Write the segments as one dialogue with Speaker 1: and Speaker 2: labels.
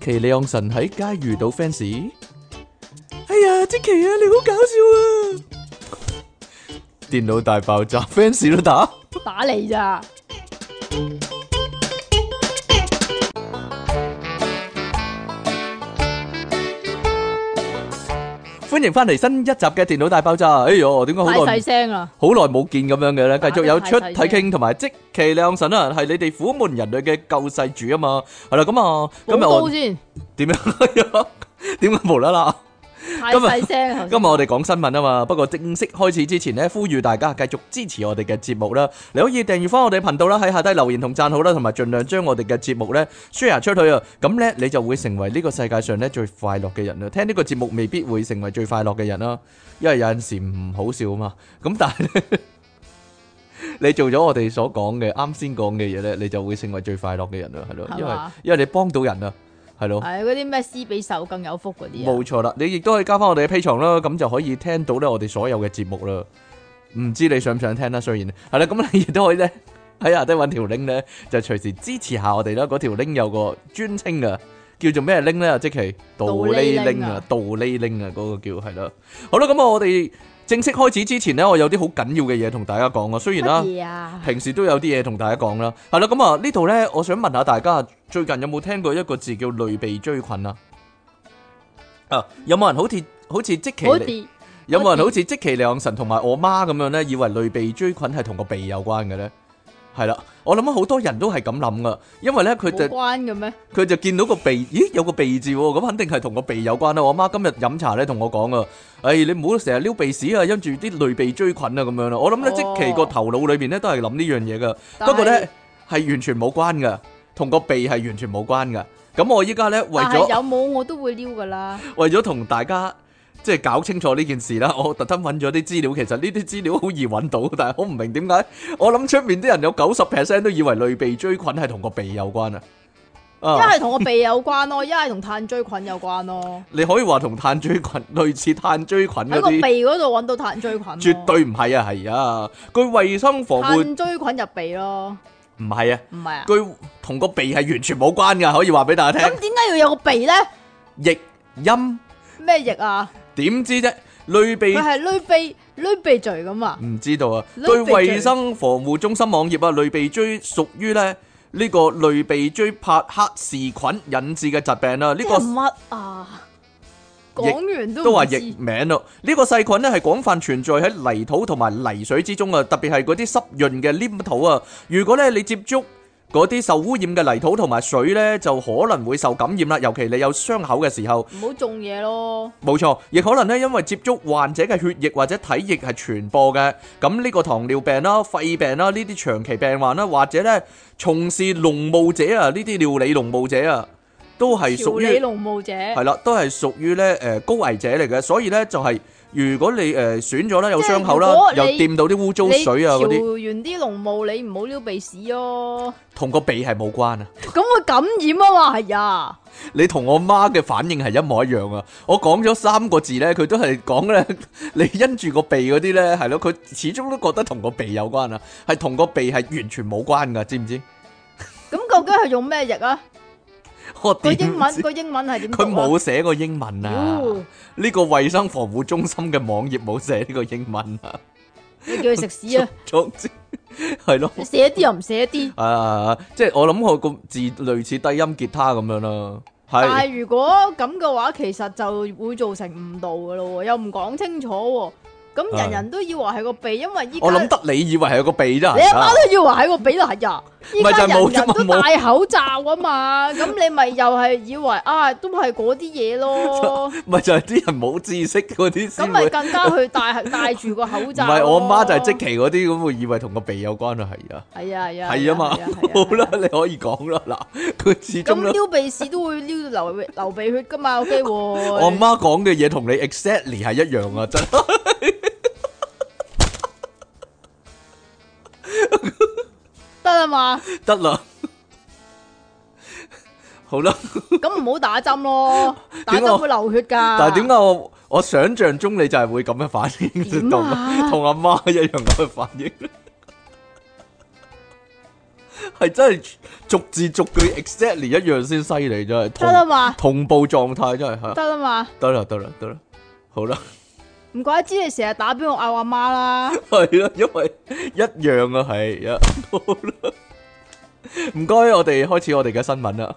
Speaker 1: 奇李昂臣喺街遇到 fans，哎呀，即奇啊，你好搞笑啊！電腦大爆炸，fans 都打。
Speaker 2: 打你咋？
Speaker 1: 歡迎翻嚟新一集嘅電腦大爆炸。哎呦，點解好
Speaker 2: 太
Speaker 1: 耐
Speaker 2: 細聲啦，
Speaker 1: 好耐冇見咁樣嘅咧？繼續有
Speaker 2: 打
Speaker 1: 出
Speaker 2: 得太細
Speaker 1: 體傾同埋即奇李昂臣啊，係你哋虎門人類嘅救世主啊嘛。係啦，咁啊，今
Speaker 2: 好
Speaker 1: 日
Speaker 2: 高
Speaker 1: 我
Speaker 2: 先，
Speaker 1: 點樣？點解無啦啦？
Speaker 2: 太 細聲啦。
Speaker 1: 今日
Speaker 2: 頭
Speaker 1: 我哋講新聞啊嘛，不過正式開始之前呢，呼籲大家繼續支持我哋嘅節目啦。你可以訂閱翻我哋頻道啦，喺下低留言同讚好啦，同埋盡量將我哋嘅節目呢 share 出去啊。咁呢，你就會成為呢個世界上呢最快樂嘅人啦。聽呢個節目未必會成為最快樂嘅人啦，因為有陣時唔好笑啊嘛。咁但係呢你做咗我哋所講嘅啱先講嘅嘢呢，你就會成為最快樂嘅人啦，係咯，
Speaker 2: 係
Speaker 1: 因為
Speaker 2: 嘛
Speaker 1: 因為你幫到人啊，係咯。
Speaker 2: 先係嗰啲咩施比受更有福嗰啲啊，
Speaker 1: 冇錯啦，你亦都可以加翻我哋嘅 P 床啦，咁就可以聽到咧我哋所有嘅節目啦。唔知你想唔想聽啦？雖然係啦，咁你亦都可以咧 喺下低揾條 link 咧，就隨時支持下我哋啦。嗰條 link 有個專稱噶，叫做咩 link 咧？啊即其杜呢 link 啊，杜呢 link 啊，嗰個叫係啦。好啦，咁我哋正式開始之前咧，我有啲好緊要嘅嘢同大家講啊。雖然啦
Speaker 2: 乜。嘢啊？
Speaker 1: 平時都有啲嘢同大家講啦，係啦，咁啊呢度呢，我想問下大家最近有冇聽過一個字叫類鼻追菌啊？啊，有冇人好似好似即
Speaker 2: 好
Speaker 1: 其
Speaker 2: 似
Speaker 1: 有冇人好似即其兩神同埋我媽咁樣呢？以為類鼻追菌係同個鼻有關嘅呢？係啦，我諗好多人都係咁諗噶，因為呢，佢就
Speaker 2: 冇關嘅咩？
Speaker 1: 佢就見到個鼻，咦有個鼻字喎，咁肯定係同個鼻有關啦。啊我媽今日飲茶咧同我講啊，唉、你唔好成日撩鼻屎啊，因住啲類鼻追菌啊咁樣啦。我諗咧、
Speaker 2: 哦
Speaker 1: 即其個頭腦裏邊咧都係諗呢樣嘢噶，
Speaker 2: 但
Speaker 1: 不過咧
Speaker 2: 係
Speaker 1: 係完全冇關噶，同個鼻係完全冇關噶。咁我依家咧為
Speaker 2: 但係
Speaker 1: 咗
Speaker 2: 有冇我都會撩噶啦。
Speaker 1: 為咗同大家即係搞清楚呢件事啦， 我特登揾咗啲資料，其實呢啲資料好易揾到，但係我唔明點解我諗出面啲人有九十 percent 都以為類鼻追菌係同個鼻有關啊。
Speaker 2: 一
Speaker 1: 啊
Speaker 2: 係同個鼻有關咯，一係同炭疽菌有關咯。
Speaker 1: 你可以話同炭疽菌 類似炭疽菌嗰
Speaker 2: 喺個
Speaker 1: 啲，
Speaker 2: 鼻嗰度揾到炭疽菌咯，
Speaker 1: 絕對唔係啊，係啊，據衞生防
Speaker 2: 炭
Speaker 1: 護
Speaker 2: 疽菌入鼻咯，
Speaker 1: 唔係啊，
Speaker 2: 唔係啊？
Speaker 1: 據同個鼻係完全冇關噶，可以話俾大家
Speaker 2: 咁
Speaker 1: 聽。
Speaker 2: 點解要有個鼻咧？
Speaker 1: 譯音
Speaker 2: 咩液啊？
Speaker 1: 點知啫？類
Speaker 2: 佢
Speaker 1: 鼻
Speaker 2: 係類鼻類鼻罪咁啊？
Speaker 1: 唔知道啊。據
Speaker 2: 類鼻疽
Speaker 1: 衞生防護中心網頁啊，類鼻疽屬於咧呢個類鼻疽帕克氏菌引致嘅疾病啦。呢
Speaker 2: 呢
Speaker 1: 個
Speaker 2: 個乜啊？講完都
Speaker 1: 都話
Speaker 2: 唔
Speaker 1: 譯
Speaker 2: 知，
Speaker 1: 名咯。呢個細菌咧係廣泛存在喺泥土同埋泥水之中啊，特別係嗰啲濕潤嘅黏土啊。如果咧你接觸嗰啲受污染嘅泥土同埋水咧，就可能會受感染啦。尤其你有傷口嘅時候，
Speaker 2: 唔好種嘢咯。
Speaker 1: 冇錯，亦可能咧因為接觸患者嘅血液或者體液係傳播嘅。咁呢個糖尿病啦、肺病啦呢啲長期病患啦，或者咧從事農務者啊，呢啲料理農務者啊，都係
Speaker 2: 調
Speaker 1: 屬於
Speaker 2: 理。農務者，
Speaker 1: 係啦，都係屬於咧誒高危者嚟嘅，所以咧就係、如果你誒、損咗啦，有傷口
Speaker 2: 即係如
Speaker 1: 啦
Speaker 2: 果，
Speaker 1: 又
Speaker 2: 你
Speaker 1: 掂到啲污糟
Speaker 2: 你
Speaker 1: 水啊嗰
Speaker 2: 調
Speaker 1: 啲，
Speaker 2: 完啲農務，你唔好撩鼻屎咯，
Speaker 1: 同個鼻係冇關啊！
Speaker 2: 咁會感染啊嘛，係啊，
Speaker 1: 你同我媽嘅反應係一模一樣啊！我講咗三個字咧，佢都係講咧， 你因住個鼻嗰啲咧，係咯，佢始終都覺得同個鼻有關啊，係同個鼻係完全冇關噶，知唔知？
Speaker 2: 咁究竟係用咩液啊？
Speaker 1: 我
Speaker 2: 個
Speaker 1: 點
Speaker 2: 英文
Speaker 1: 知
Speaker 2: 個英文係點 讀啊？
Speaker 1: 佢冇寫過英文啊！
Speaker 2: 妖
Speaker 1: 呢個衞生防護中心嘅網頁冇寫呢個英文啊！
Speaker 2: 你叫佢食屎啊！
Speaker 1: 總之係 咯。
Speaker 2: 你寫啲又唔寫啲，
Speaker 1: 啊，即係我諗我個字類似低音吉他咁樣啦，
Speaker 2: 但
Speaker 1: 係
Speaker 2: 係如果咁嘅話，其實就會造成誤導噶咯喎，又唔講清楚喎，咁
Speaker 1: 係
Speaker 2: 人人都以為係個鼻，因為依
Speaker 1: 我
Speaker 2: 家
Speaker 1: 諗。得你以為係個鼻咋，
Speaker 2: 你阿
Speaker 1: 啊
Speaker 2: 媽都要話喺個比例呀，依
Speaker 1: 咪就
Speaker 2: 家
Speaker 1: 係
Speaker 2: 人
Speaker 1: 冇啫
Speaker 2: 人
Speaker 1: 嘛
Speaker 2: 都
Speaker 1: 冇
Speaker 2: 戴口罩啊嘛，咁你咪又係以為啊，都係嗰啲嘢咯，
Speaker 1: 咪 就係啲人冇知識嗰啲
Speaker 2: 咁
Speaker 1: 先
Speaker 2: 咪
Speaker 1: 會，
Speaker 2: 更加去戴 戴住個口
Speaker 1: 唔
Speaker 2: 罩。
Speaker 1: 係我媽就係即期嗰啲咁會以為同個鼻有關啊，係啊，
Speaker 2: 係啊係啊
Speaker 1: 係啊嘛，
Speaker 2: 係
Speaker 1: 好啦，你可以講啦嗱，佢始終
Speaker 2: 咁
Speaker 1: 咧，
Speaker 2: 撩鼻屎都會撩到流流鼻血噶嘛，有機會。
Speaker 1: 我媽講嘅嘢同你 exactly 係一樣啊，真係。
Speaker 2: 得啦嘛，
Speaker 1: 得啦，好啦，
Speaker 2: 咁唔好打針咯，打
Speaker 1: 點解我啊
Speaker 2: 針會流血噶。
Speaker 1: 但係點解啊我我想象中你就係會咁嘅反應，
Speaker 2: 點
Speaker 1: 同
Speaker 2: 啊
Speaker 1: 同阿媽一樣咁嘅反應？系真系逐字逐句 exactly 一樣先犀利，真係
Speaker 2: 得啦
Speaker 1: 同
Speaker 2: 嘛，
Speaker 1: 同步狀態真係吓，
Speaker 2: 得啦嘛，
Speaker 1: 得啦得啦得啦，好啦，
Speaker 2: 唔怪之你成日打俾我嗌我阿媽啦，
Speaker 1: 係啦，因為一樣啊係啊，好啦，唔該，我哋開始我哋嘅新聞啦，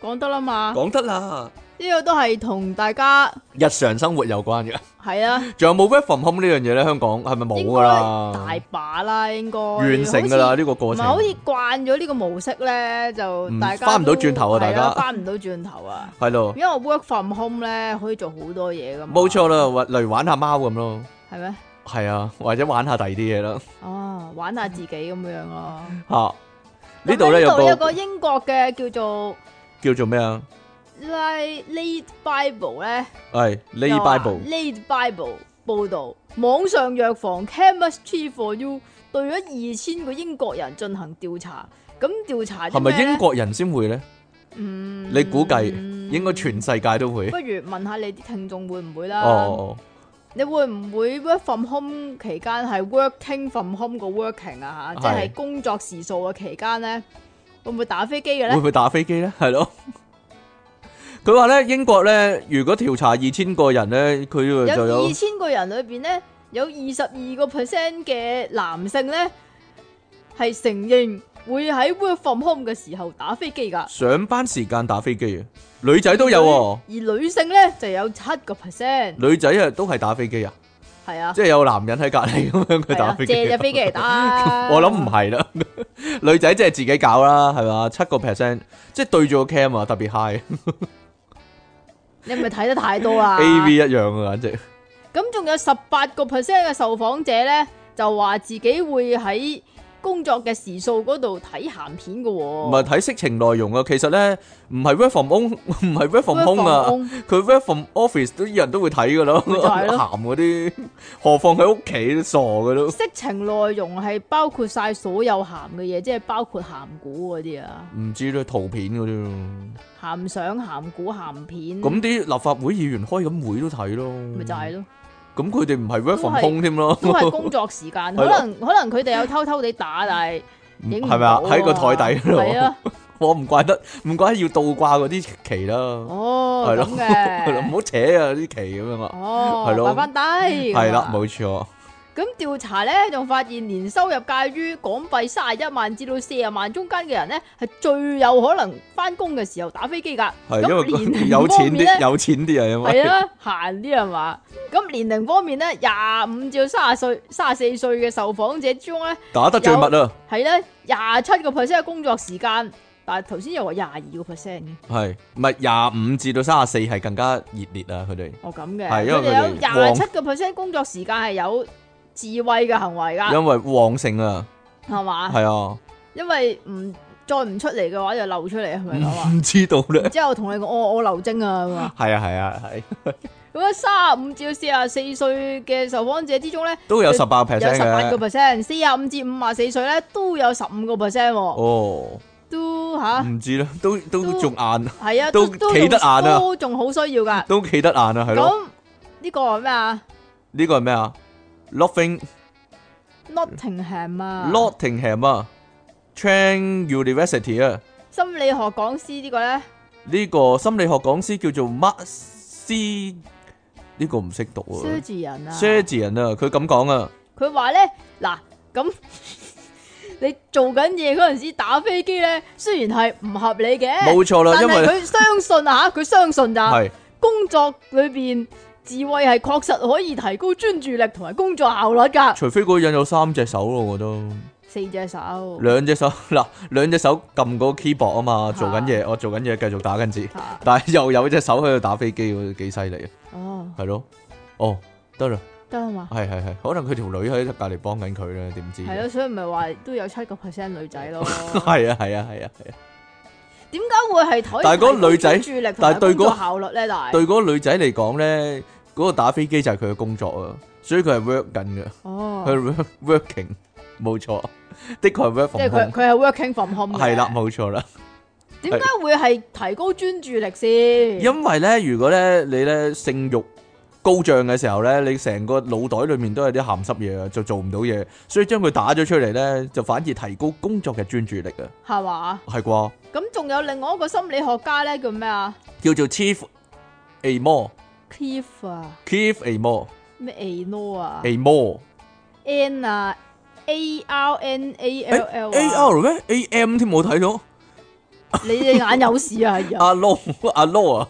Speaker 2: 講得啦嘛，
Speaker 1: 講得啦，
Speaker 2: 呢個都係同大家
Speaker 1: 日常生活有關嘅，
Speaker 2: 係啊，
Speaker 1: 仲有冇 work from home 呢樣嘢咧？香港係咪冇
Speaker 2: 應
Speaker 1: 噶
Speaker 2: 該
Speaker 1: 啦
Speaker 2: 大？把啦，應該
Speaker 1: 完成噶啦呢個
Speaker 2: 好
Speaker 1: 過
Speaker 2: 似唔係好
Speaker 1: 程
Speaker 2: 似，慣咗呢個模式咧，就
Speaker 1: 嗯
Speaker 2: 大家
Speaker 1: 返唔到
Speaker 2: 都
Speaker 1: 轉頭啊
Speaker 2: 係
Speaker 1: 大家
Speaker 2: 翻唔到轉頭啊，
Speaker 1: 係咯，
Speaker 2: 因為 work from home 咧可以做好多嘢噶嘛，
Speaker 1: 冇，錯啦，或例如玩下貓咁咯，
Speaker 2: 係咩？
Speaker 1: 係啊，或者玩下第二啲嘢啦，
Speaker 2: 哦，玩下自己咁樣咯。
Speaker 1: 吓 呢
Speaker 2: 咁
Speaker 1: 度咧有
Speaker 2: 有
Speaker 1: 個
Speaker 2: 個英國嘅叫做
Speaker 1: 叫做咩啊？
Speaker 2: Late Late Bible 咧，
Speaker 1: 系呢
Speaker 2: 就話
Speaker 1: Bible
Speaker 2: Late Bible 報導網上藥房 Chemistry for You 對咗二千個英國人進行調查，咁調查
Speaker 1: 係
Speaker 2: 啲
Speaker 1: 咪
Speaker 2: 咩
Speaker 1: 英
Speaker 2: 咧？
Speaker 1: 國人先會咧？
Speaker 2: 嗯
Speaker 1: 你估計應該全世界都會。
Speaker 2: 不如問下你啲聽眾會唔會
Speaker 1: 哦
Speaker 2: 啦？
Speaker 1: 哦，
Speaker 2: 你會唔會 work from home 期間係 working from home 個 working 啊？嚇，即
Speaker 1: 係
Speaker 2: 係工作時數嘅期間咧，會唔會打飛機嘅
Speaker 1: 會
Speaker 2: 咧
Speaker 1: 唔？會打飛機咧？ 係咯。佢話咧，英國咧，如果調查二千個人咧，佢就
Speaker 2: 有
Speaker 1: 有
Speaker 2: 二千個人裏邊咧，有二十二個 percent 嘅男性咧係承認會喺 work from home 嘅時候打飛機㗎，
Speaker 1: 上班時間打飛機啊。女仔都有喎，
Speaker 2: 而女性咧就有七個 percent，
Speaker 1: 女仔啊都係打飛機啊，
Speaker 2: 係啊，
Speaker 1: 即係有男人喺隔離咁樣佢
Speaker 2: 係
Speaker 1: 打
Speaker 2: 啊
Speaker 1: 飛機
Speaker 2: 借隻
Speaker 1: 啊。。
Speaker 2: 飛機嚟打
Speaker 1: 我諗唔係啦，女仔即係自己搞啦，係嘛？七個 percent，即係對住個 cam 啊，特別 high。
Speaker 2: 你係咪睇得太多啊
Speaker 1: A V 一樣啊，簡直。
Speaker 2: 咁仲有十八個 percent 嘅受訪者咧就話自己會喺工作嘅時數嗰度睇鹹片嘅喎、
Speaker 1: 唔係睇色情內容啊，其實咧唔係 work from home，唔係 work from
Speaker 2: Work
Speaker 1: home 啊
Speaker 2: from，home
Speaker 1: 佢 work from office 都啲人都會睇噶咯，
Speaker 2: 咪就係咯
Speaker 1: 鹹嗰啲，何況喺屋企都傻噶咯，
Speaker 2: 色情內容係包括晒所有鹹嘅嘢，即係包括鹹股嗰啲啊，
Speaker 1: 唔知咧圖片嗰啲咯，
Speaker 2: 嗯鹹相、鹹股、鹹片，
Speaker 1: 咁啲立法會議員開咁會都睇咯，
Speaker 2: 咪 就係咯，
Speaker 1: 咁佢哋唔係 work
Speaker 2: 都
Speaker 1: from
Speaker 2: 係
Speaker 1: home 添咯，
Speaker 2: 都 係工作時間。可能可能佢哋有偷偷地打，但係影唔
Speaker 1: 係咪啊？
Speaker 2: 到
Speaker 1: 喺個台底嗰
Speaker 2: 係
Speaker 1: 度，
Speaker 2: 啊，
Speaker 1: 我唔怪得，唔怪得要倒掛嗰啲旗啦，
Speaker 2: 哦，
Speaker 1: 係咯
Speaker 2: 咁
Speaker 1: 係咯唔
Speaker 2: 嘅，
Speaker 1: 好扯啊啲旗咁樣啊，
Speaker 2: 哦，啊
Speaker 1: 係咯
Speaker 2: 埋翻低，
Speaker 1: 係啦，。冇錯，
Speaker 2: 咁調查咧，仲發現年收入介於港幣三十一萬至到四十萬中間嘅人咧，係最有可能翻工嘅時候打飛機㗎。
Speaker 1: 係因為
Speaker 2: 咁年
Speaker 1: 佢
Speaker 2: 齡
Speaker 1: 有
Speaker 2: 方
Speaker 1: 錢
Speaker 2: 面咧
Speaker 1: 啲，有錢啲啊，因
Speaker 2: 系
Speaker 1: 為。
Speaker 2: 啊，閒啲係嘛？咁年齡方面咧，廿五至到三十歲、三十四歲嘅受訪者之中咧，
Speaker 1: 打得最密啊，
Speaker 2: 係咧廿七個 percent 嘅工作時間，但係頭先又話廿二個 percent 嘅，
Speaker 1: 系唔系廿五至到三十四系更加熱烈啊！佢哋
Speaker 2: 哦咁嘅，
Speaker 1: 係
Speaker 2: 佢
Speaker 1: 因為佢
Speaker 2: 哋有
Speaker 1: 哋旺
Speaker 2: 廿七個 percent 工作時間係有智慧嘅行為㗎，
Speaker 1: 因為旺盛啊，
Speaker 2: 係嘛？
Speaker 1: 係啊，
Speaker 2: 因為唔再唔出嚟嘅話就漏出嚟，係咪咁啊？
Speaker 1: 唔知道咧，
Speaker 2: 之後同你講，我我漏精啊咁啊！
Speaker 1: 係啊係啊係，
Speaker 2: 咁啊，三十五至到四十四歲嘅受訪者之中咧。
Speaker 1: 都有
Speaker 2: 佢
Speaker 1: 十八個
Speaker 2: 有
Speaker 1: percent
Speaker 2: 十八個
Speaker 1: 嘅，
Speaker 2: percent，四廿五至五廿四歲咧都有十五個 percent，喎
Speaker 1: 哦，
Speaker 2: 都吓
Speaker 1: 唔知啦，都都
Speaker 2: 都
Speaker 1: 仲硬，
Speaker 2: 係啊，
Speaker 1: 都
Speaker 2: 都
Speaker 1: 企得
Speaker 2: 仲
Speaker 1: 硬啊
Speaker 2: 都仲好需要噶。
Speaker 1: 都企得硬啊，係咯，
Speaker 2: 咁呢個係咩啊
Speaker 1: 呢個係咩啊？Loving
Speaker 2: ？Nottingham 啊
Speaker 1: Nottingham 啊，Trent University 啊，
Speaker 2: 心理學講師呢個咧，
Speaker 1: 呢個心理學講師叫做 Mark C，呢個唔識讀啊
Speaker 2: r g 人啊，
Speaker 1: ，surgeon 啊，佢咁講啊，
Speaker 2: 佢話咧嗱咁。 你做緊嘢嗰陣時打飛機咧，雖然係唔合理嘅，
Speaker 1: 冇錯啦，
Speaker 2: 但
Speaker 1: 因
Speaker 2: 係
Speaker 1: 為
Speaker 2: 佢相信 啊，佢相信咋
Speaker 1: 係。
Speaker 2: 工作裏邊智慧係確實可以提高專注力同埋工作效率 㗎。
Speaker 1: 除非嗰個人有三隻手咯，我都
Speaker 2: 四隻手。
Speaker 1: 兩隻手 嗱，兩隻手撳嗰個 keyboard 啊嘛，
Speaker 2: 啊
Speaker 1: 做緊嘢，我做緊嘢繼續打緊字，
Speaker 2: 啊
Speaker 1: 但係 又有隻手喺度打飛機，嗰幾犀利啊，
Speaker 2: 哦，
Speaker 1: 係咯，哦得啦，
Speaker 2: 得啦嘛，
Speaker 1: 係係係，可能佢條女喺隔離幫緊佢咧，點知？
Speaker 2: 係咯，所以咪話都有七個 percent 女仔咯。
Speaker 1: 係啊係啊係啊係啊，
Speaker 2: 點解會係可以
Speaker 1: 但係嗰個女仔
Speaker 2: 注意力同
Speaker 1: 但係
Speaker 2: 埋
Speaker 1: 對
Speaker 2: 工作
Speaker 1: 嗰
Speaker 2: 效率咧？但係
Speaker 1: 對嗰個女仔嚟講咧，嗰個打飛機就係佢嘅工作啊，所以佢係 work 緊嘅，
Speaker 2: 哦，
Speaker 1: 佢 work working，冇錯，的確係 work
Speaker 2: 即
Speaker 1: from
Speaker 2: 係佢
Speaker 1: home，
Speaker 2: 佢係 working from home 嘅
Speaker 1: 係啦，，冇錯啦。
Speaker 2: 點解會係提高專注力先？
Speaker 1: 因為咧，如果咧你咧性慾高漲嘅時候咧，你成個腦袋裏面都有啲鹹濕嘢啊，就做唔到嘢，所以將佢打咗出嚟咧，就反而提高工作嘅專注力啊，
Speaker 2: 係嘛？
Speaker 1: 係啩？
Speaker 2: 咁仲有另外一個心理學家咧，叫咩啊
Speaker 1: 叫做 Chief A More，Chief
Speaker 2: ？Cliff 啊，
Speaker 1: A More，A
Speaker 2: 咩 A No 啊
Speaker 1: More
Speaker 2: ，N 啊，A R N A L L 啊
Speaker 1: A R 咩？A M 添冇睇到。
Speaker 2: 你哋眼有事啊？ 係啊
Speaker 1: 阿 Lo 阿 Lo 啊，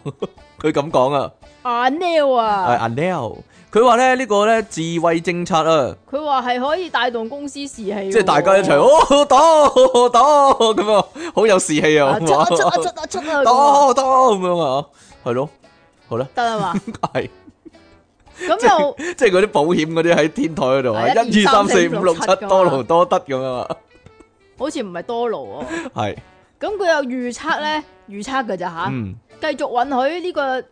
Speaker 1: 佢咁講啊，
Speaker 2: 阿 Neil
Speaker 1: 係
Speaker 2: 啊，
Speaker 1: 阿 Neil，佢話咧呢個咧智慧政策啊，
Speaker 2: 佢話係可以帶動公司士氣喎，
Speaker 1: 即係大家一齊哦打打咁啊，好有士氣啊，
Speaker 2: 啊
Speaker 1: 咁
Speaker 2: 出啊出啊
Speaker 1: 啊
Speaker 2: 出啊出 啊
Speaker 1: 打
Speaker 2: 咁啊，
Speaker 1: 打咁樣啊，係咯，好啦，
Speaker 2: 得啦 嘛？
Speaker 1: 係
Speaker 2: 咁又
Speaker 1: 即係嗰啲保險嗰啲喺天台嗰度啊，
Speaker 2: 係
Speaker 1: 一
Speaker 2: 一
Speaker 1: 二
Speaker 2: 二
Speaker 1: 三
Speaker 2: 三
Speaker 1: 四
Speaker 2: 四
Speaker 1: 五
Speaker 2: 五
Speaker 1: 六
Speaker 2: 六
Speaker 1: 七
Speaker 2: 七啊
Speaker 1: 多勞多得咁樣啊，
Speaker 2: 好似唔係多勞喎，
Speaker 1: 係
Speaker 2: 咁佢又預測咧，預測㗎咋吓？
Speaker 1: 嗯，
Speaker 2: 繼續允許呢個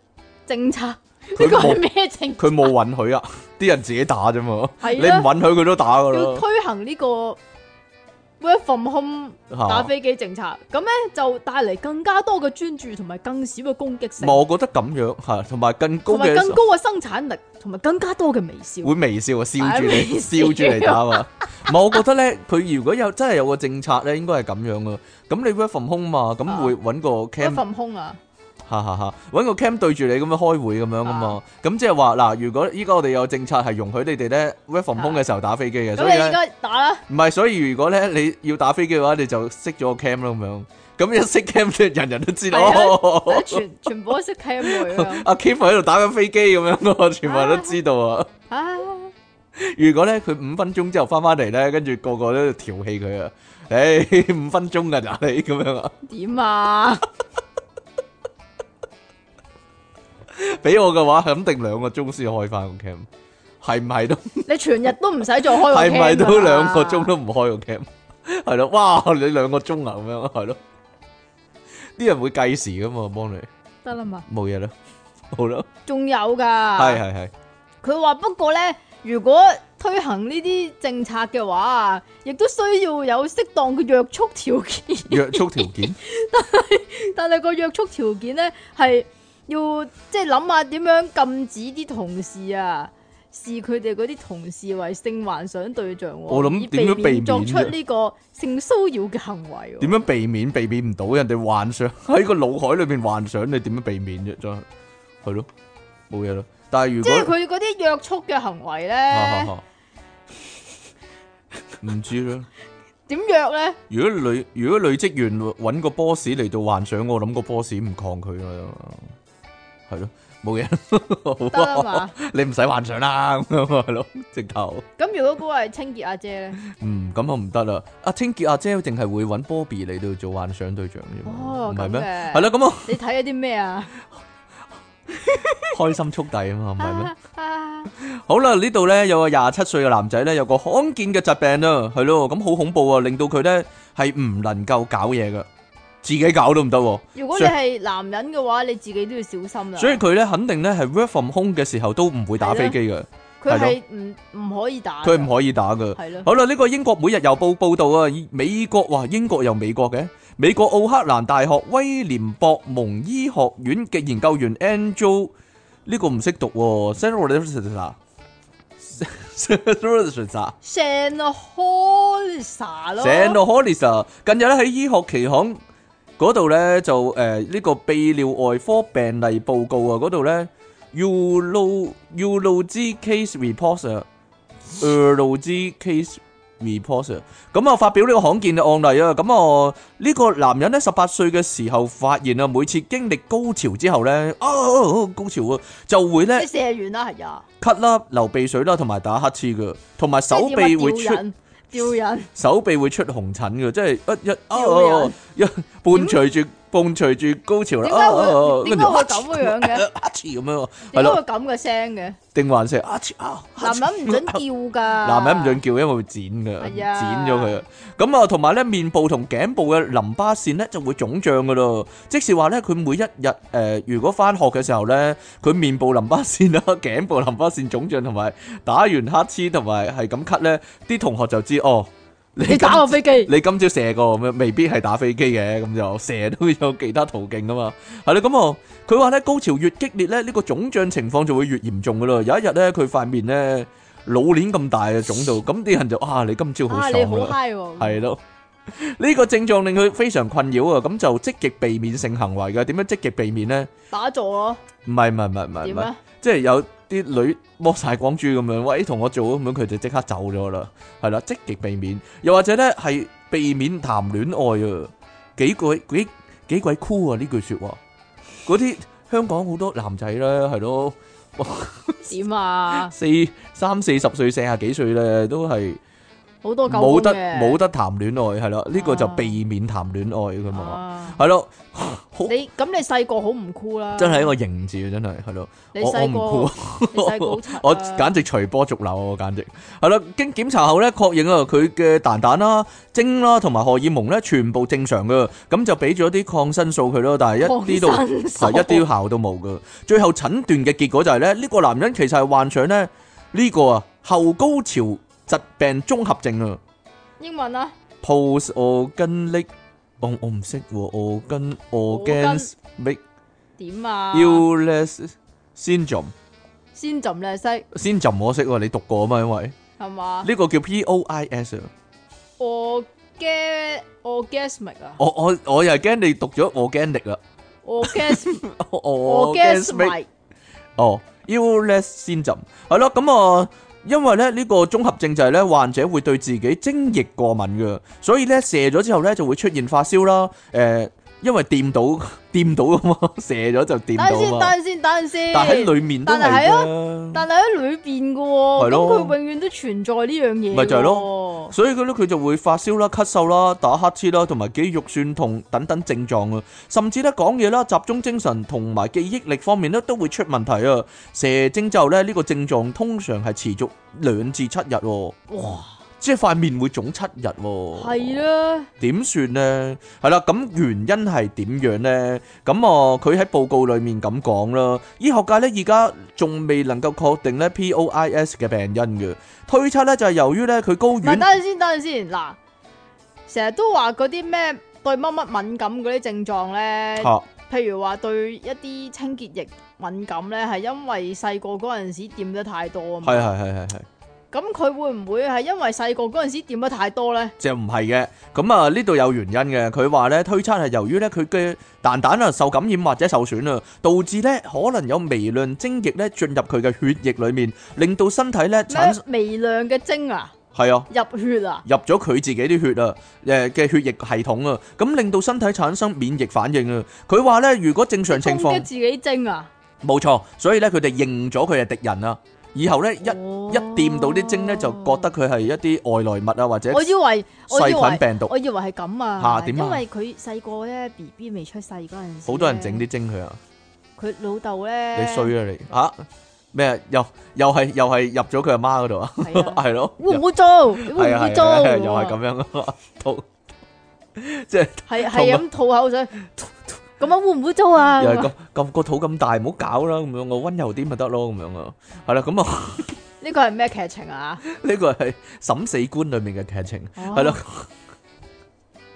Speaker 2: 政策，呢
Speaker 1: 佢
Speaker 2: 個
Speaker 1: 冇
Speaker 2: 係咩政策？
Speaker 1: 佢冇允許啊，啲人自己打啫嘛，你
Speaker 2: 係
Speaker 1: 唔
Speaker 2: 啦，
Speaker 1: 允許佢都打噶
Speaker 2: 要
Speaker 1: 咯，
Speaker 2: 推行呢個 work from home 打
Speaker 1: 嚇
Speaker 2: 飛機政策，咁咧就帶嚟更加多嘅專注同埋更少嘅攻擊
Speaker 1: 唔
Speaker 2: 性
Speaker 1: 係，，我覺得咁樣係同埋更高
Speaker 2: 同埋
Speaker 1: 嘅
Speaker 2: 更。高嘅生產力，同埋更加多嘅微笑。
Speaker 1: 會微笑啊，笑住你，
Speaker 2: 哎微
Speaker 1: 笑
Speaker 2: 笑
Speaker 1: 住嚟打嘛。唔係，我覺得咧，佢如果有真係有個政策咧，應該係咁樣啊。咁你 work from home 嘛，咁
Speaker 2: 啊
Speaker 1: 會揾個
Speaker 2: work
Speaker 1: cam，
Speaker 2: from home 啊，
Speaker 1: 哈哈哈，揾個 cam 對住你咁樣開會咁樣噶
Speaker 2: 啊
Speaker 1: 嘛。咁即係話嗱，如果依家我哋有政策係容許你哋咧 work from home 嘅時候打飛機嘅，
Speaker 2: 啊咁
Speaker 1: 所以
Speaker 2: 你而
Speaker 1: 咧
Speaker 2: 家打啦，
Speaker 1: 唔係，所以如果咧你要打飛機嘅話，你就熄咗個 cam 啦咁樣。咁一熄 cam，人 人都知道。
Speaker 2: 係啊
Speaker 1: 哦
Speaker 2: 全全部都識 cam 佢咁
Speaker 1: 阿 Kim 喺度打緊飛機咁樣，我全部人都知道啊。
Speaker 2: 啊，
Speaker 1: 如果咧佢五分鐘之後翻翻嚟咧，跟住個個都調戲佢啊！誒、 五分鐘㗎咋你咁樣啊？
Speaker 2: 點啊？
Speaker 1: 俾我嘅話，肯定兩個鐘先開翻個 cam，係唔係都
Speaker 2: 你全日都唔使再開個 cam 啊
Speaker 1: 係唔係都
Speaker 2: 㗎啦
Speaker 1: 兩個鐘都唔開個 cam？係咯，哇！你兩個鐘啊咁樣，係咯，啲人會計時噶嘛，幫你
Speaker 2: 得啦嘛？
Speaker 1: 冇嘢啦，好啦，
Speaker 2: 仲有㗎，
Speaker 1: 係係係，
Speaker 2: 佢話不過咧，如果推行呢啲政策嘅話啊，亦都需要有適當嘅約束條件。
Speaker 1: 約束條 件
Speaker 2: 但係個約束條件咧係要即係諗下點樣禁止啲同事啊，視佢哋嗰啲同事為性幻想對象喎、
Speaker 1: 我諗
Speaker 2: 以
Speaker 1: 點樣避免啫
Speaker 2: 作出呢個性騷擾嘅行為、
Speaker 1: 點
Speaker 2: 喎。
Speaker 1: 樣避免？避免唔到人哋幻想喺個腦海裏邊幻想，你點樣避免啫？真係係咯，冇嘢啦。但係如
Speaker 2: 即
Speaker 1: 果
Speaker 2: 係 佢嗰啲約束嘅行為
Speaker 1: 哈哈
Speaker 2: 咧，
Speaker 1: 哈唔知啦。
Speaker 2: 點約咧？
Speaker 1: 如果女如果女職員揾個 boss 嚟到幻想，我諗個 boss 唔抗拒啦，係咯，冇嘢
Speaker 2: 得
Speaker 1: 啦
Speaker 2: 啦
Speaker 1: 好啊
Speaker 2: 嘛。
Speaker 1: 你唔使幻想啦，咁樣係咯，直頭，
Speaker 2: 咁如果嗰個係清潔阿姐咧，
Speaker 1: 嗯，咁啊唔得啦。阿清潔阿姐淨係會揾 Bobby 嚟到做幻想對象啫嘛，
Speaker 2: 哦
Speaker 1: 唔係
Speaker 2: 咁
Speaker 1: 咩？
Speaker 2: 嘅
Speaker 1: 係啦，咁啊，
Speaker 2: 你睇咗啲咩啊？
Speaker 1: 開心速遞啊嘛，唔係 咩？
Speaker 2: 啊
Speaker 1: 好啦，呢度呢有個廿七歲嘅男仔呢，有個罕見嘅疾病啊，係咯，咁好恐怖啊，令到佢呢係唔能夠搞嘢噶，自己搞都唔得喎，
Speaker 2: 如果你
Speaker 1: 所以
Speaker 2: 係男人嘅話，你自己都要小心啦。
Speaker 1: 所以佢呢肯定呢係 work from home 嘅時候都唔會打飛機噶，
Speaker 2: 佢係唔唔可以打㗎，
Speaker 1: 佢唔可以打噶。
Speaker 2: 係咯。
Speaker 1: 好啦，呢個英國每日郵報報導啊，美國哇，英國有美國嘅，美國奧克蘭大學威廉博蒙醫學院嘅研究員 Andrew 呢個唔識讀喎 s a r a h s a r a h
Speaker 2: San Holisa 咯，
Speaker 1: 成個 Hollis 啊，近日咧喺醫學期刊嗰度咧就呃誒呢、個泌尿外科病例報告啊，嗰度咧 Uro Urology Case Report 啊，Urology Case Report 啊，咁啊發表呢個罕見嘅案例啊，咁啊呢個男人咧十八歲嘅時候發現啊，每次經歷高潮之後咧，啊高潮啊就會
Speaker 2: 即係
Speaker 1: 咧
Speaker 2: 射完啦，係啊，
Speaker 1: 咳啦、流鼻水啦，同埋打乞嗤嘅，同埋手
Speaker 2: 即係
Speaker 1: 臂
Speaker 2: 點啊
Speaker 1: 會出
Speaker 2: 吊。人，吊人，
Speaker 1: 手臂會出紅疹嘅，即係一一啊
Speaker 2: 吊人
Speaker 1: 啊一伴隨住伴隨住高潮啦，
Speaker 2: 點解會
Speaker 1: 啊啊啊
Speaker 2: 點解會咁嘅樣嘅
Speaker 1: 跟住啊嗤咁樣，係
Speaker 2: 點解會
Speaker 1: 咯，
Speaker 2: 咁嘅聲 嘅？
Speaker 1: 定還是啊嗤啊？
Speaker 2: 男人唔准
Speaker 1: 啊
Speaker 2: 叫噶，
Speaker 1: 男人唔准叫，因為會剪噶，
Speaker 2: 係
Speaker 1: 剪
Speaker 2: 啊
Speaker 1: 咗佢啊。咁啊，同埋咧面部同頸部嘅淋巴腺咧就會腫脹噶咯。即是話咧，佢每一日誒、呃如果翻學嘅時候咧，佢面部淋巴腺啦、頸部淋巴腺腫脹，同埋打完黑黐同埋係咁咳咧，啲同學就知哦，你
Speaker 2: 你打我飛機，
Speaker 1: 你今朝射過咁樣，未必係打飛機嘅，咁就射都有其他途徑噶嘛。係啦，咁啊，佢話咧高潮越激烈咧，呢、個腫脹情況就會越嚴重噶啦。有一日咧，佢塊面咧老年咁大嘅腫到，咁啲人就啊，你今朝好
Speaker 2: 啊
Speaker 1: 爽
Speaker 2: 你好
Speaker 1: 㗎啦，
Speaker 2: 嗨喎，
Speaker 1: 係咯。呢個症狀令佢非常困擾啊，咁就積極避免性行為嘅。點樣積極避免咧？
Speaker 2: 打坐咯，
Speaker 1: 唔係唔係唔係唔係唔
Speaker 2: 點
Speaker 1: 係
Speaker 2: 啊？，
Speaker 1: 即係有啲女剝晒光珠咁樣，喂，同我做咁樣，佢就即刻走咗啦，係啦，積極避免，又或者咧係避免談戀愛啊，幾鬼幾幾鬼酷啊呢句説話，嗰啲香港好多男仔咧係咯，
Speaker 2: 點啊？
Speaker 1: 四三四十歲、四廿幾歲咧都係
Speaker 2: 好多狗
Speaker 1: 冇得
Speaker 2: 嘅
Speaker 1: 冇得談戀愛係啦，呢個就
Speaker 2: 啊
Speaker 1: 避免談戀愛㗎嘛，
Speaker 2: 啊
Speaker 1: 係咯，好
Speaker 2: 你咁你細個好唔酷啦，
Speaker 1: 真係一個型字啊，真係係咯。
Speaker 2: 你
Speaker 1: 我我
Speaker 2: 細
Speaker 1: 唔
Speaker 2: 個
Speaker 1: 酷，
Speaker 2: 你細個 好柒啊
Speaker 1: 我簡直隨波逐流啊！我簡直係啦，經檢查後咧，確認啊佢嘅蛋蛋啦、精啦同埋荷爾蒙咧，全部正常嘅，咁就俾咗啲抗生素佢咯，但係一啲都
Speaker 2: 抗生素
Speaker 1: 係一啲效都冇嘅。最後診斷嘅結果就係咧，呢個男人其實係患上咧呢個啊後高潮疾病綜合症啊
Speaker 2: 英文啊，
Speaker 1: ，post organic，我我唔識喎，organ organic
Speaker 2: 點啊？
Speaker 1: illness syndrome。
Speaker 2: 先浸靚西
Speaker 1: 先浸我識喎，你讀過啊嘛，因為
Speaker 2: 係嘛
Speaker 1: 呢個叫 POIS 啊。
Speaker 2: 我 g 我 gasmic 啊，
Speaker 1: 我我我又係驚你讀咗 organic 啦。
Speaker 2: 我 gasm 我
Speaker 1: organic
Speaker 2: gasmic
Speaker 1: 哦 i l l e s 先浸係咯，咁啊。因為咧呢個綜合症就係咧患者會對自己精液過敏嘅，所以咧射咗之後咧就會出現發燒啦。誒、因為掂到 掂到啊嘛， 射咗就掂
Speaker 2: 等陣先，
Speaker 1: 到啊
Speaker 2: 等
Speaker 1: 嘛。
Speaker 2: 陣先，等陣先。
Speaker 1: 但喺裡面都係
Speaker 2: 但係啊係
Speaker 1: 啫。
Speaker 2: 但係喺裏邊嘅喎，
Speaker 1: 係
Speaker 2: 咁
Speaker 1: 咯
Speaker 2: 佢永遠都存在呢樣嘢。
Speaker 1: 咪就係
Speaker 2: 咯，
Speaker 1: 所以佢咧佢就會發燒啦、咳嗽啦、打乞嗤啦，同埋肌肉酸痛等等症狀啊，甚至咧講嘢啦、集中精神同埋記憶力方面咧都會出問題啊。射精之後咧，呢、個症狀通常係持續兩至七日喎，
Speaker 2: 哇，
Speaker 1: 即係塊面會腫七日喎。
Speaker 2: 係啦，
Speaker 1: 點算呢？係啦，咁原因係點樣呢？咁啊，佢喺報告裏面咁講啦，醫學界呢，而家仲未能夠確定呢 POIS 嘅病因嘅推測呢，就係由於呢，佢睾
Speaker 2: 唔係
Speaker 1: 丸
Speaker 2: 等。陣先，等陣先。嗱，成日都話嗰啲咩對乜乜敏感嗰啲症狀咧，
Speaker 1: 嚇
Speaker 2: 譬如話對一啲清潔液敏感咧，係因為細個嗰陣時掂得太多啊嘛。
Speaker 1: 係係係係係，
Speaker 2: 咁佢會唔會係因為細個嗰陣時掂得太多咧？
Speaker 1: 就唔係嘅。咁啊，呢度有原因嘅。佢話咧，推測係由於咧佢嘅蛋蛋啊受感染或者受損啊，導致咧可能有微量精液咧進入佢嘅血液裡面，令到身體咧
Speaker 2: 咩
Speaker 1: 產生
Speaker 2: 微量嘅精啊，
Speaker 1: 係啊。
Speaker 2: 入血啊，
Speaker 1: 入咗佢自己啲血啊，誒嘅血液系統啊，咁令到身體產生免疫反應啊。佢話咧，如果正常情
Speaker 2: 攻擊
Speaker 1: 況，
Speaker 2: 自己精啊，
Speaker 1: 冇錯，所以咧佢哋認咗佢係敵人啊。以後咧一
Speaker 2: 哦
Speaker 1: 一掂到啲精咧，就覺得佢係一啲外來物啊，或者
Speaker 2: 我以為我以
Speaker 1: 細
Speaker 2: 為
Speaker 1: 菌。病毒。
Speaker 2: 我以為係咁啊，
Speaker 1: 嚇點啊
Speaker 2: 因為佢細個咧，B B 未出世嗰陣時，
Speaker 1: 好多人整，啲精佢啊！
Speaker 2: 佢老豆咧，
Speaker 1: 你衰啊你吓咩啊？又又係又係入咗佢阿媽嗰度啊？
Speaker 2: 係啊，
Speaker 1: 係咯，
Speaker 2: 會唔會做？你會
Speaker 1: 係
Speaker 2: 唔
Speaker 1: 啊
Speaker 2: 會
Speaker 1: 係
Speaker 2: 做？
Speaker 1: 啊，又係，咁樣啊！ 吐即係
Speaker 2: 係
Speaker 1: 同
Speaker 2: 係咁吐口水，咁樣會唔會做啊？
Speaker 1: 又係咁咁個肚咁大，唔好搞啦咁樣，我温柔啲咪得咯咁樣啊！係啦，咁啊
Speaker 2: 呢個係咩劇情啊？
Speaker 1: 呢個係審死官裡面嘅劇情係
Speaker 2: 係
Speaker 1: 咯。，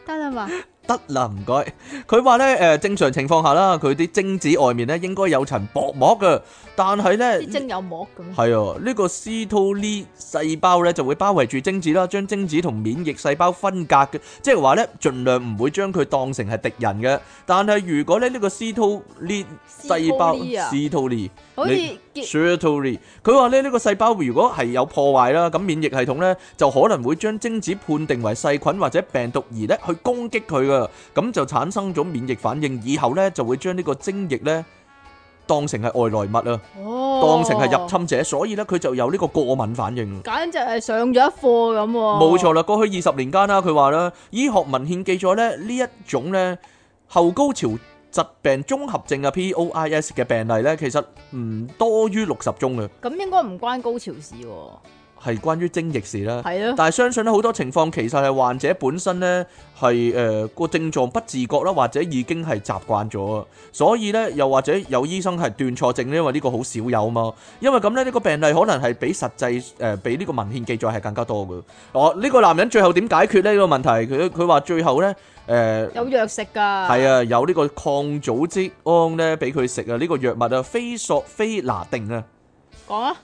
Speaker 2: 得啦嘛，
Speaker 1: 得啦，唔該。佢話咧，誒、正常情況下啦，佢啲精子外面咧應該有層薄膜嘅，但係咧
Speaker 2: 啲精有膜咁樣，
Speaker 1: 係啊，呢、個斯托利細胞咧就會包圍住精子啦，將精子同免疫細胞分隔嘅，即係話咧，盡量唔會將佢當成係敵人嘅。但係如果咧呢個斯托利細胞
Speaker 2: Cetoli 啊
Speaker 1: 斯托利
Speaker 2: 好似
Speaker 1: 你
Speaker 2: 結
Speaker 1: s e r t o l y 佢話咧呢個細胞如果係有破壞啦，咁免疫系統咧就可能會將精子判定為細菌或者病毒而咧去攻擊佢噶，咁就產生咗免疫反應，以後咧就會將呢個精液咧當成係外來物啊。
Speaker 2: 哦
Speaker 1: 當成係入，侵者，所以咧佢就有呢個過敏反應。
Speaker 2: 簡直係上咗一課咁喎。
Speaker 1: 冇錯啦，過去二十年間啦，佢話啦，醫學文獻記載咧呢一種咧後高潮疾病綜合症嘅啊 POIS 嘅病例咧，其實唔多於六十宗嘅，啊
Speaker 2: 咁應該唔關高潮事喎，
Speaker 1: 係關於精液事啦。
Speaker 2: 系 咯，
Speaker 1: 但係相信咧好多情況其實係患者本身咧係誒個症狀不自覺啦，或者已經係習慣咗啊，所以咧又或者有醫生係斷錯症咧，因為呢個好少有嘛。因為咁咧呢、呢個病例可能係比實際誒比呢個文獻記載係更加多嘅。哦，呢、個男人最後點解決呢呢個問題？佢佢話最後咧誒。呃
Speaker 2: 有藥食噶，
Speaker 1: 係，啊，有呢個抗組織胺咧，俾佢食啊，呢、個藥物啊，非索非拿定啊
Speaker 2: 講啊，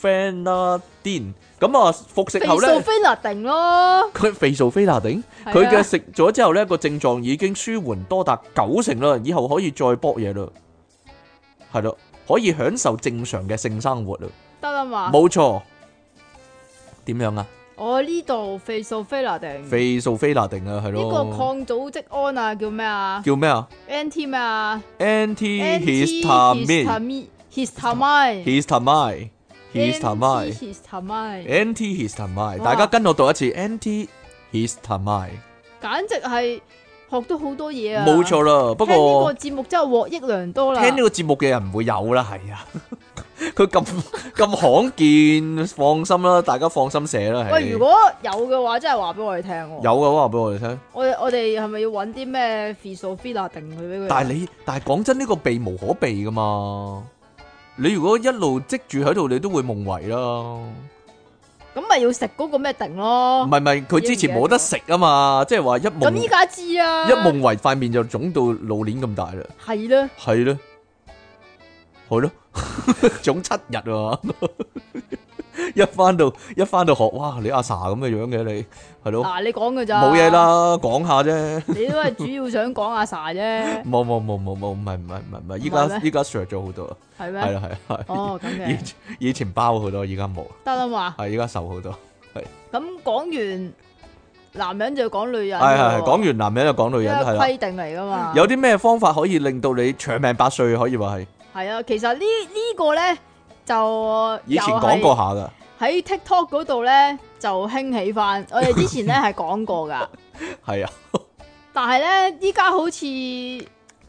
Speaker 1: ，phesophenadine。咁啊，服食
Speaker 2: 肥
Speaker 1: 後
Speaker 2: 素
Speaker 1: 咧，
Speaker 2: 非拿定咯，
Speaker 1: 佢肥素非拿定，
Speaker 2: 係啊
Speaker 1: 佢嘅食咗之後咧，個症狀已經舒緩多達九成啦，以後可以再搏嘢啦，係咯，可以享受正常嘅性生活啦，
Speaker 2: 得啦嘛，
Speaker 1: 冇錯。點樣啊？
Speaker 2: 我呢度肥素非拿定，呢
Speaker 1: 肥素非拿定啊，係
Speaker 2: 嗯個
Speaker 1: 咯，
Speaker 2: 抗組織胺啊叫咩啊
Speaker 1: 叫咩啊
Speaker 2: ？anti 咩啊
Speaker 1: ？Antihistamine。
Speaker 2: antihistamine，histamine，
Speaker 1: histamine，histamine。
Speaker 2: antihistamine，
Speaker 1: antihistamine，
Speaker 2: 哇。
Speaker 1: 大家跟我讀一次 antihistamine，
Speaker 2: 簡直係學到好多嘢啊！
Speaker 1: 冇錯啦。不
Speaker 2: 聽呢個
Speaker 1: 過
Speaker 2: 節目真係獲益良多啦。
Speaker 1: 聽呢個節目嘅人唔會有啦，係啊， 佢咁咁罕見，放心啦，大家放心寫啦。係
Speaker 2: 喂，如果有嘅話，真係話俾我哋聽喎。
Speaker 1: 有嘅話，話俾我哋聽。
Speaker 2: 我哋我哋係咪要揾啲咩 f i s o f i l a 定佢啊俾佢？
Speaker 1: 但係你，但係講真，呢個避無可避噶嘛。你如果一路積住喺度，你都會夢遺啦。
Speaker 2: 咁咪要食嗰個咩定
Speaker 1: 唔
Speaker 2: 咯？
Speaker 1: 係唔係，佢之前冇得食啊嘛，即係話一
Speaker 2: 咁依
Speaker 1: 夢
Speaker 2: 家知啊，
Speaker 1: 一夢遺，塊面就腫到老年咁大啦。
Speaker 2: 係啦，
Speaker 1: 系咯，系咯， 總七日啊！ 一翻到一翻到學，哇！你阿 sa 咁嘅樣嘅你，係咯，
Speaker 2: 嗱你講嘅咋？
Speaker 1: 冇嘢，啦，講下啫。
Speaker 2: 你都係主要想講阿 sa 啫，
Speaker 1: 冇冇冇冇冇，唔係唔係唔係唔係，依
Speaker 2: 唔係
Speaker 1: 家
Speaker 2: 咩
Speaker 1: 依家削咗好多，
Speaker 2: 係
Speaker 1: 係
Speaker 2: 咩？
Speaker 1: 啦係啦係啦。
Speaker 2: 哦，咁
Speaker 1: 以
Speaker 2: 嘅
Speaker 1: 前以前包好多，依家冇，
Speaker 2: 得啦嘛。
Speaker 1: 係依家瘦好多。
Speaker 2: 咁講完男人就講女人
Speaker 1: 係
Speaker 2: 喎，
Speaker 1: 係係，講完男人就講女人，係
Speaker 2: 因為
Speaker 1: 啦。
Speaker 2: 規定嚟噶嘛。
Speaker 1: 有啲咩方法可以令到你長命百歲？可以話係
Speaker 2: 係啊，其實呢呢個咧就
Speaker 1: 以前
Speaker 2: 又係
Speaker 1: 講過下㗎，
Speaker 2: 喺 TikTok 嗰度咧就興 起翻。我哋之前咧係講過噶，
Speaker 1: 係啊，
Speaker 2: 但係咧依家好似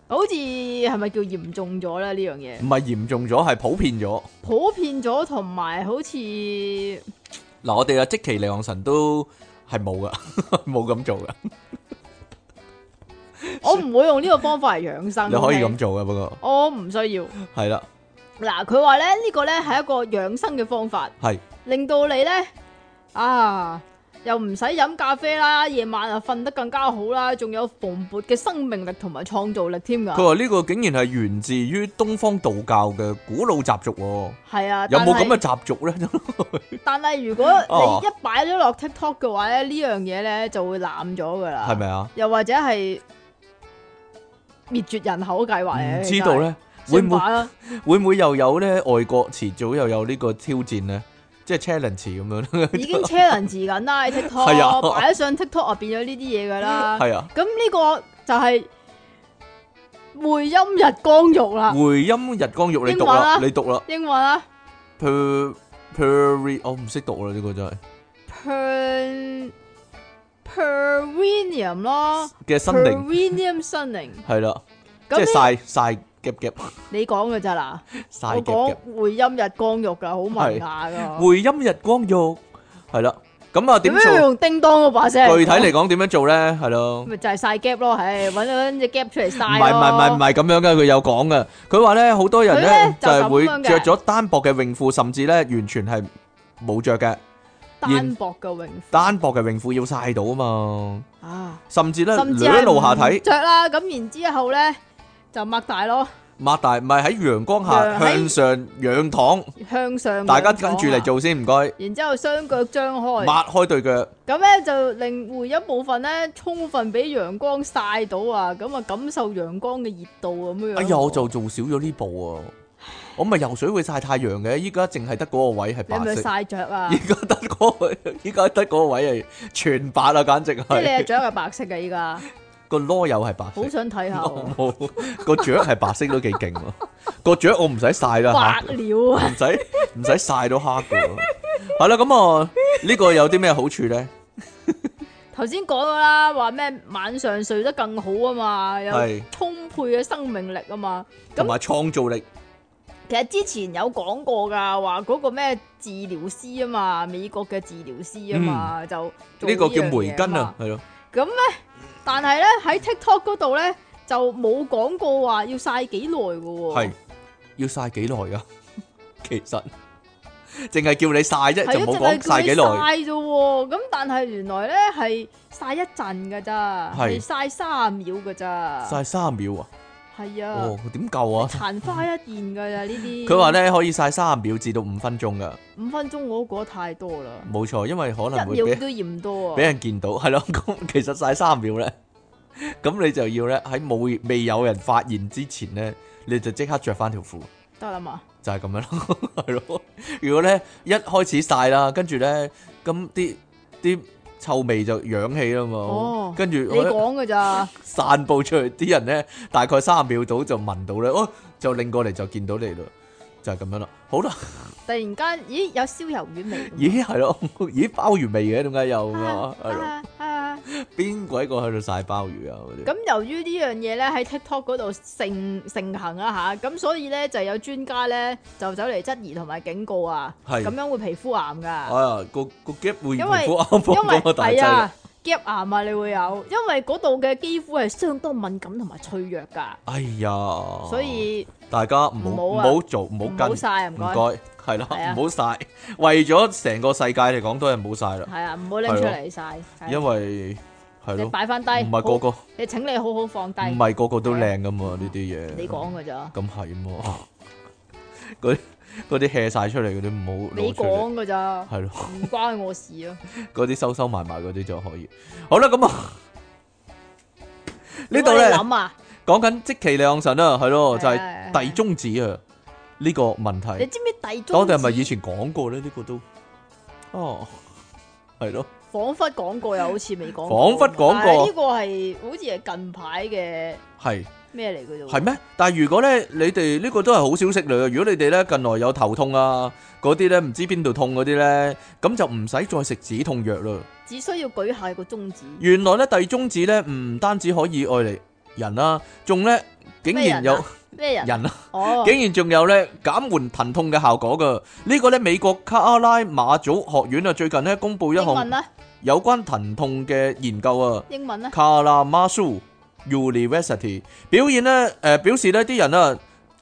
Speaker 2: 好似係咪叫嚴重咗咧呢樣嘢？
Speaker 1: 唔係嚴重咗，係普遍咗。
Speaker 2: 普遍咗，同埋好似
Speaker 1: 嗱，我哋嘅即其利昂神都係冇噶， 冇咁做噶，
Speaker 2: 我唔會用呢個方法嚟養生。
Speaker 1: 你可以
Speaker 2: OK？
Speaker 1: 咁做噶，不過
Speaker 2: 我唔需要。
Speaker 1: 係啦，
Speaker 2: 嗱，佢話咧呢個咧係一個養生嘅方法，
Speaker 1: 係
Speaker 2: 令到你咧啊又唔使飲咖啡啦，夜晚啊瞓得更加好啦，仲有蓬勃嘅生命力同埋創造力添
Speaker 1: 佢
Speaker 2: 㗎。
Speaker 1: 話呢個竟然係源自於東方道教嘅古老習俗喎，
Speaker 2: 係啊，
Speaker 1: 有冇咁嘅
Speaker 2: 嘅？
Speaker 1: 習俗咧？
Speaker 2: 但係如果
Speaker 1: 哦
Speaker 2: 你一擺咗落 TikTok 嘅話咧，呢樣嘢咧就會濫咗㗎啦。
Speaker 1: 係咪啊？
Speaker 2: 又或者係滅絕人口計劃嚟嘅
Speaker 1: 唔知道，咧，
Speaker 2: 其實
Speaker 1: 會唔
Speaker 2: 算
Speaker 1: 會
Speaker 2: 法啦？
Speaker 1: 會唔會又有咧外國遲早又有呢個挑戰咧？即係 challenge 咁樣呢，
Speaker 2: 已經 challenge 緊 啦喺
Speaker 1: 係啊
Speaker 2: TikTok，擺咗上 TikTok 啊變咗呢啲嘢㗎 啦。
Speaker 1: 係啊，
Speaker 2: 咁呢個就係回音日光浴啦，
Speaker 1: 回音日光浴你讀
Speaker 2: 英文
Speaker 1: 啦
Speaker 2: 啊，
Speaker 1: 你讀啦
Speaker 2: 英文啊
Speaker 1: ，per per 我唔識讀啦呢個真係
Speaker 2: ，per pervenium 咯
Speaker 1: 嘅心靈
Speaker 2: ，pervenium sunning。
Speaker 1: 係啦， 即係
Speaker 2: 咁呢
Speaker 1: 晒晒夾 夾
Speaker 2: 你講嘅咋嗱，
Speaker 1: 晒夾
Speaker 2: 我
Speaker 1: 夾
Speaker 2: 講。回音日光浴噶，好文雅噶。
Speaker 1: 回音日光浴係啦，咁啊點
Speaker 2: 點樣
Speaker 1: 做？
Speaker 2: 用叮當嗰把聲？
Speaker 1: 具體嚟講點樣做咧？係咯，
Speaker 2: 咪就係晒 gap 咯，唉，揾揾只 gap 出嚟晒
Speaker 1: 唔係唔係唔係唔係
Speaker 2: 係，
Speaker 1: 咁樣嘅，佢有講嘅。佢話咧好多人
Speaker 2: 佢
Speaker 1: 咧
Speaker 2: 呢
Speaker 1: 就係會
Speaker 2: 就咁樣
Speaker 1: 着
Speaker 2: 嘅
Speaker 1: 咗單薄嘅泳褲，甚至咧完全係冇着嘅
Speaker 2: 單薄嘅泳褲
Speaker 1: 單薄嘅泳褲要曬到啊嘛，
Speaker 2: 啊，
Speaker 1: 甚至咧
Speaker 2: 甚至
Speaker 1: 裸
Speaker 2: 係
Speaker 1: 露下體
Speaker 2: 唔着啦，咁然之後咧就擘大咯，
Speaker 1: 擘大，唔係喺陽光下
Speaker 2: 陽喺
Speaker 1: 向上仰躺，
Speaker 2: 向上。
Speaker 1: 大家跟住嚟，做先，唔該，
Speaker 2: 然之後雙腳張開，
Speaker 1: 抹開對腳，
Speaker 2: 咁咧就令回一部分咧充分俾陽光晒到啊，咁啊感受陽光嘅熱度咁樣。
Speaker 1: 哎呀，我就做少咗呢步啊！我咪游水會曬太陽嘅，依家淨係得嗰個位係
Speaker 2: 你係
Speaker 1: 白
Speaker 2: 咪
Speaker 1: 色。
Speaker 2: 晒着啊
Speaker 1: 依？家得嗰位，依家得嗰位係全白啊，簡直
Speaker 2: 即係 你係
Speaker 1: 係
Speaker 2: 着係白色嘅 依家，
Speaker 1: 個啰柚係白色
Speaker 2: 好，想睇下喎
Speaker 1: 冇個雀係白色都幾勁喎。個雀我唔使晒啦
Speaker 2: 白，了啊！
Speaker 1: 唔使唔使晒到黑噶。係啦，咁啊，呢個有啲咩好處咧？
Speaker 2: 頭先講咗啦，話咩晚上睡得更好啊嘛，有
Speaker 1: 係
Speaker 2: 充沛嘅生命力啊嘛，
Speaker 1: 同埋創造力
Speaker 2: 其實之前有講過㗎，話嗰個咩治療師啊嘛，美國嘅治療師啊嘛，就做
Speaker 1: 呢個叫
Speaker 2: 樣
Speaker 1: 梅
Speaker 2: 嘢
Speaker 1: 根
Speaker 2: 嘛
Speaker 1: 啊，。係咯，
Speaker 2: 但係咧喺 TikTok 嗰度咧就冇講過話要晒幾耐㗎喎。
Speaker 1: 係要晒幾耐噶？ 其實淨係叫你晒啫，就
Speaker 2: 係
Speaker 1: 冇
Speaker 2: 啊，淨係
Speaker 1: 講晒幾
Speaker 2: 叫你
Speaker 1: 耐。
Speaker 2: 曬啫喎。咁但係原來咧係晒一陣㗎咋，
Speaker 1: 係
Speaker 2: 係晒卅秒㗎咋。
Speaker 1: 晒三秒啊！
Speaker 2: 係啊
Speaker 1: 哦，，點夠啊？
Speaker 2: 曇花一現㗎咋呢啲。
Speaker 1: 佢話，咧可以晒三秒至到五分鐘噶，
Speaker 2: 五分鐘我都覺得太多啦，
Speaker 1: 冇錯，因為可能
Speaker 2: 一
Speaker 1: 會
Speaker 2: 秒
Speaker 1: 俾
Speaker 2: 都嫌多
Speaker 1: 俾
Speaker 2: 啊。
Speaker 1: 人見到，係咯。 咁其實晒三秒咧，咁你就要咧喺冇未有人發現之前咧，你就即刻着翻條褲。
Speaker 2: 得啦嘛，
Speaker 1: 就係咁 樣咯，係咯。如果咧一開始晒啦，跟住咧咁啲啲臭味就揚起啦嘛，
Speaker 2: 哦
Speaker 1: 跟住
Speaker 2: 你
Speaker 1: 我一
Speaker 2: 講㗎咋？
Speaker 1: 散佈出去，啲人咧大概三秒到就聞到咧，哦就擰過嚟就見到你啦，就係、咁樣啦。好 啦，
Speaker 2: 突然間，咦有燒魷魚味喎。
Speaker 1: 咦係咯，咦鮑魚味嘅點解有
Speaker 2: À,
Speaker 1: 啊？係咯，
Speaker 2: 啊啊
Speaker 1: 邊鬼個喺度晒鮑魚啊？嗰啲
Speaker 2: 咁由於呢樣嘢咧喺 TikTok 嗰度盛盛行啦吓，咁所以咧就有專家咧就走嚟質疑同埋警告啊，
Speaker 1: 係
Speaker 2: 咁樣會皮膚癌噶，
Speaker 1: 啊個個 gap 會
Speaker 2: 因
Speaker 1: 唔
Speaker 2: 為
Speaker 1: 會好啱
Speaker 2: 因為
Speaker 1: 咁啊大劑
Speaker 2: 係
Speaker 1: 啦
Speaker 2: 啊，夾癌啊你會有，因為嗰度嘅肌膚係相當敏感同埋脆弱噶，
Speaker 1: 哎呀，
Speaker 2: 所以
Speaker 1: 大家唔好唔
Speaker 2: 唔好啊
Speaker 1: 好做唔
Speaker 2: 唔
Speaker 1: 好
Speaker 2: 好
Speaker 1: 跟。
Speaker 2: 晒啊唔
Speaker 1: 唔
Speaker 2: 該，
Speaker 1: 該，係
Speaker 2: 係
Speaker 1: 啦，
Speaker 2: 啊
Speaker 1: 唔好晒。為咗成個世界嚟講，都係唔好晒啦，
Speaker 2: 係啊唔好拎出嚟晒，係
Speaker 1: 因
Speaker 2: 啊
Speaker 1: 為係
Speaker 2: 你
Speaker 1: 咯，
Speaker 2: 擺翻低，
Speaker 1: 唔係個
Speaker 2: 好
Speaker 1: 個唔
Speaker 2: 你請你好好放低，
Speaker 1: 係個個都靚噶嘛呢啲嘢。
Speaker 2: 你講噶咋，
Speaker 1: 咁係嘛？ 嗰啲嗰啲 hea 晒出嚟嗰啲唔好
Speaker 2: 你
Speaker 1: 攞出嚟，
Speaker 2: 講噶咋，
Speaker 1: 係咯，
Speaker 2: 唔關我事啊，
Speaker 1: 嗰啲收收埋埋嗰啲就可以。好啦，咁啊，呢度
Speaker 2: 你
Speaker 1: 咧
Speaker 2: 諗啊，
Speaker 1: 講緊即其兩神啦，係咯，就
Speaker 2: 係啊
Speaker 1: 係遞中指啊呢個問題
Speaker 2: 你。知唔知第中
Speaker 1: 我哋係咪
Speaker 2: 指
Speaker 1: 以前講過咧？呢個都哦，係咯。
Speaker 2: 仿佛講過又好似未講過，
Speaker 1: 彷彿講過
Speaker 2: 但係呢個係好似係近排嘅
Speaker 1: 係
Speaker 2: 咩嚟嘅啫喎。
Speaker 1: 係咩？但係如果咧，你哋呢個都係好消息嚟嘅。如果你哋咧近來有頭痛啊，嗰啲咧唔知邊度痛嗰啲咧，咁就唔使再食止痛藥啦。
Speaker 2: 只需要舉下個中指，
Speaker 1: 原來咧第中指咧唔單止可以愛嚟人啦、仲咧竟
Speaker 2: 咩
Speaker 1: 然
Speaker 2: 人
Speaker 1: 有
Speaker 2: 啊咩人？
Speaker 1: 人啊，
Speaker 2: 哦，
Speaker 1: 竟然仲有咧減緩疼痛嘅效果噶。呢個咧美國卡拉馬祖學院啊，最近咧公布一
Speaker 2: 英文
Speaker 1: 項
Speaker 2: 啦，
Speaker 1: 有關疼痛嘅研究啊。
Speaker 2: 英文啦，
Speaker 1: 卡拉馬蘇 University 表現咧，誒、呃表示呢啲人啊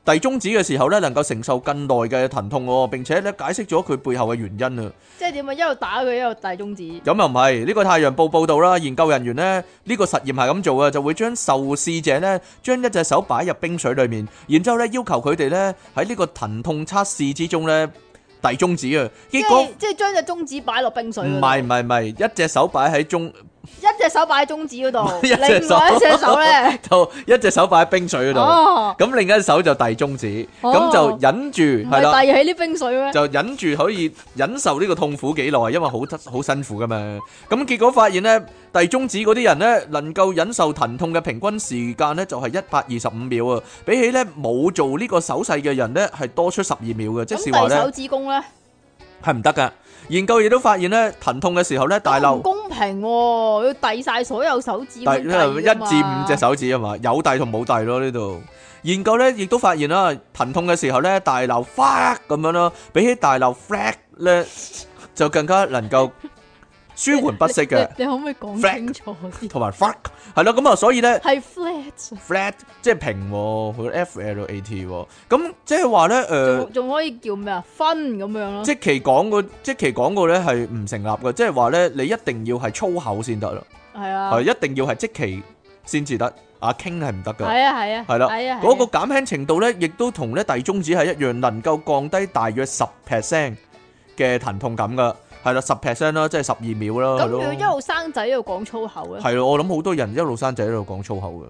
Speaker 1: 遞中指嘅時候咧，能夠承受更耐嘅疼痛喎，並且咧解釋咗佢背後嘅原因啊。
Speaker 2: 即係點啊？一路打佢，一路大中指。
Speaker 1: 咁又唔係，呢、個《太陽報》報導啦，研究人員呢，呢、個實驗係咁做嘅，就會將受試者呢將一隻手擺入冰水裡面，然之後咧要求佢哋呢喺呢個疼痛測試之中呢遞中指啊，
Speaker 2: 即
Speaker 1: 結果
Speaker 2: 係即係將隻中指擺落冰水
Speaker 1: 唔係
Speaker 2: 嗰度，
Speaker 1: 唔係唔係，一隻手擺喺中。
Speaker 2: 一隻手擺喺中指嗰 度，
Speaker 1: 一隻
Speaker 2: 另
Speaker 1: 手
Speaker 2: 外一隻手咧，
Speaker 1: 就一隻手擺喺冰水嗰度，
Speaker 2: 哦
Speaker 1: 咁另一隻手就遞中指，
Speaker 2: 哦
Speaker 1: 咁就忍住係
Speaker 2: 唔係
Speaker 1: 啦，
Speaker 2: 遞起啲冰水 咩？
Speaker 1: 就忍住可以忍受呢個痛苦幾耐，因為好好辛苦噶嘛。咁結果發現呢，遞中指嗰啲人呢，能夠忍受疼痛嘅平均時間呢，就係一百二十五秒啊，比起呢冇做呢個手勢嘅人呢，係多出十二秒嘅，即
Speaker 2: 咁
Speaker 1: 是話
Speaker 2: 遞手
Speaker 1: 呢，
Speaker 2: 指公咧，
Speaker 1: 係唔得噶。研究亦都發現呢，疼痛嘅時候呢，大
Speaker 2: 咁唔
Speaker 1: 漏。
Speaker 2: 公平喎，要遞晒所有手指咁
Speaker 1: 但
Speaker 2: 樣遞
Speaker 1: 一
Speaker 2: 㗎嘛。
Speaker 1: 至五隻手指啊嘛，有遞同冇遞咯呢度。研究咧亦都發現啦，疼痛嘅時候咧，大鬧 fuck 咁樣啦，比起大鬧 flag 咧，就更加能夠舒緩不適 嘅，
Speaker 2: 你你可唔可以講
Speaker 1: Flat
Speaker 2: 清楚啲？
Speaker 1: 同埋 fuck 係咯，咁啊，所以咧
Speaker 2: 係 flat，
Speaker 1: flat 即係平喎，佢 F L A T 喎，咁即係話咧誒
Speaker 2: 仲，仲可以叫咩啊？分咁樣咯。
Speaker 1: 即期講個即期講個咧係唔成立嘅，即係話咧你一定要係粗口先得啦，
Speaker 2: 係啊，
Speaker 1: 係一定要係即期先至得，阿 King 係唔得㗎。
Speaker 2: 係啊，係啊，
Speaker 1: 係啦
Speaker 2: 係啊，
Speaker 1: 嗰個
Speaker 2: 係啊
Speaker 1: 減輕程度咧，亦都同咧遞中指係一樣，能夠降低大約十 percent 嘅疼痛感噶，係啦，十 percent 啦，即係十二秒啦，係
Speaker 2: 咁要一
Speaker 1: 咯，
Speaker 2: 路啊生仔一路講粗口啊咧，
Speaker 1: 係咯，我諗好多人一路生仔一路講粗口嘅，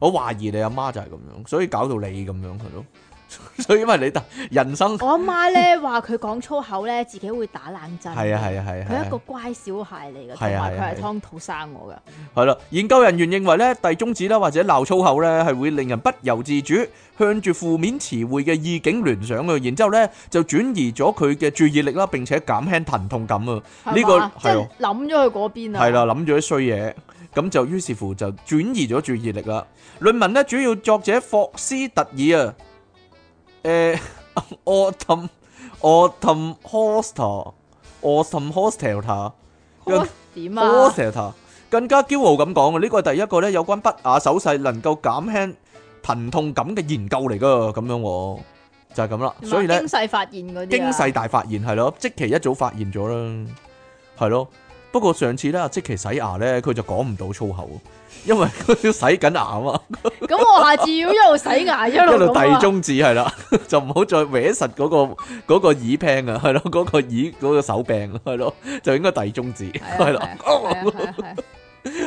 Speaker 1: 我懷疑你阿媽就係咁樣，所以搞到你咁樣係咯， 所以因為你大人生
Speaker 2: 我阿媽咧話佢講粗口咧，自己會打冷震。
Speaker 1: 係啊係啊係啊，係
Speaker 2: 佢係一個
Speaker 1: 啊
Speaker 2: 乖小孩嚟嘅，
Speaker 1: 係
Speaker 2: 同
Speaker 1: 啊係啊
Speaker 2: 埋
Speaker 1: 係
Speaker 2: 佢係
Speaker 1: 啊
Speaker 2: 湯肚生我嘅。
Speaker 1: 係啦，研究人員認為咧遞中指啦或者鬧粗口咧係會令人不由自主向住負面詞彙嘅意境聯想嘅，然之後咧就轉移咗佢嘅注意力啦，並且減輕疼痛感啊。呢個
Speaker 2: 呢即
Speaker 1: 係
Speaker 2: 係
Speaker 1: 啊
Speaker 2: 諗咗去嗰邊啊。
Speaker 1: 係啦，諗咗啲衰嘢，咁就於是乎就轉移咗注意力啦。論文咧主要作者霍斯特爾啊，誒、 Autumn Autumn Hostel Autumn Hostel 塔一
Speaker 2: 哦點啊？
Speaker 1: Hostel 更加驕傲咁講嘅，呢個係第一個咧有關不雅手勢能夠減輕疼痛感嘅研究嚟噶，咁樣喎就係咁啦。所以咧
Speaker 2: 啊經。世發現嗰啲
Speaker 1: 經
Speaker 2: 啊
Speaker 1: 世大發現係咯，即期一早發現咗啦，係咯。不過上次咧，阿即期洗牙咧，佢就講唔到粗口，因為 佢要洗緊牙啊嘛，
Speaker 2: 咁我下次要一路洗牙 一
Speaker 1: 一
Speaker 2: 路
Speaker 1: 路
Speaker 2: 咁
Speaker 1: 遞
Speaker 2: 啊，
Speaker 1: 中指係啦， 就唔好再搲實嗰、個嗰個耳柄啊，係咯，嗰、個耳嗰、個手柄係咯，就應該遞中指係
Speaker 2: 係
Speaker 1: 咯
Speaker 2: 啊，係啊係啊係啊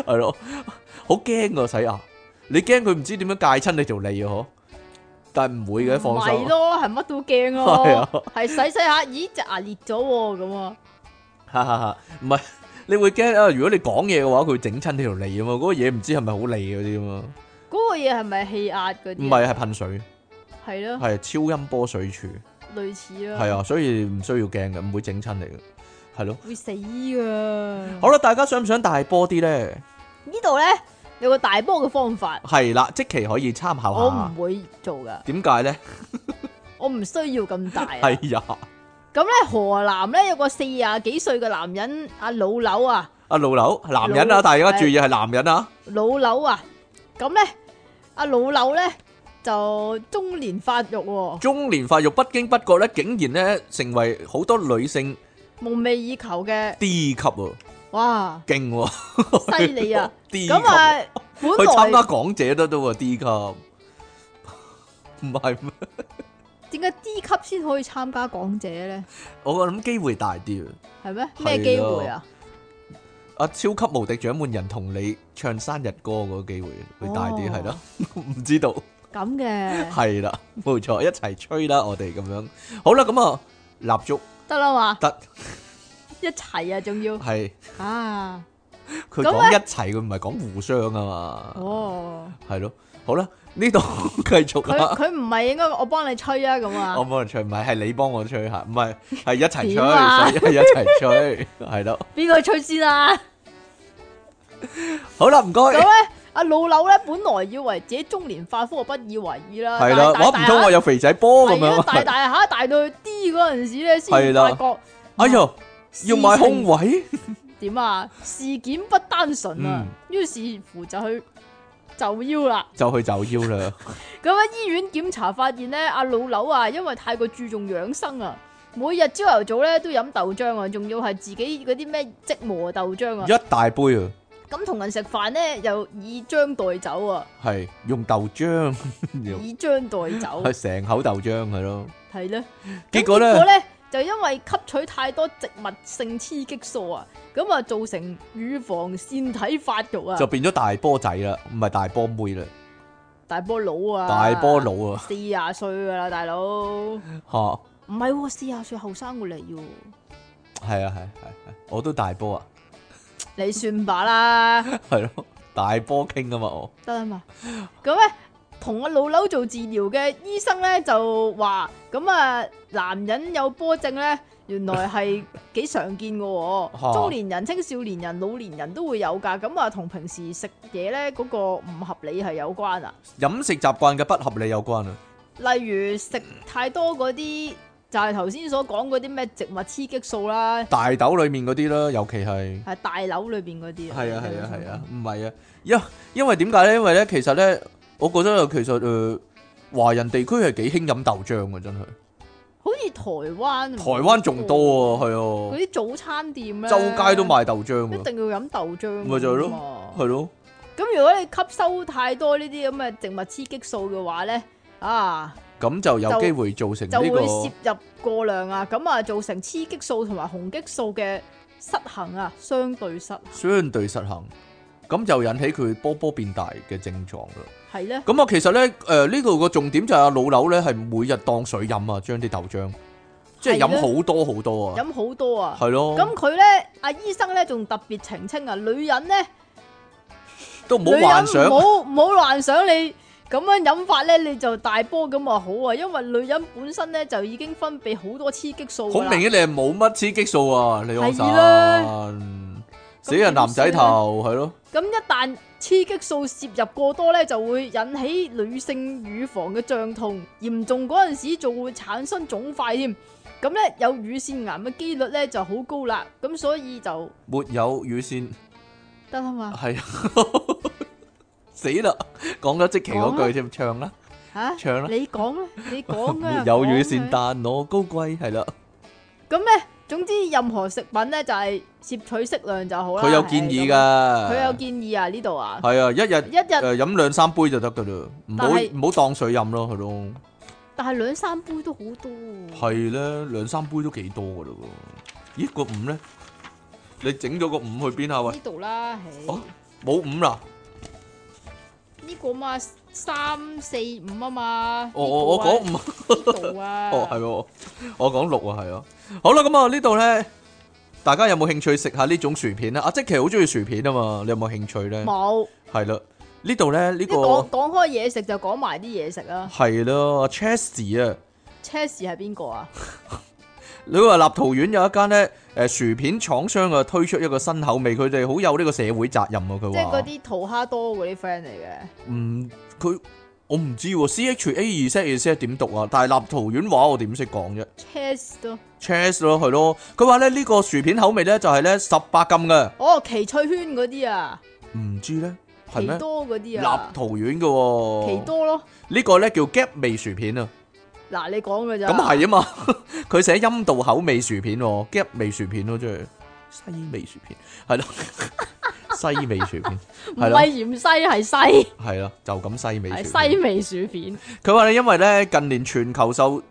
Speaker 1: 係咯，好驚啊洗牙，你驚佢唔知點樣戒親你條脷啊嗬？但係唔會嘅，放
Speaker 2: 咪
Speaker 1: 手
Speaker 2: 咯，係乜都驚
Speaker 1: 係啊
Speaker 2: 咯，係洗洗下，咦隻牙裂咗喎咁啊！
Speaker 1: 哈哈哈，唔係你會驚啊！如果你講嘢嘅話，佢會整親你條脷啊嘛，嗰、個嘢唔知係咪好脷嗰啲啊嘛，
Speaker 2: 嗰個嘢係咪氣壓嗰
Speaker 1: 唔
Speaker 2: 啲啊？
Speaker 1: 係係噴水，
Speaker 2: 係咯，
Speaker 1: 係超音波水柱，
Speaker 2: 類似啦。
Speaker 1: 係，啊，所以唔需要驚嘅，唔會整親你嘅，係咯。
Speaker 2: 會死噶。
Speaker 1: 好啦，大家想唔想大波啲咧？
Speaker 2: 呢度咧有個大波嘅方法，
Speaker 1: 係啦，即期可以參考
Speaker 2: 我
Speaker 1: 下
Speaker 2: 唔。會做噶，
Speaker 1: 點解咧？
Speaker 2: 我唔需要咁大啊。
Speaker 1: 係呀，
Speaker 2: 咁咧，河南咧有個四廿幾歲嘅男人，阿老柳啊。
Speaker 1: 阿老柳，男人啊，
Speaker 2: 老
Speaker 1: 大家注意係男人啊，
Speaker 2: 老柳啊，咁咧阿老柳咧就中年發育喎、
Speaker 1: 中年發育不經不覺咧，竟然咧成為好多女性
Speaker 2: 夢寐以求嘅，
Speaker 1: D 級喎，
Speaker 2: 哇，
Speaker 1: 勁喎，
Speaker 2: 犀 利啊！
Speaker 1: D 級
Speaker 2: 咁
Speaker 1: 喎。
Speaker 2: 啊，本
Speaker 1: 去參加
Speaker 2: 來
Speaker 1: 港姐都都喎 D 級，唔係咩？
Speaker 2: 點解 D 級先可以參加港姐咧？
Speaker 1: 我諗機會大啲啊！
Speaker 2: 係咩？
Speaker 1: 係
Speaker 2: 咩機會啊？
Speaker 1: 阿超級無敵獎門人同你唱生日歌嗰個機會會大啲，
Speaker 2: 哦
Speaker 1: 係咯、 唔知道，
Speaker 2: 咁嘅
Speaker 1: 係啦，冇錯，一齊吹啦，我哋咁樣。好啦，咁啊，蠟燭
Speaker 2: 得啦嘛，
Speaker 1: 得
Speaker 2: 一齊啊，仲要
Speaker 1: 係
Speaker 2: 啊，
Speaker 1: 佢
Speaker 2: 咁
Speaker 1: 講
Speaker 2: 咧
Speaker 1: 一齊，佢唔係講互相啊嘛，
Speaker 2: 哦，
Speaker 1: 係咯、好啦，呢度 繼續
Speaker 2: 佢
Speaker 1: 啦。
Speaker 2: 佢唔係應該我幫你吹啊咁
Speaker 1: 我
Speaker 2: 啊？
Speaker 1: 幫你吹，唔係係你幫我吹嚇，唔係係一齊吹，
Speaker 2: 點啊
Speaker 1: 所以係一齊吹，係 咯。
Speaker 2: 邊個吹先啊？
Speaker 1: 好啦，唔該。
Speaker 2: 咁咧，阿啊老柳咧本來以為自己中年發福，不以為意啦，
Speaker 1: 系啦，
Speaker 2: 但
Speaker 1: 我
Speaker 2: 係
Speaker 1: 唔
Speaker 2: 大
Speaker 1: 通
Speaker 2: 下
Speaker 1: 我有肥仔波咁
Speaker 2: 係啊
Speaker 1: 樣？
Speaker 2: 大大下大到去 D 嗰陣時咧，先
Speaker 1: 係
Speaker 2: 至
Speaker 1: 啦
Speaker 2: 發覺
Speaker 1: 哎呀，
Speaker 2: 事
Speaker 1: 要
Speaker 2: 情
Speaker 1: 買空位，
Speaker 2: 點啊？事件不單純啊
Speaker 1: 嗯，
Speaker 2: 於是乎就去就腰啦。
Speaker 1: 就去就腰 啦。
Speaker 2: 咁喺醫院檢查發現咧，阿老柳啊，因為太過注重養生啊，每日朝頭早咧都飲豆漿啊，仲要係自己嗰啲咩即磨豆漿啊。
Speaker 1: 一大杯啊，
Speaker 2: 咁同人食飯咧又以漿代酒啊，
Speaker 1: 係用豆漿， 用
Speaker 2: 以漿代酒
Speaker 1: 係成口豆漿係咯。
Speaker 2: 係咧。
Speaker 1: 結果
Speaker 2: 咁結
Speaker 1: 咧
Speaker 2: 果，咧就因為吸取太多植物性雌激素啊，咁啊造成乳房腺體發育啊，
Speaker 1: 就變咗大波仔啦，唔係大波妹啦，
Speaker 2: 大波佬啊，
Speaker 1: 大波，佬啊
Speaker 2: 四廿歲噶啦，大佬，唔
Speaker 1: 吓，
Speaker 2: 係喎，四廿歲後生過你喎，
Speaker 1: 係啊係係係，我都大波啊，
Speaker 2: 你算吧啦，得
Speaker 1: 係咯，大波傾啊嘛我，
Speaker 2: 啦嘛，咁咧。同阿老柳做治療嘅醫生咧就話：咁啊，男人有波症咧，原來係幾常見嘅喎、
Speaker 1: 嚇
Speaker 2: 中年人、青少年人、老年人都會有㗎。咁啊，同平時食嘢咧嗰個唔合理係有關啊。
Speaker 1: 飲食習慣嘅不合理有關啊，
Speaker 2: 例如食太多嗰啲，就係頭先所講嗰啲咩植物雌激素啦，
Speaker 1: 大豆裡面嗰啲啦，尤其係。
Speaker 2: 係大樓裏邊嗰啲。
Speaker 1: 係啊係啊係啊，唔係啊，因因為點解咧？因為咧，其實咧，我覺得其實誒、呃、華人地區係幾興飲豆漿嘅，真係。
Speaker 2: 好似台灣，
Speaker 1: 台灣仲多啊，係
Speaker 2: 嗰
Speaker 1: 啊，
Speaker 2: 啲早餐店咧，
Speaker 1: 周街都，賣豆漿
Speaker 2: 一
Speaker 1: 啊，
Speaker 2: 定要飲豆漿。
Speaker 1: 咪就係咯
Speaker 2: 咯。
Speaker 1: 係咯，
Speaker 2: 咁如果你吸收太多呢啲咁嘅植物雌激素嘅話咧，啊
Speaker 1: 咁就有機會造成
Speaker 2: 就
Speaker 1: 呢
Speaker 2: 會
Speaker 1: 個
Speaker 2: 攝入過量啊，咁啊造成雌激素同埋雄激素嘅失衡啊，相對失衡
Speaker 1: 相對失衡，咁就引起佢波波變大嘅症狀啦。
Speaker 2: 係咧。
Speaker 1: 咁啊，其實咧，誒呢度個重點就係阿老柳咧係每日當水飲啊，將啲豆漿，即係
Speaker 2: 係
Speaker 1: 飲
Speaker 2: 咯
Speaker 1: 好多好多啊，
Speaker 2: 飲好多啊！
Speaker 1: 係咯，
Speaker 2: 咁佢咧，阿醫生咧仲特別澄清啊，女人咧，
Speaker 1: 都唔
Speaker 2: 女
Speaker 1: 好幻
Speaker 2: 人
Speaker 1: 想
Speaker 2: 唔。好唔好幻想你咁樣飲法咧，你就大波咁啊好啊，因為女人本身咧就已經分泌好多雌激素
Speaker 1: 好
Speaker 2: 㗎啦
Speaker 1: à, 明顯你係冇乜雌激素啊，李安
Speaker 2: 係啦
Speaker 1: 神。死人男仔
Speaker 2: 咁點算呢
Speaker 1: 頭係咯，
Speaker 2: 咁一旦雌激素攝入過多咧，就會引起女性乳房嘅脹痛，嚴重嗰陣時仲會產生腫塊添。咁咧有乳腺癌嘅機率咧就好高啦。咁所以就
Speaker 1: 沒有乳腺
Speaker 2: 得啦嘛
Speaker 1: 係死啦！講咗即期嗰
Speaker 2: 講啊
Speaker 1: 句添，唱啦
Speaker 2: 嚇，
Speaker 1: 唱啦，
Speaker 2: 你講啦，你講
Speaker 1: 沒
Speaker 2: 啊，
Speaker 1: 有
Speaker 2: 講
Speaker 1: 乳
Speaker 2: 啊
Speaker 1: 腺但我高貴係啦。
Speaker 2: 咁咧，總之任何食品咧就係攝取適量就好啦。
Speaker 1: 佢有建議
Speaker 2: 係咁，
Speaker 1: 㗎，
Speaker 2: 佢有建議啊呢度啊，
Speaker 1: 係啊，一日
Speaker 2: 一日
Speaker 1: 誒飲兩三杯就得㗎啦，唔好
Speaker 2: 但係
Speaker 1: 唔好當水飲咯，係咯，
Speaker 2: 但係兩三杯都好多喎。
Speaker 1: 係咧兩三杯都幾多㗎嘞喎，咦個五咧？你整咗個五去邊啊？喂，
Speaker 2: 呢度啦，唉
Speaker 1: 哦冇五啦，
Speaker 2: 呢個嘛三四五啊嘛，
Speaker 1: 哦我我我講
Speaker 2: 呢
Speaker 1: 五。
Speaker 2: 個啊呢度啊，
Speaker 1: 哦，係喎，我講六啊，係啊。好啦，咁啊呢度咧，大家有冇興趣食下呢種薯片咧？阿即奇好中意薯片啊嘛，你有冇興趣咧？
Speaker 2: 冇。
Speaker 1: 係啦，呢度咧呢
Speaker 2: 呢
Speaker 1: 個
Speaker 2: 講講開嘢食就講埋啲嘢食啦。
Speaker 1: 係啦 c h e s s 啊，
Speaker 2: Chess 係邊個啊？
Speaker 1: 你話立陶宛有一間咧誒薯片廠商啊，推出一個新口味，佢哋好有呢個社會責任啊，佢
Speaker 2: 即係
Speaker 1: 話
Speaker 2: 嗰。啲桃蝦多嗰啲 friend 嚟嘅。
Speaker 1: 嗯，佢我唔知喎，C H A 二 set 二 set 點讀啊？但係立陶宛話我點識講啫
Speaker 2: Chess 都
Speaker 1: c h e s s 咯，係咯。佢話咧呢個薯片口味咧就係咧十八禁嘅。
Speaker 2: 哦，奇趣圈嗰啲啊，
Speaker 1: 唔知咧，係
Speaker 2: 奇
Speaker 1: 咩？
Speaker 2: 多嗰啲
Speaker 1: 立
Speaker 2: 啊，
Speaker 1: 陶宛嘅喎，
Speaker 2: 奇多咯。
Speaker 1: 呢個咧叫 gap 味薯片啊，
Speaker 2: 嗱，你講嘅咋？
Speaker 1: 咁係啊嘛， 佢寫陰道口味薯片喎，gap 味薯片咯，即係西味薯片，係咯， 西味薯片
Speaker 2: 唔
Speaker 1: 係咯
Speaker 2: 係芫西係西，
Speaker 1: 係啦，就咁西味
Speaker 2: 係
Speaker 1: 薯片
Speaker 2: 西。味薯片。
Speaker 1: 佢話咧，因為咧近年全球受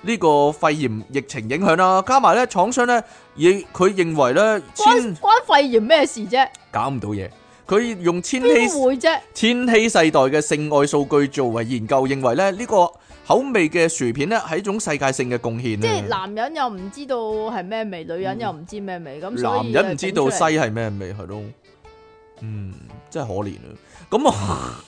Speaker 1: 呢個肺炎疫情影響啦，加埋咧廠商咧，亦佢認為咧
Speaker 2: 關
Speaker 1: 千
Speaker 2: 關肺炎咩事啫？
Speaker 1: 搞唔到嘢，佢用千禧
Speaker 2: 邊。會啫？
Speaker 1: 千禧世代嘅性愛數據作為研究，認為咧呢個口味嘅薯片咧係一種世界性嘅貢獻
Speaker 2: 即係
Speaker 1: 啊！
Speaker 2: 男人又唔知道係咩味，女人又唔知咩味，咁所
Speaker 1: 男
Speaker 2: 以
Speaker 1: 人唔知道西
Speaker 2: 就整出嚟
Speaker 1: 係咩味係咯，嗯，真係可憐啊！咁 啊，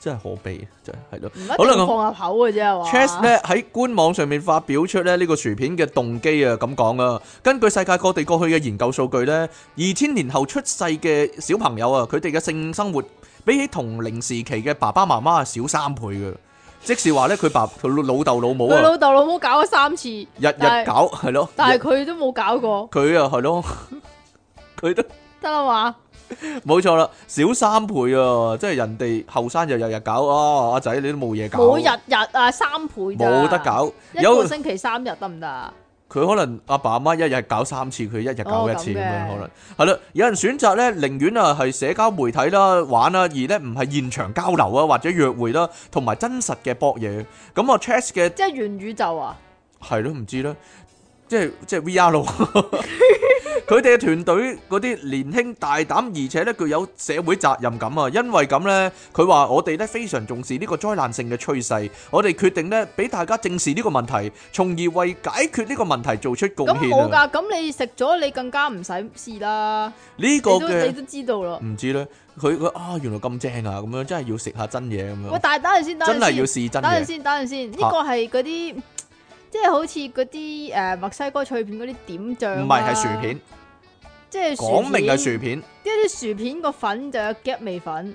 Speaker 1: 真係可悲，真係係咯。
Speaker 2: 唔
Speaker 1: 好
Speaker 2: 一
Speaker 1: 啦
Speaker 2: 定
Speaker 1: 咁
Speaker 2: 放入口嘅啫係嘛。
Speaker 1: Chess 咧喺官網上面發表出咧呢個薯片嘅動機啊，咁講啊，根據世界各地過去嘅研究數據咧，二千年後出世嘅小朋友啊，佢哋嘅性生活比起同齡時期嘅爸爸媽媽係少三倍嘅，即是話咧佢爸佢老豆老母
Speaker 2: 佢
Speaker 1: 啊，
Speaker 2: 老豆老母搞咗三次，
Speaker 1: 日日
Speaker 2: 但係
Speaker 1: 搞係咯，
Speaker 2: 但係佢都冇搞過，
Speaker 1: 佢啊係咯， 佢都
Speaker 2: 得啦嘛？
Speaker 1: 冇錯啦，少三倍啊，即係人哋後生就日日搞啊，阿仔你都冇嘢搞，
Speaker 2: 冇日日啊，三倍咋
Speaker 1: 冇得，搞，
Speaker 2: 一
Speaker 1: 有
Speaker 2: 個。星期三日得唔得啊？
Speaker 1: 佢可能阿爸阿媽一日搞三次，佢一日搞一次咁
Speaker 2: 哦咁嘅
Speaker 1: 樣可能係啦。有人選擇咧，寧願啊係社交媒體啦玩啦，而咧唔係現場交流啊或者約會啦，同埋真實嘅搏嘢。咁我 Chess 嘅
Speaker 2: 即係元宇宙啊？
Speaker 1: 係咯，唔知啦，即係即係 VR 咯。 佢哋嘅團隊嗰啲年輕大膽，而且咧具有社會責任感啊！因為咁呢，佢話我哋咧非常重視呢個災難性嘅趨勢，我哋決定咧俾大家正視呢個問題，從而為解決呢個問題做出貢
Speaker 2: 咁
Speaker 1: 獻啊
Speaker 2: 冇！㗎，咁你食咗你更加唔使試啦，
Speaker 1: 呢
Speaker 2: 你
Speaker 1: 個
Speaker 2: 都你
Speaker 1: 嘅
Speaker 2: 都知道咯。
Speaker 1: 唔知咧，佢佢啊原來咁正啊，咁樣真係要食下真嘢咁
Speaker 2: 喂，
Speaker 1: 樣，
Speaker 2: 但係等陣先，
Speaker 1: 嗯
Speaker 2: 等
Speaker 1: 真係
Speaker 2: 陣
Speaker 1: 要
Speaker 2: 先。
Speaker 1: 試真
Speaker 2: 等陣
Speaker 1: 嘢。
Speaker 2: 先，等陣先，呢
Speaker 1: 嚇
Speaker 2: 個係嗰啲即係好似嗰啲誒墨西哥脆片嗰啲點醬、啊
Speaker 1: 唔係係薯，片，
Speaker 2: 即係
Speaker 1: 講明係
Speaker 2: 係
Speaker 1: 薯，片，
Speaker 2: 即係啲薯片個粉就有夾味粉，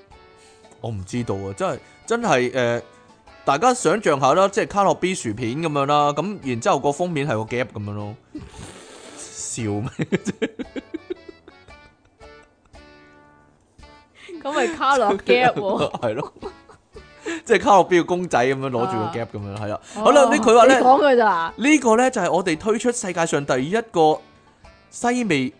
Speaker 1: 我唔知道啊，真係真係誒、呃大家想象下啦，即係卡洛 B 薯片咁樣啦，咁然之後個封面係個夾咁樣咯，笑咩？
Speaker 2: 咁咪 卡落夾喎。
Speaker 1: 係咯，即係卡洛 B 個公仔咁樣攞住個
Speaker 2: 啊
Speaker 1: 夾咁樣，係啦。好啦，呢佢話
Speaker 2: 你
Speaker 1: 咧。
Speaker 2: 講佢咋？
Speaker 1: 呢個呢，就係我哋推出世界上第一個西味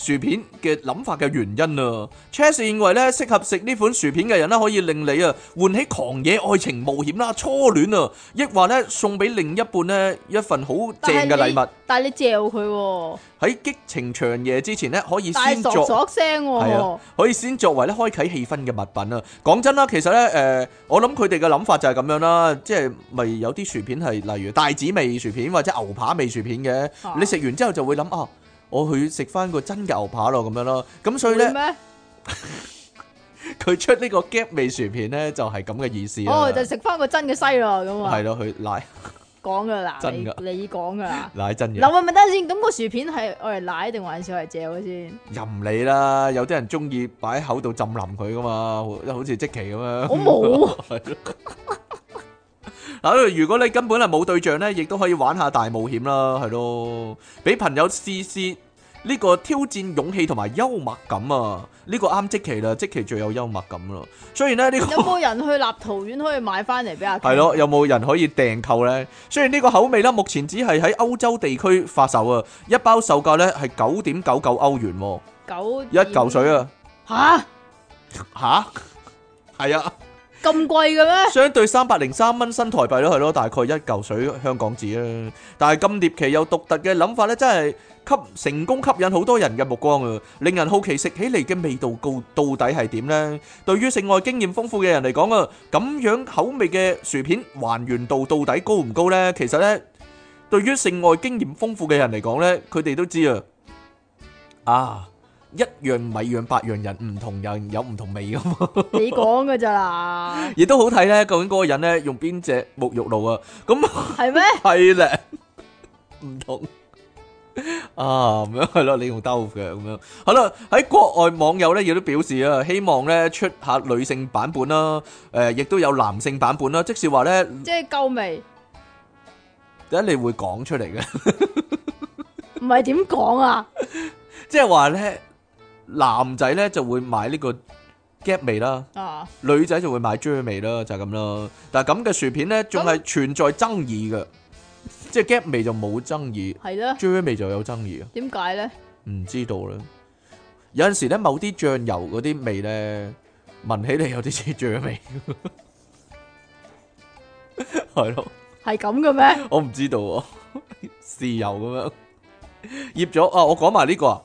Speaker 1: 薯片嘅諗法嘅原因啊。Chess 認為呢，適合食呢款薯片嘅人呢，可以令你啊喚起狂野愛情冒險啦、初戀啊，抑或呢，送俾另一半呢一份好正嘅
Speaker 2: 但係
Speaker 1: 禮
Speaker 2: 你
Speaker 1: 物。
Speaker 2: 但係你嚼佢喎，
Speaker 1: 喺激情長夜之前呢，可以
Speaker 2: 但係
Speaker 1: 先
Speaker 2: 索
Speaker 1: 作。
Speaker 2: 索聲
Speaker 1: 係啊
Speaker 2: 喎。，
Speaker 1: 可以先作為咧開啟氣氛嘅物品啊！講真啦，其實咧誒、呃我諗佢哋嘅諗法就係咁樣啦，即係咪有啲薯片係例如帶子味薯片或者牛扒味薯片嘅，
Speaker 2: 啊
Speaker 1: 你食完之後就會諗啊，我去食翻個真嘅牛扒咯咁樣咯，咁所以
Speaker 2: 會
Speaker 1: 咧
Speaker 2: 咩？
Speaker 1: 佢出呢個 gap 味薯片咧就係咁嘅意思啦，
Speaker 2: 哦，就食翻個真嘅西啦，咁啊，
Speaker 1: 係咯，佢奶
Speaker 2: 講噶啦，
Speaker 1: 真
Speaker 2: 你
Speaker 1: 㗎
Speaker 2: 你講噶啦。
Speaker 1: 奶真
Speaker 2: 嗱，
Speaker 1: 嘢，
Speaker 2: 喂，咪等陣先，咁個薯片係我嚟奶定還是我嚟 嚼嘅先？
Speaker 1: 任你啦。有啲人中意擺喺口度浸腍佢噶嘛，好好似即期咁樣。
Speaker 2: 我冇啊，
Speaker 1: 嗱，如果你根本係冇對象咧，亦都可以玩下大冒險啦，係咯，俾朋友試試呢個挑戰勇氣同埋幽默感啊！呢、個啱即期啦，即期最有幽默感啦。雖然咧呢、個
Speaker 2: 有冇人去立陶宛可以買翻嚟俾阿？
Speaker 1: 係咯，有冇人可以訂購呢？雖然呢個口味咧，目前只係喺歐洲地區發售啊，一包售價咧係九點九九歐元喎，
Speaker 2: 九
Speaker 1: 一嚿水！啊！
Speaker 2: 吓嗯
Speaker 1: 吓？係啊，
Speaker 2: 咁貴嘅咩？
Speaker 1: 相對三百零三蚊新台幣咯，係咯，大概一嚿水香港紙啦。但係金獵奇有獨特嘅諗法咧，真係吸成功吸引好多人嘅目光啊，令人好奇食起嚟嘅味道高到底係點呢？對於性愛經驗豐富嘅人嚟講啊，咁樣口味嘅薯片還原度到底高唔高呢？其實呢，對於性愛經驗豐富嘅人嚟講呢，佢哋都知啊，啊，一樣米養百樣人，唔同人有唔同味噶嘛。
Speaker 2: 你講嘅咋啦？
Speaker 1: 亦都好睇咧，究竟嗰個人咧用邊只沐浴露啊？咁
Speaker 2: 係咩？
Speaker 1: 係咧，唔同啊，咁樣係咯，你用兜嘅咁樣，好啦。喺國外網友咧亦都表示啊，希望咧出下女性版本啦，誒、亦都有男性版本啦。即是話咧，
Speaker 2: 即係夠味，
Speaker 1: 點解你會講出嚟嘅？
Speaker 2: 唔係點講啊？
Speaker 1: 即係話咧，男仔咧就會買呢個 gap 味啦。
Speaker 2: 啊，
Speaker 1: 女仔就會買啫味啦，就係咁啦。但係咁嘅薯片咧，仲係存在爭議嘅，即係 gap 味就冇爭議，
Speaker 2: 係啦，
Speaker 1: 啫味就有爭議啊。
Speaker 2: 點解咧？
Speaker 1: 唔知道啦。有陣時咧，某啲醬油嗰啲味咧，聞起嚟有啲似啫味，係 咯，
Speaker 2: 係咁嘅咩？
Speaker 1: 我唔知道喎，豉油咁樣醃咗啊！我講埋呢個啊，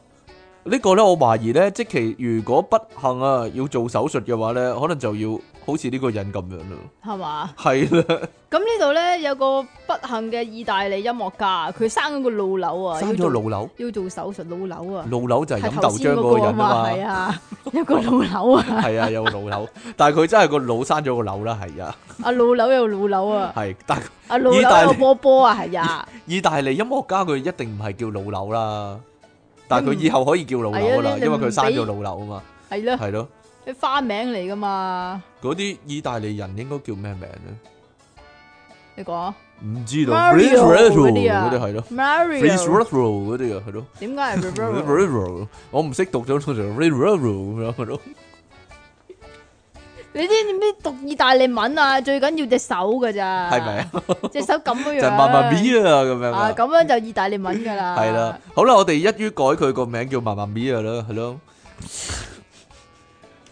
Speaker 1: 呢個咧我懷疑咧，即其如果不幸啊要做手術嘅話咧，可能就要好似呢個人咁樣咯。
Speaker 2: 係嘛？
Speaker 1: 係啦，
Speaker 2: 咁呢度咧有個不幸嘅意大利音樂家，佢生咗個老瘤啊，
Speaker 1: 生
Speaker 2: 要
Speaker 1: 咗
Speaker 2: 做
Speaker 1: 老瘤，
Speaker 2: 要做手術老瘤啊，
Speaker 1: 老瘤就係
Speaker 2: 係
Speaker 1: 飲
Speaker 2: 頭
Speaker 1: 豆
Speaker 2: 先
Speaker 1: 漿
Speaker 2: 嗰
Speaker 1: 嗰個
Speaker 2: 個啊
Speaker 1: 人啊
Speaker 2: 嘛，
Speaker 1: 嘛
Speaker 2: 係。啊，有個老瘤啊，
Speaker 1: 係啊，有個老瘤，但係佢真係個腦生咗個瘤啦，係啊，
Speaker 2: 阿老瘤有老瘤啊，
Speaker 1: 係。 但係
Speaker 2: 阿老
Speaker 1: 意大
Speaker 2: 瘤
Speaker 1: 利
Speaker 2: 有波波啊，係啊，
Speaker 1: 意大利音樂家佢一定唔係叫老瘤啦，但係佢以後可以叫老瘤
Speaker 2: 係
Speaker 1: 啦
Speaker 2: 啊，你
Speaker 1: 因為佢生
Speaker 2: 你
Speaker 1: 咗
Speaker 2: 唔
Speaker 1: 老瘤 啊嘛，
Speaker 2: 係咯，
Speaker 1: 係咯。
Speaker 2: 啲花名嚟噶嘛，
Speaker 1: 嗰啲意大利人應該叫咩名咧？
Speaker 2: 你講啊
Speaker 1: 唔知道。
Speaker 2: Mario 嗰啲啊
Speaker 1: 嗰啲係咯 f r e e z r
Speaker 2: ，Mario，
Speaker 1: o t r o 嗰啲啊，係咯。
Speaker 2: 點解係 Mario？
Speaker 1: Mario，我唔識讀咗，通常 Mario 咁樣係咯。
Speaker 2: 你知唔知讀意大利文啊？最緊要隻手噶咋，
Speaker 1: 係咪啊？
Speaker 2: 隻手咁樣樣，
Speaker 1: 就係 Mamma Mia 咁樣
Speaker 2: 啊，
Speaker 1: 啊。
Speaker 2: 咁樣就意大利文噶啦，
Speaker 1: 係啦，好啦，我哋一於改佢個名叫 Mamma Mia 啦， 係咯。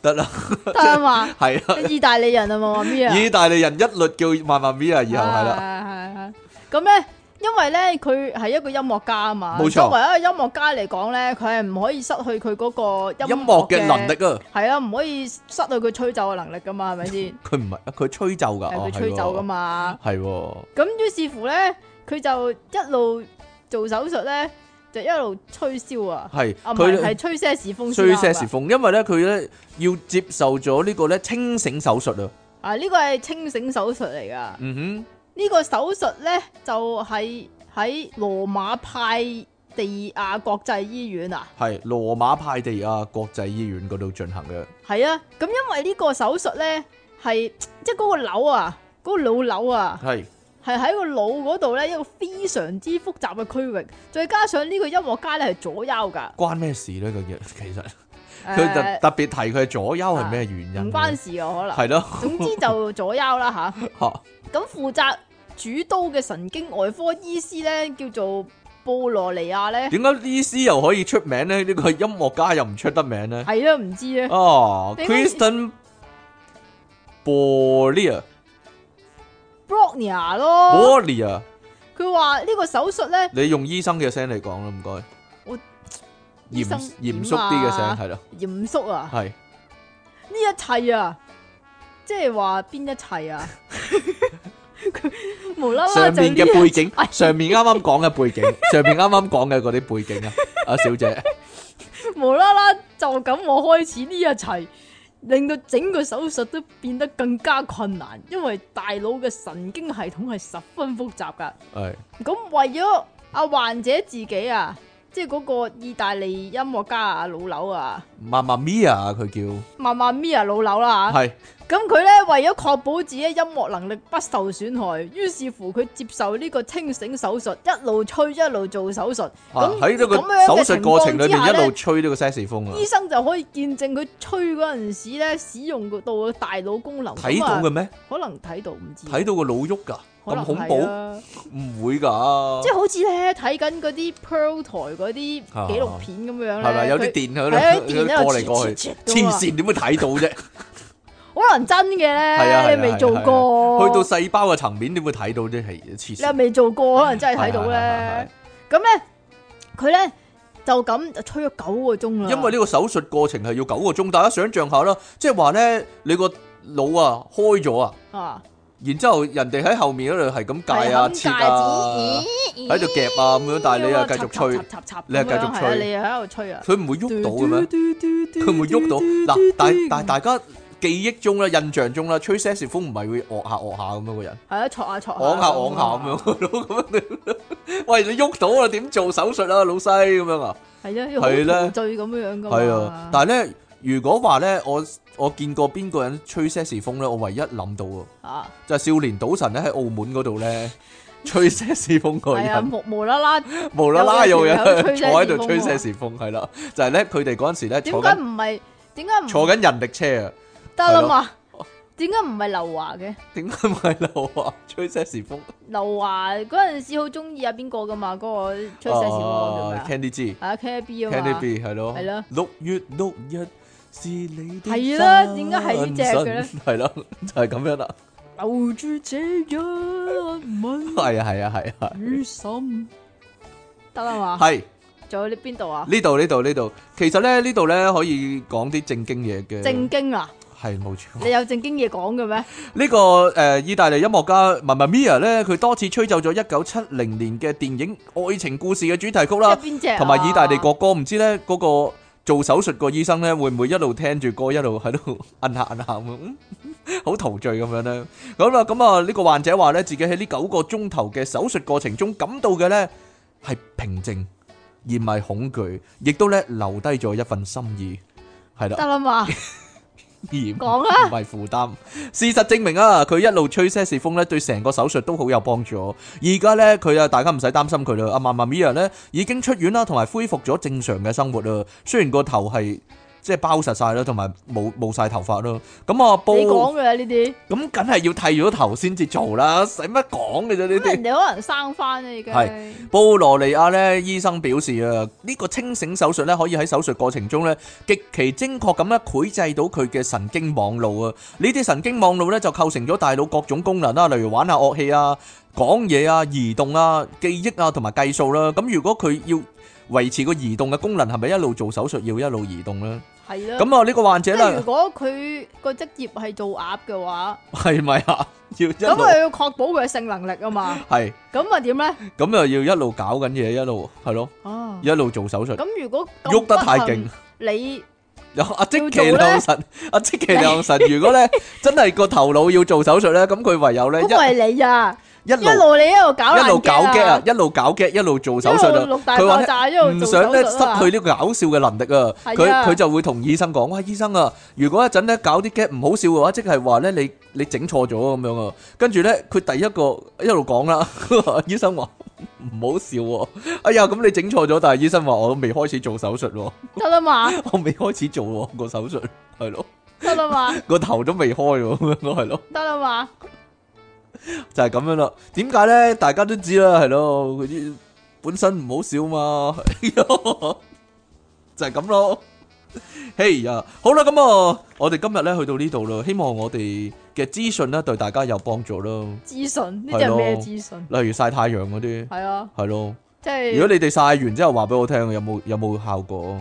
Speaker 1: 得啦，
Speaker 2: 得啊嘛，
Speaker 1: 係啦。
Speaker 2: 啲意大利人啊嘛，咩啊？
Speaker 1: 意大利人一律叫 Mamma Mia，以後係啦。
Speaker 2: 啦。係係係。咁咧，因為咧佢係一個音樂家啊嘛，
Speaker 1: 冇錯
Speaker 2: 作為一個音樂家嚟講咧，佢係唔可以失去佢嗰個
Speaker 1: 音
Speaker 2: 音
Speaker 1: 樂嘅能力。啊，
Speaker 2: 係啊，唔可以失去佢吹奏嘅能力噶嘛，係 咪先？
Speaker 1: 佢唔係啊佢吹奏噶，
Speaker 2: 係
Speaker 1: 哦
Speaker 2: 佢吹奏噶，嘛。
Speaker 1: 啊係喎
Speaker 2: 咁於是乎咧，佢就一路做手術咧，就一路吹簫啊。
Speaker 1: 係
Speaker 2: 啊，唔係，係
Speaker 1: 佢
Speaker 2: 吹些時風先
Speaker 1: 吹
Speaker 2: 啱啊。
Speaker 1: 些時風，因為咧佢咧要接受咗呢個咧清醒手術啊，
Speaker 2: 啊，呢個係清醒手術嚟噶。
Speaker 1: 嗯
Speaker 2: 呢個手術呢，就係喺羅馬派地亞國際醫院啊，
Speaker 1: 哼，係羅馬派地亞國際醫院嗰度進行嘅，
Speaker 2: 係啊，咁因為呢個手術呢，係即係嗰個瘤啊，嗰、個腦瘤啊，
Speaker 1: 係
Speaker 2: 係喺個腦嗰度呢，一個非常之複雜嘅區域，再加上呢個音樂家呢係左優噶，
Speaker 1: 關咩事咧？佢其實
Speaker 2: 誒
Speaker 1: 佢特特別提佢係左右係咩原因？
Speaker 2: 唔關事啊，可能，
Speaker 1: 係咯，
Speaker 2: 總之就左優啦吓。
Speaker 1: 嚇
Speaker 2: 咁負責主刀嘅神經外科醫師呢，叫做布羅尼亞呢，
Speaker 1: 點解呢師又可以出名咧？呢個音樂家又唔出得名咧？
Speaker 2: 係啦，啊唔知咧。
Speaker 1: 哦
Speaker 2: 你可以
Speaker 1: ，Kristen Bollier。
Speaker 2: Brognia 咯，
Speaker 1: Bolia，
Speaker 2: 佢話呢個手術咧
Speaker 1: 你用醫生嘅聲嚟講啦，唔該。
Speaker 2: 我醫
Speaker 1: 嚴
Speaker 2: 生
Speaker 1: 嚴肅啲嘅
Speaker 2: 點啊
Speaker 1: 聲係咯，
Speaker 2: 嚴肅啊，
Speaker 1: 係
Speaker 2: 呢一切啊，即係話邊一切啊？ 佢無啦啦
Speaker 1: 上
Speaker 2: 就呢
Speaker 1: 面
Speaker 2: 一
Speaker 1: 嘅背景
Speaker 2: 哎，
Speaker 1: 上面啱啱講嘅背 景，上面啱啱講嘅嗰啲背景啊，阿小姐
Speaker 2: 無啦啦就咁我開始呢一切，令到整個手術都變得更加困難，因為大腦嘅神經系統係十分複雜㗎。
Speaker 1: 係
Speaker 2: 咁為咗阿患者自己啊，即係嗰個意大利音樂家啊老柳啊，
Speaker 1: Mamma Mia 佢叫
Speaker 2: 慢慢咪啊老柳啦、啊、
Speaker 1: 係
Speaker 2: 咁佢咧為咗確保自己音樂能力不受損害，於是乎佢接受呢個清醒手術，一路吹一路做手術。
Speaker 1: 啊
Speaker 2: 咁
Speaker 1: 喺呢個
Speaker 2: 咁樣嘅
Speaker 1: 手術過程裏
Speaker 2: 情況之
Speaker 1: 邊
Speaker 2: 下
Speaker 1: 一路
Speaker 2: 呢
Speaker 1: 吹呢個 s 士風啊，
Speaker 2: 醫生就可以見證佢吹嗰陣時咧使用到嘅大腦功能。
Speaker 1: 睇
Speaker 2: 咁啊
Speaker 1: 到嘅咩？
Speaker 2: 可能睇到唔知，
Speaker 1: 睇到個腦喐㗎，
Speaker 2: 可
Speaker 1: 咁
Speaker 2: 能
Speaker 1: 恐
Speaker 2: 係
Speaker 1: 怖
Speaker 2: 啊
Speaker 1: 唔會㗎
Speaker 2: 即，係好似咧睇緊嗰啲 Pearl 台嗰啲紀錄片咁樣咧，
Speaker 1: 係咪有啲
Speaker 2: 佢
Speaker 1: 電
Speaker 2: 係啊
Speaker 1: 喺
Speaker 2: 啲電
Speaker 1: 度過
Speaker 2: 喺度
Speaker 1: 嚟過去？
Speaker 2: 切切切咁
Speaker 1: 黐
Speaker 2: 啊
Speaker 1: 線點會睇到 啫？
Speaker 2: 可能真嘅
Speaker 1: 係啊係啊
Speaker 2: 咧，你未做
Speaker 1: 係啊
Speaker 2: 過，
Speaker 1: 去到細胞嘅層面點會睇到啫？係黐
Speaker 2: 你又
Speaker 1: 線，
Speaker 2: 未做過，可能真係睇到
Speaker 1: 係係係
Speaker 2: 咧。咁咧，佢咧就咁就吹咗九個鐘啦。
Speaker 1: 因為呢個手術過程係要九個鐘，大家想象下啦，即係話咧你個腦啊開咗啊，
Speaker 2: 啊，
Speaker 1: 然之後人哋喺後面嗰度係咁戒啊
Speaker 2: 係咁
Speaker 1: 切
Speaker 2: 戒
Speaker 1: 啊，
Speaker 2: 指
Speaker 1: 喺度夾啊咁樣，但係你又繼續吹，
Speaker 2: 插插插插
Speaker 1: 你係繼續
Speaker 2: 咁樣
Speaker 1: 吹
Speaker 2: 係啊你又喺度吹啊，
Speaker 1: 佢唔會喐到嘅咩？
Speaker 2: 佢
Speaker 1: 佢唔會喐到嗱，但但大家記憶中啦、印象中啦，吹 s 士風唔係會惡下惡下咁樣個人。
Speaker 2: 係啊，戳下戳下，
Speaker 1: 昂下昂下咁，樣咯， 咁樣你喂你喐到啊？點做手術啊，老西咁樣啊？
Speaker 2: 係啊，
Speaker 1: 係
Speaker 2: 好
Speaker 1: 呢
Speaker 2: 陶醉咁樣樣噶嘛。
Speaker 1: 係啊，但係咧，如果話咧，我我見過邊個人吹 sexy 風咧，我唯一諗到啊，
Speaker 2: 啊，
Speaker 1: 就係少年賭神咧喺澳門嗰度 咧吹 sexy 風嗰個
Speaker 2: 係啊，
Speaker 1: 人，
Speaker 2: 無無啦啦，
Speaker 1: 無啦啦有人
Speaker 2: 有個
Speaker 1: 坐
Speaker 2: 條友
Speaker 1: 喺
Speaker 2: 吹 sexy
Speaker 1: 度吹
Speaker 2: 風喎
Speaker 1: sexy 風，係啦，就係咧佢哋嗰陣時咧
Speaker 2: 點
Speaker 1: 坐
Speaker 2: 解
Speaker 1: 緊
Speaker 2: 唔係？點解唔
Speaker 1: 坐緊人力車啊，
Speaker 2: 得啦嘛？點解唔係劉華嘅？
Speaker 1: 點解唔係流 啊？吹 sexy 風
Speaker 2: 劉華嗰陣時好中意啊邊個噶嘛？嗰個吹寫小嗰個叫咩
Speaker 1: 啊
Speaker 2: 啊？
Speaker 1: ，Candy G。
Speaker 2: 係啊，K.B. 啊
Speaker 1: Can it
Speaker 2: 嘛。
Speaker 1: be 係咯，
Speaker 2: 係咯
Speaker 1: 六月六日是你的
Speaker 2: 係啦點解係呢隻嘅咧
Speaker 1: 身？係咯，就係咁樣啦。
Speaker 2: 留住這一吻
Speaker 1: 係啊，係啊，係啊，
Speaker 2: 與心，得啦嘛？
Speaker 1: 係
Speaker 2: 仲有你邊度啊？
Speaker 1: 呢度呢度呢度。其實咧呢度咧可以講啲正經嘢嘅，
Speaker 2: 正經啊！
Speaker 1: 係冇錯。
Speaker 2: 你有正經嘢講嘅咩？
Speaker 1: 呢個誒意大利音樂家 Mamma Mia 咧，佢多次吹奏咗一九七零年嘅電影《愛情故事》嘅主題曲 啦，
Speaker 2: 即係邊隻啊？
Speaker 1: 同埋意大利國歌。唔知咧嗰個做手術個醫生咧，會唔會一路聽住歌一路喺度 摁下摁下咁樣，嗯好陶醉咁樣咧？咁啦，咁啊呢個患者話咧，自己喺呢九個鐘頭嘅手術過程中感到嘅咧係平靜，而唔係恐懼，亦都咧留低咗一份心意，係啦
Speaker 2: 得。啦嘛？
Speaker 1: 而唔
Speaker 2: 講啦
Speaker 1: 唔係負擔。事實證明啊，佢一路吹些士風咧，對成個手術都好有幫助。而家咧，佢啊，大家唔使擔心佢啦。阿嫲嫲 Mia 咧已經出院啦，同埋恢復咗正常嘅生活啦。雖然個頭係即係包實晒啦，同埋冇冇晒頭髮啦。咁啊，
Speaker 2: 你
Speaker 1: 布
Speaker 2: 講嘅呢啲，
Speaker 1: 咁梗係要剃咗頭先至做啦，使乜講嘅啫呢
Speaker 2: 咁
Speaker 1: 啲
Speaker 2: 人。哋可能生翻啦已經。
Speaker 1: 係布羅尼亞咧，醫生表示啊，呢、個清醒手術咧，可以喺手術過程中咧，極其精確咁咧繪製到佢嘅神經網路啊。呢啲神經網路咧就構成咗大腦各種功能啦，例如玩下樂器啊、講嘢啊、移動啊、記憶啊同埋計數啦。咁如果佢要維持個移動嘅功能，係咪一路做手術要一路移動咧？
Speaker 2: 係啦。
Speaker 1: 咁啊，呢個患
Speaker 2: 即
Speaker 1: 者
Speaker 2: 係如
Speaker 1: 咧
Speaker 2: 果佢個職業係做鴨嘅話，
Speaker 1: 係咪啊？要一
Speaker 2: 咁
Speaker 1: 路
Speaker 2: 佢要確保佢嘅性能力啊嘛。
Speaker 1: 係
Speaker 2: 咁啊點咧？
Speaker 1: 咁又要一路搞緊嘢，一路係咯，
Speaker 2: 啊！
Speaker 1: 一路做手術，
Speaker 2: 咁如果咁
Speaker 1: 喐得太
Speaker 2: 不
Speaker 1: 勁
Speaker 2: 幸。 你
Speaker 1: 有阿即
Speaker 2: 做
Speaker 1: 其
Speaker 2: 咧
Speaker 1: 亮神，阿即 其亮神，如果咧真係個頭腦要做手術咧，咁佢唯有咧
Speaker 2: 嗰個
Speaker 1: 一
Speaker 2: 係你啊，
Speaker 1: 一
Speaker 2: 一
Speaker 1: 路
Speaker 2: 路你一路搞
Speaker 1: 一路搞
Speaker 2: 嘅
Speaker 1: get 啊，，一路搞 get，一路做手術
Speaker 2: 一
Speaker 1: 啊，
Speaker 2: 路六大
Speaker 1: 佢話
Speaker 2: 爆
Speaker 1: 咧
Speaker 2: 炸，一路
Speaker 1: 唔
Speaker 2: 做
Speaker 1: 想
Speaker 2: 手
Speaker 1: 咧
Speaker 2: 術
Speaker 1: 失
Speaker 2: 啊嘛
Speaker 1: 去呢個搞笑嘅能力啊，佢
Speaker 2: 係啊
Speaker 1: 佢就會同醫生講：喂，醫生啊，如果一陣咧搞啲 get 唔好笑嘅話，即係話咧你你整錯咗咁樣啊，跟住咧佢第一個一路講啦， 醫生話唔好笑喎，哎呀咁你整錯咗，但係醫生話我未開始做手術喎，
Speaker 2: 得啦嘛，
Speaker 1: 我未開始做喎個手術，係咯。
Speaker 2: 得啦嘛，
Speaker 1: 個頭都未開喎，咁樣係 咯，
Speaker 2: 得啦嘛，
Speaker 1: 就係咁樣啦。點解咧？大家都知啦，係咯，佢啲本身唔好笑嘛， 係咯就係咁咯。嘿呀，好啦，咁啊，我哋今日咧去到呢度啦，希望我哋嘅資訊咧對大家有幫助咯，
Speaker 2: 資訊呢
Speaker 1: 係
Speaker 2: 啲係
Speaker 1: 咯
Speaker 2: 咩資訊？
Speaker 1: 例如曬太陽嗰啲，
Speaker 2: 係啊，
Speaker 1: 係咯。
Speaker 2: 即
Speaker 1: 如果
Speaker 2: 係
Speaker 1: 你哋曬完之後話俾我聽，有冇有冇效果？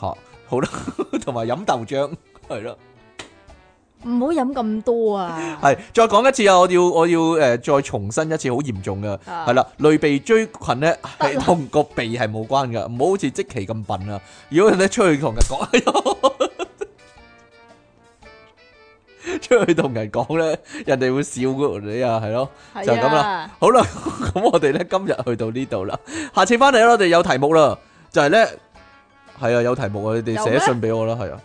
Speaker 1: 吓，好啦， 同埋飲豆漿，係咯。
Speaker 2: 唔好飲咁多啊，
Speaker 1: 系，再講一次啊！我要我要诶、呃再重申一次，好嚴重噶，
Speaker 2: 啊
Speaker 1: 係啦、類鼻疽菌咧係
Speaker 2: 得啦
Speaker 1: 同個鼻係冇關噶，唔好好似即期咁笨啊！如果你出去同人講， 出去同人講咧，人哋會笑你啊，係咯。
Speaker 2: 係
Speaker 1: 就係咁
Speaker 2: 啦，
Speaker 1: 好啦， 咁我哋咧今日去到呢度啦，下次翻嚟咧我哋有題目啦，就係咧係啊有題目啊，你哋
Speaker 2: 有
Speaker 1: 寫
Speaker 2: 咩
Speaker 1: 信俾我啦，係啊，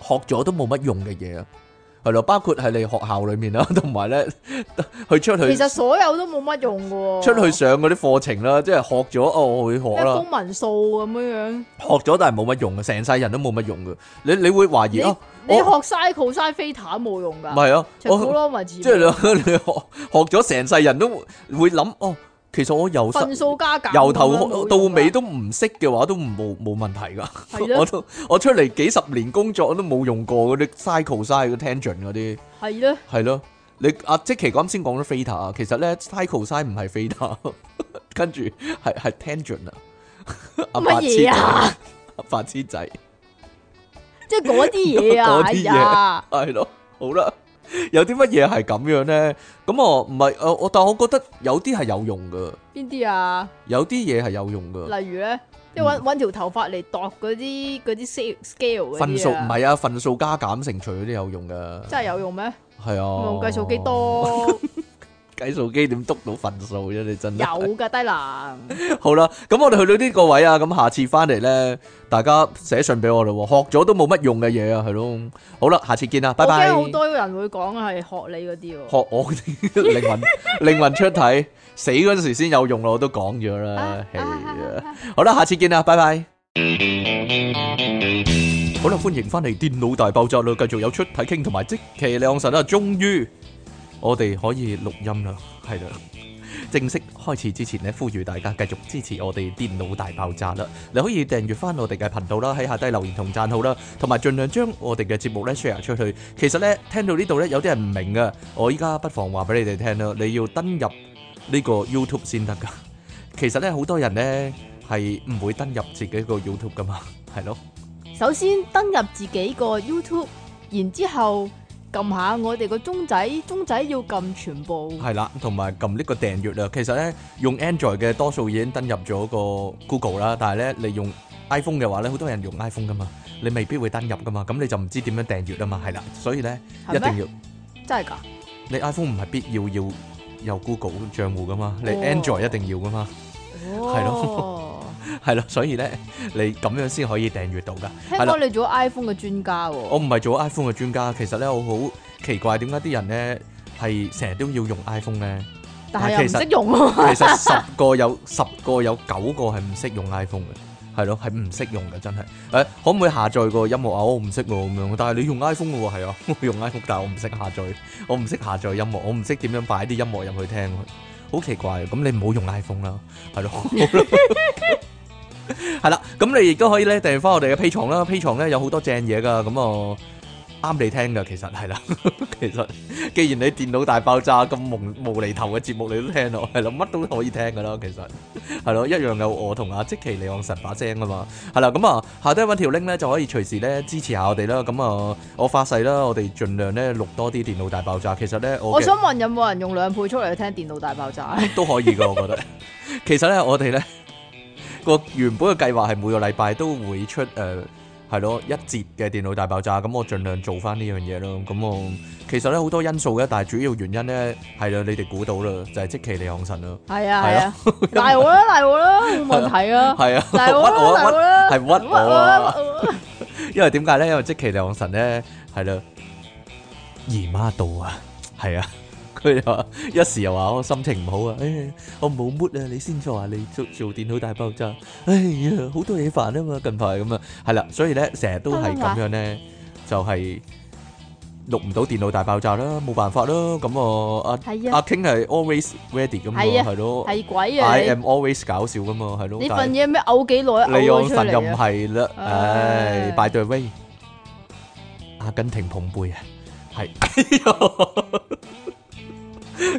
Speaker 1: 學咗都冇乜用嘅嘢啊，係咯，包括喺你學校裏面啦， 同埋咧去出去
Speaker 2: 其實所有都冇乜用嘅喎。
Speaker 1: 出去上嗰啲課程啦，即係學咗哦，我會學
Speaker 2: 咩
Speaker 1: 啦，
Speaker 2: 公民數咁樣樣，
Speaker 1: 學咗但係冇乜用嘅，成世人都冇乜用嘅，你你會懷疑
Speaker 2: 你
Speaker 1: 啊，
Speaker 2: 你
Speaker 1: 我
Speaker 2: 學 cycle 嘥飛塔冇用
Speaker 1: 唔
Speaker 2: 㗎，
Speaker 1: 係啊，
Speaker 2: 除
Speaker 1: 我
Speaker 2: 普。羅文字
Speaker 1: 即係你 你學學咗成世人都會諗哦，其實我由細
Speaker 2: 份數加減，
Speaker 1: 由
Speaker 2: 咁樣冇
Speaker 1: 頭
Speaker 2: 用
Speaker 1: 到
Speaker 2: 㗎
Speaker 1: 尾都唔識嘅話，都唔冇冇問題噶
Speaker 2: 係。咯
Speaker 1: 我都我出嚟幾十年工作都冇用過嗰啲 cycle side 嗰啲 tangent 嗰啲，
Speaker 2: 係咧，
Speaker 1: 係咯。你阿即奇啱先講咗 theta 啊，其實咧 cycle side 唔係 theta，跟 住係係 tangent 啊。阿白
Speaker 2: 乜
Speaker 1: 痴
Speaker 2: 嘢
Speaker 1: 仔，
Speaker 2: 啊
Speaker 1: 阿白痴仔。
Speaker 2: 即係嗰啲嘢啊，
Speaker 1: 嗰
Speaker 2: 哎
Speaker 1: 啲嘢
Speaker 2: 呀，
Speaker 1: 系咯，好啦，有啲乜嘢係咁樣咧？咁我唔係我我，但我覺得有啲係有用噶，
Speaker 2: 邊啲啊？
Speaker 1: 有啲嘢係有用噶。
Speaker 2: 例如咧，即
Speaker 1: 嗯
Speaker 2: 係揾揾條頭髮嚟度嗰啲嗰啲 scale scale 嗰啲啊
Speaker 1: 份數唔，係啊，份數加減乘除嗰啲有用噶，
Speaker 2: 真係有用咩？
Speaker 1: 係啊。
Speaker 2: 用計數機， 多
Speaker 1: 計數機點督到份數啫？你真係。
Speaker 2: 有㗎低能。
Speaker 1: 好啦，咁我哋去到呢個位啊，咁下次翻嚟咧，大家寫信俾我咯喎，學咗都冇乜用嘅嘢啊，係咯。好啦，下次見啦，拜拜。
Speaker 2: 我驚好多人會講係學你嗰啲喎。
Speaker 1: 學我嗰啲 靈魂靈魂出體，死嗰陣時先有用咯，我都講咗啦
Speaker 2: 啊。
Speaker 1: 係啊
Speaker 2: 啊，
Speaker 1: 好啦，下次見啦，拜拜。好啦，歡迎翻嚟《電腦大爆炸》啦，繼續有出體傾同埋即其兩神啦，終於我哋可以錄音啦，係啦。正式開始之前咧，呼籲大家繼續支持我哋《電腦大爆炸》啦！你可以訂閱翻我哋嘅頻道啦，喺下低留言同讚好啦，同埋盡量將我哋嘅節目咧 share 出去。其實咧，聽到呢度咧，有啲人唔明嘅，我依家不妨話俾你哋聽啦，你要登入呢個 YouTube 先得噶。 其實咧，好多人咧係唔會登入自己個 YouTube 噶嘛， 係咯，
Speaker 2: 首先登入自己個 YouTube，然之後撳下我哋個鐘仔，鐘仔要撳全部。
Speaker 1: 係啦，同埋撳呢個訂閱啦。其實咧，用 Android 嘅多數已經登入咗個 Google 啦，但係咧，你用 iPhone 嘅話咧，好多人用 iPhone 噶嘛，你未必會登入噶嘛，咁你就唔知點樣訂閱啊嘛，係啦，所以咧一
Speaker 2: 係
Speaker 1: 定
Speaker 2: 咩？
Speaker 1: 要。
Speaker 2: 真係㗎？
Speaker 1: 你 iPhone 唔係必要要有 Google 賬户噶嘛，你
Speaker 2: 哦
Speaker 1: Android 一定要噶嘛， 係
Speaker 2: 哦，
Speaker 1: 係啦，所以咧你咁樣先可以訂閱到噶。
Speaker 2: 聽
Speaker 1: 係啦
Speaker 2: 講你做 iPhone 嘅專家
Speaker 1: 我
Speaker 2: 喎。
Speaker 1: 唔係做 iPhone 嘅專家，其實咧我好奇怪點解啲人咧係成日都要用 iPhone 咧？但
Speaker 2: 但係又
Speaker 1: 其
Speaker 2: 唔
Speaker 1: 實
Speaker 2: 識用喎。
Speaker 1: 其實十個有十個有九個係唔識用 iPhone 嘅，係咯，係唔識用嘅，真係。誒、可唔可以下載個音樂啊？我唔識喎咁樣，但係你用 iPhone 嘅喎，係啊， 我用 iPhone，但係我唔識下載，我唔識下載音樂，我唔識點樣擺啲音樂入去聽，好奇怪。咁你唔好用 iPhone 啦，係咯。好啦係啦，咁你亦都可以咧訂翻我哋嘅 P 床啦，P 床咧有好多正嘢噶，咁啊啱你聽噶，其實係啦，其實。既然你電腦大爆炸咁無無厘頭嘅節目你都聽咯，係咯，乜都可以聽噶啦，其實係咯，一樣有我同阿即其李昂神把聲噶嘛，係啦，咁啊下低揾條 link 咧就可以隨時咧支持下我哋啦，咁啊我發誓啦，我哋盡量咧錄多啲電腦大爆 炸，其實咧我
Speaker 2: 我
Speaker 1: 嘅
Speaker 2: 想問有冇人用兩倍速嚟聽《電腦大 爆炸》？
Speaker 1: 都可以噶，我覺 得。其實咧我哋咧個原本嘅計劃係每個禮拜都會出誒。呃係咯，一節嘅電腦大爆炸，咁我盡量做翻呢樣嘢咯。咁我其實咧好多因素嘅，但係主要原因咧係啦，你哋估到啦，就係即其利昂神 啦，
Speaker 2: 係啊係啊，賴我 啦賴我啦，冇問題啊。
Speaker 1: 係啊，
Speaker 2: 賴我啦賴我啦，
Speaker 1: 屈我啊屈係屈我啊， 因為點解咧？因為即其利昂神咧係啦，姨媽到啊，係啊，佢哋話一時又話我心情唔好啊，唉，我冇 mood 啊，你先至話你做做電腦大爆炸，哎呀，好多嘢煩啊嘛，近排咁啊，係啦，所以咧成日都係咁樣咧，就係錄唔到電腦大爆炸啦，冇辦法啦，咁啊
Speaker 2: 係
Speaker 1: 阿阿
Speaker 2: 啊
Speaker 1: King 係 always ready 噶嘛，
Speaker 2: 係啊
Speaker 1: 係咯
Speaker 2: 係鬼啊
Speaker 1: I
Speaker 2: 你！
Speaker 1: am always 搞笑噶嘛，係咯，
Speaker 2: 你
Speaker 1: 但係
Speaker 2: 份嘢咩嘔 幾耐
Speaker 1: 利
Speaker 2: 嘔
Speaker 1: 昂
Speaker 2: 咗出
Speaker 1: 神又唔
Speaker 2: 嚟啊？
Speaker 1: 係啦，
Speaker 2: 唉
Speaker 1: 唉，by the way，阿根廷捧杯啊， 係，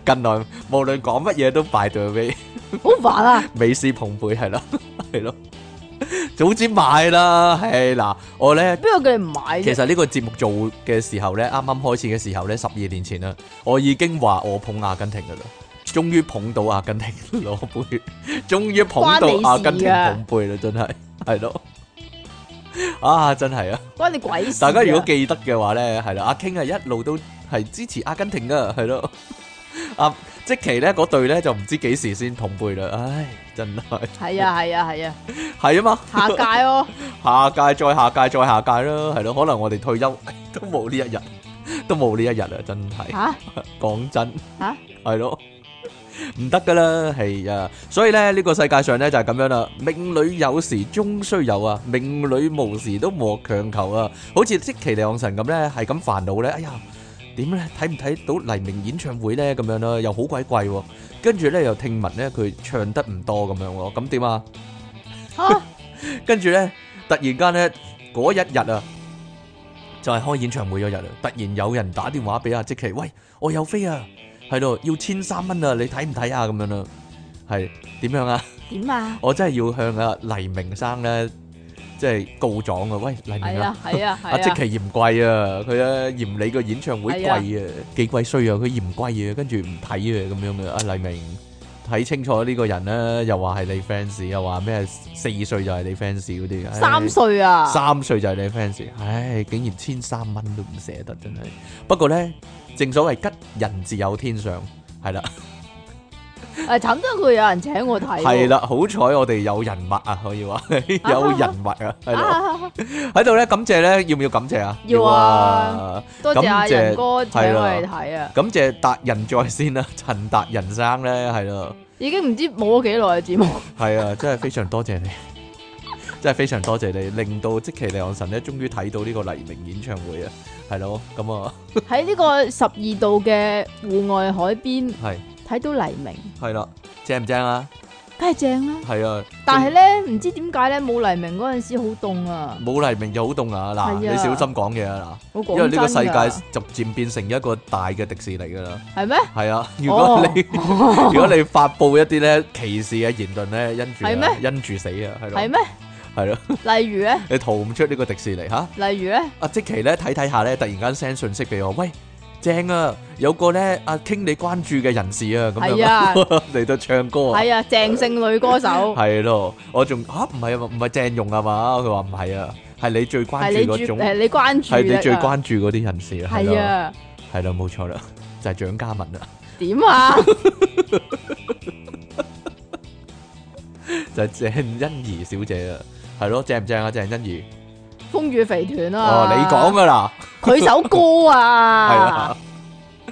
Speaker 1: 近來無論講乜嘢都 by the way，
Speaker 2: 好煩 啊！
Speaker 1: 美斯捧杯係啦， 係咯，早知買啦，係嗱，我咧。
Speaker 2: 邊個叫你唔買
Speaker 1: 其
Speaker 2: 啫？
Speaker 1: 實呢個節目做嘅時候呢，啱啱開始嘅時候呢，十二年前啦，我已經話我捧阿根廷噶啦，終於捧到阿根廷攞 杯，終於捧到阿根廷捧杯啦，真係係咯，啊，真係啊！
Speaker 2: 關你鬼事
Speaker 1: 大
Speaker 2: 啊！
Speaker 1: 家如果記得嘅話咧，係啦，阿 King 啊一路都係支持阿根廷噶，係咯。阿即奇咧嗰隊咧就唔知幾時先捧杯啦，唉，真係
Speaker 2: 係啊係啊係啊，
Speaker 1: 係啊嘛，
Speaker 2: 下屆咯，
Speaker 1: 下屆再下屆再下屆啦，係咯，可能我哋退休哎都冇呢一日，都冇呢一日啦，真係
Speaker 2: 吓
Speaker 1: 講真
Speaker 2: 吓
Speaker 1: 係咯。唔得噶啦，係啊，所以咧呢、個世界上咧就係咁樣啦，命裏有時終須有啊，命裏無時都莫強求啊，好似即其利昂神咁咧，係咁煩惱咧，哎呀點咧睇唔睇到黎明演唱會咧咁樣啦，又好鬼貴喎，跟住咧又聽聞咧佢唱得唔多咁樣喎，咁點啊？
Speaker 2: 吓
Speaker 1: 跟住咧，突然間咧，嗰一日啊，就係、開演唱會嗰日啊，突然有人打電話俾阿即奇，喂，我有飛啊，係咯，要千三蚊啊，你睇唔睇啊？咁樣啦，係點樣啊？
Speaker 2: 點啊？
Speaker 1: 我真係要向阿黎明生咧，即係告狀啊！喂，黎明
Speaker 2: 係
Speaker 1: 啊！
Speaker 2: 啊係啊
Speaker 1: 阿即
Speaker 2: 係啊，
Speaker 1: 奇嫌貴啊，佢咧嫌你個演唱會貴啊，幾貴衰啊，佢嫌貴啊，跟住唔睇啊咁樣嘅。阿黎明睇清楚呢個人咧，又話係你 fans，又話咩四歲就係你 fans 嗰啲，唉
Speaker 2: 三歲啊，
Speaker 1: 三歲就係你 fans，唉，竟然千三蚊都唔捨得，真係。不過咧，正所謂吉人自有天相，係啦，
Speaker 2: 誒慘得佢有人請我睇喎，
Speaker 1: 係啦，好彩我哋有人脈啊， 可以話有人脈啊，係啦，
Speaker 2: 啊，
Speaker 1: 喺度咧感謝咧，要唔要感謝啊？
Speaker 2: 要啊。多謝阿
Speaker 1: 感謝
Speaker 2: 仁哥請
Speaker 1: 係
Speaker 2: 我
Speaker 1: 啦
Speaker 2: 嚟睇啊，
Speaker 1: 感謝達人在先啦，陳達人生咧，係咯，
Speaker 2: 已經唔知冇咗幾耐嘅節目，
Speaker 1: 係啊，真係非常多謝你，真係非常多謝你，令到即其利昂神咧，終於睇到呢個黎明演唱會啊，係咯，咁啊，
Speaker 2: 喺呢個十二度嘅戶外海邊
Speaker 1: 係
Speaker 2: 睇到黎明，
Speaker 1: 係啦，正唔正啊？
Speaker 2: 梗係正啦。
Speaker 1: 係啊，
Speaker 2: 但係咧，唔知點解咧，冇黎明嗰陣時好凍啊！
Speaker 1: 冇黎明就好凍啊！嗱，
Speaker 2: 係啊
Speaker 1: 你小心講嘢啊！
Speaker 2: 我講
Speaker 1: 嗱，因為呢個世
Speaker 2: 真㗎
Speaker 1: 界逐漸變成一個大嘅迪士尼㗎啦，
Speaker 2: 係咩？
Speaker 1: 係啊， 如果你如果你發布一啲咧歧視嘅言論咧，因住啊
Speaker 2: 係咩
Speaker 1: 因住死啊，係咯，
Speaker 2: 係咩？
Speaker 1: 係咯，
Speaker 2: 例如咧，
Speaker 1: 你逃唔出呢個迪士尼嚇。
Speaker 2: 例如咧，
Speaker 1: 阿即奇咧睇睇下咧，突然間 send 信息俾我，喂，正啊，有個咧阿傾你關注嘅人士啊，咁
Speaker 2: 係啊
Speaker 1: 樣 嚟到唱歌啊，
Speaker 2: 係啊，鄭姓女歌手
Speaker 1: 係咯，我仲吓唔係啊，唔係鄭融啊嘛，佢話唔係啊，係你最關
Speaker 2: 係
Speaker 1: 注
Speaker 2: 你
Speaker 1: 嗰
Speaker 2: 注
Speaker 1: 種，
Speaker 2: 係你關注
Speaker 1: 係你最
Speaker 2: 啊
Speaker 1: 關注嗰啲人士啊，係
Speaker 2: 係
Speaker 1: 啦，
Speaker 2: 啊？
Speaker 1: 係啦，冇錯啦， 就係蔣嘉文啦，
Speaker 2: 點啊？
Speaker 1: 就係鄭欣宜小姐啊，係咯，正唔正啊？鄭欣宜，
Speaker 2: 風雨肥團
Speaker 1: 哦
Speaker 2: 啊！，
Speaker 1: 你講噶啦。
Speaker 2: 佢首歌
Speaker 1: 系
Speaker 2: 啊
Speaker 1: 啦，，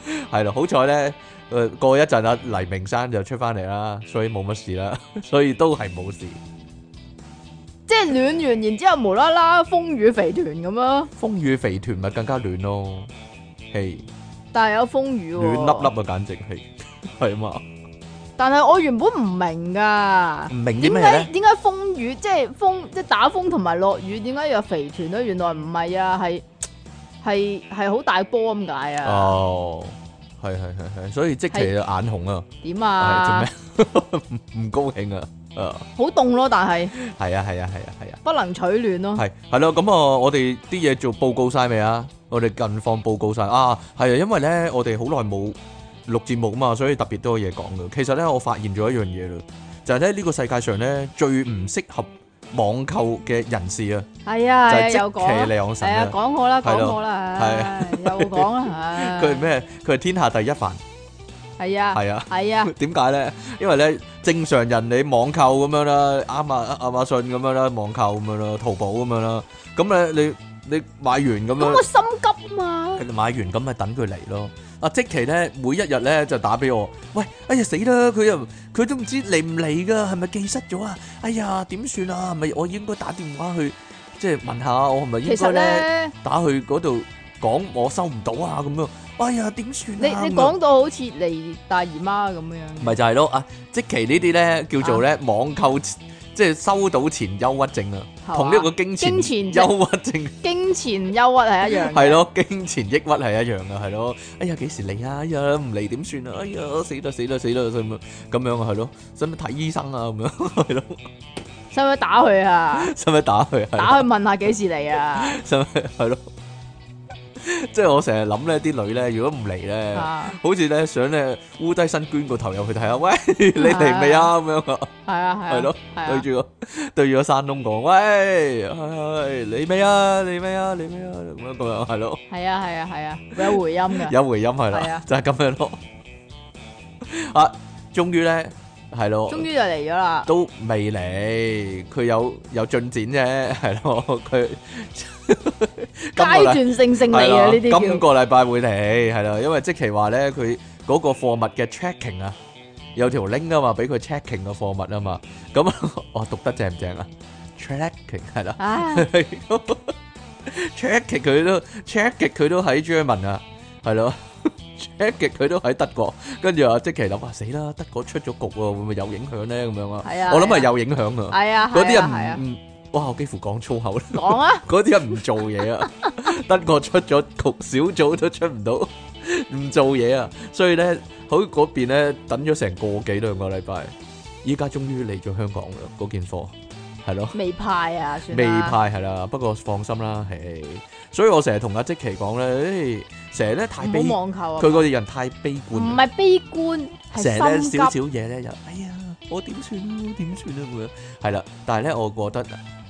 Speaker 1: 系啦，好彩咧，诶，过一陣啊，黎明山就出翻嚟啦，所以冇乜事啦， 所以都係冇事。
Speaker 2: 即係暖完，然之後無啦啦風雨肥團咁咯，
Speaker 1: 風雨肥團咪更加暖咯，係
Speaker 2: 但係有風雨
Speaker 1: 暖
Speaker 2: 喎。
Speaker 1: 粒粒啊，簡直係 係啊嘛，
Speaker 2: 但係我原本唔明㗎。
Speaker 1: 唔明啲
Speaker 2: 點
Speaker 1: 咩
Speaker 2: 解
Speaker 1: 咧？
Speaker 2: 點解風雨即係風即係打風同埋落雨，點解要有肥團咧？原來唔係啊，係係係好大波咁解啊？
Speaker 1: 哦，係係係係，所以即期就眼紅啊，
Speaker 2: 點
Speaker 1: 係
Speaker 2: 啊？
Speaker 1: 做 咩唔高興啊？啊，
Speaker 2: 好凍咯，但係
Speaker 1: 係啊係啊係啊係啊，
Speaker 2: 不能取暖咯。
Speaker 1: 係係咯，咁啊，我哋啲嘢做報告晒未啊？我哋近況報告晒啊，係啊，因為咧我哋好耐冇錄節目啊嘛，所以特別多嘢講嘅。其實咧，我發現咗一樣嘢啦，就係咧呢個世界上咧最唔適合網購嘅人士啊，
Speaker 2: 係
Speaker 1: 就
Speaker 2: 啊，
Speaker 1: 係即
Speaker 2: 又
Speaker 1: 其
Speaker 2: 講
Speaker 1: 利昂神
Speaker 2: 係啊，
Speaker 1: 啊，
Speaker 2: 講我啦，
Speaker 1: 係咯
Speaker 2: 講我啦，唉又講 啦，唉
Speaker 1: 佢係咩？佢係天下第一凡，
Speaker 2: 係啊，
Speaker 1: 係啊。
Speaker 2: 係啊，
Speaker 1: 點解咧？因為咧正常人你網購咁樣啦，亞馬亞馬遜咁樣啦，網購咁樣啦，淘寶咁樣啦，咁咧你你買完咁啊樣
Speaker 2: 咁。我心急嘛，
Speaker 1: 買完咁咪等佢嚟咯。阿即奇咧，每一日咧就打俾我，喂，哎呀死啦！佢又佢都唔知嚟唔嚟噶，係咪記失咗啊？哎呀，點算啊？係咪我應該打電話去，即係問下我係咪應
Speaker 2: 其實
Speaker 1: 該咧
Speaker 2: 咧，
Speaker 1: 打去嗰度講我收唔到啊？咁樣，哎呀，點算
Speaker 2: 你
Speaker 1: 啊？
Speaker 2: 你
Speaker 1: 咁樣
Speaker 2: 講到好似嚟大姨媽咁樣，
Speaker 1: 咪就係咯，啊，即期呢啲咧叫做咧網購，即係收到前憂鬱症啊，
Speaker 2: 係嘛
Speaker 1: 同呢個經前
Speaker 2: 經前
Speaker 1: 憂鬱症。
Speaker 2: 經前憂鬱係 一樣嘅，
Speaker 1: 係咯，經前抑鬱係一樣嘅，係咯。哎呀，幾時嚟啊？哎呀，唔嚟點算啊？哎呀，死啦死啦死啦咁樣咁樣啊，係咯。使唔使睇醫生啊？ 咁樣係咯，
Speaker 2: 使唔使打佢啊？
Speaker 1: 使唔使打佢？係咯
Speaker 2: 打去問下幾時嚟啊？
Speaker 1: 使唔使係咯？即係我成日諗咧，啲女咧如果唔嚟咧，
Speaker 2: 啊，
Speaker 1: 好似咧想咧烏低身捐個頭入去睇下， 喂你嚟未啊咁樣啊，
Speaker 2: 係啊，係啊，
Speaker 1: 係咯，
Speaker 2: 係
Speaker 1: 對
Speaker 2: 啊，
Speaker 1: 住個對住個山窿講，喂唉你未啊你未啊你未啊咁樣咁樣係咯，
Speaker 2: 係啊，係啊，係啊，會有回音嘅，
Speaker 1: 有回音係
Speaker 2: 係
Speaker 1: 啦
Speaker 2: 啊，
Speaker 1: 就係咁樣咯。啊，終於咧係咯，
Speaker 2: 終於就嚟咗啦，
Speaker 1: 都未嚟，佢有有進展啫，係咯，佢 今個
Speaker 2: 階
Speaker 1: 禮
Speaker 2: 段性勝利啊，
Speaker 1: 係啦
Speaker 2: 呢啲
Speaker 1: 今
Speaker 2: 叫
Speaker 1: 個禮拜會嚟，係啦，因為即期話咧，佢嗰個貨物嘅 tracking 啊，有條 link 啊嘛，俾佢 tracking 嘅貨物啊嘛，咁我讀得正唔正啊？tracking 係 啦
Speaker 2: 啊，
Speaker 1: ，check 極佢都 check 極佢都喺 German 啊，係 咯。check 極佢都喺德國，跟住啊，即期諗啊，死啦！德國出咗局喎，會唔會有影響咧？咁樣啊，
Speaker 2: 係啊
Speaker 1: 我諗係
Speaker 2: 係啊
Speaker 1: 有影響啊。
Speaker 2: 係 啊，
Speaker 1: 嗰啲
Speaker 2: 係啊係啊
Speaker 1: 人唔唔，哇！我幾乎講粗口啦。
Speaker 2: 講啊，
Speaker 1: 嗰啲人唔做 嘢啊，德國出咗局，小組都出唔到，唔做嘢啊，所以咧，喺嗰邊咧等咗成個幾兩個禮拜，依家終於嚟咗香港啦，嗰件貨係咯，
Speaker 2: 未派啊，算
Speaker 1: 未
Speaker 2: 啦，
Speaker 1: 派係啦，不過放心啦，係，所以我成日同阿即奇講咧，誒成日咧太悲
Speaker 2: 唔，好妄求啊，
Speaker 1: 佢個人太悲
Speaker 2: 唔
Speaker 1: 觀啊，
Speaker 2: 係悲觀，
Speaker 1: 成日
Speaker 2: 係
Speaker 1: 咧
Speaker 2: 心急
Speaker 1: 少，少嘢咧就，哎呀，我點算啊，點算啊咁樣，係啦，但係咧，我覺得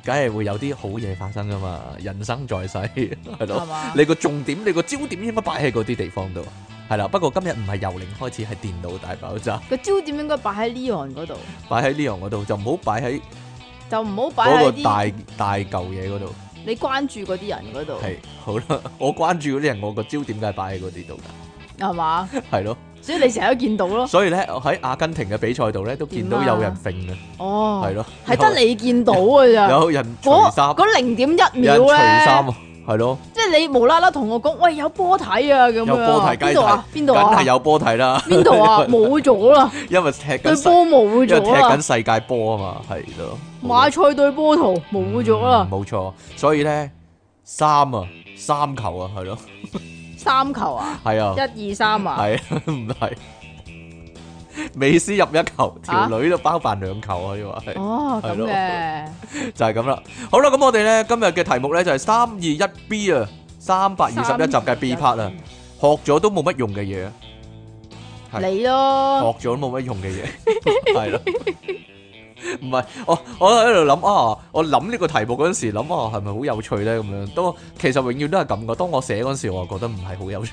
Speaker 1: 梗係會有啲好嘢發生噶嘛，人生在世 係咯
Speaker 2: 係。嘛？
Speaker 1: 你個重點，你個焦點應該擺喺嗰啲地方度。係啦，不過今日唔係由零開始，係電腦大爆炸，
Speaker 2: 個焦點應該擺喺 Leon 嗰度，
Speaker 1: 擺喺呢樣嗰度，就唔好擺喺
Speaker 2: 就唔好擺
Speaker 1: 嗰
Speaker 2: 喺
Speaker 1: 個大
Speaker 2: 啲
Speaker 1: 大嚿嘢嗰度。
Speaker 2: 你關注嗰啲人嗰度，
Speaker 1: 係好啦， 我關注嗰啲人，我個焦點梗係擺喺嗰啲度㗎，
Speaker 2: 係嘛？
Speaker 1: 係咯。
Speaker 2: 所以你成日都見到咯，
Speaker 1: 所以咧，我喺阿根廷嘅比賽度咧，都見到
Speaker 2: 點啊
Speaker 1: 有人揈啊，
Speaker 2: 哦，
Speaker 1: 係咯，
Speaker 2: 係得你啊見到嘅咋。
Speaker 1: 有人除
Speaker 2: 嗰
Speaker 1: 衫，
Speaker 2: 嗰零點一
Speaker 1: 有
Speaker 2: 秒
Speaker 1: 人除衫啊，
Speaker 2: 咧，
Speaker 1: 係咯，
Speaker 2: 即係你無啦啦同我講，喂有波睇啊咁樣，
Speaker 1: 有波睇
Speaker 2: 邊度啊？邊度
Speaker 1: 梗
Speaker 2: 啊
Speaker 1: 係？有波睇啦，
Speaker 2: 邊度啊？冇咗啦，
Speaker 1: 因為踢
Speaker 2: 對
Speaker 1: 緊世，
Speaker 2: 波冇
Speaker 1: 因為踢
Speaker 2: 咗啊啦
Speaker 1: 緊，世界波啊嘛，係咯。
Speaker 2: 馬賽對波圖冇咗啦
Speaker 1: 嗯，冇錯，所以咧三啊，三球啊，係咯，
Speaker 2: 三球啊，
Speaker 1: 係啊，
Speaker 2: 一二三啊，
Speaker 1: 係啊 唔係？美斯入一球，條女都包辦兩球可以話係，
Speaker 2: 啊哦咁
Speaker 1: 係咯
Speaker 2: 嘅，
Speaker 1: 就係咁啦。好啦，咁我哋咧今日嘅題目咧就係三二一 B 啊，三百二十一集嘅 B part
Speaker 2: 嗯
Speaker 1: 啊，學咗都冇乜用嘅嘢，係哦
Speaker 2: 你咯，
Speaker 1: 學咗都冇乜用嘅嘢， 係咯。唔係，我我喺度諗啊，我諗呢個題目嗰陣時諗啊，係咪好有趣咧？咁樣都其實永遠都係咁噶。當我寫嗰陣時，我就覺得唔係好有趣。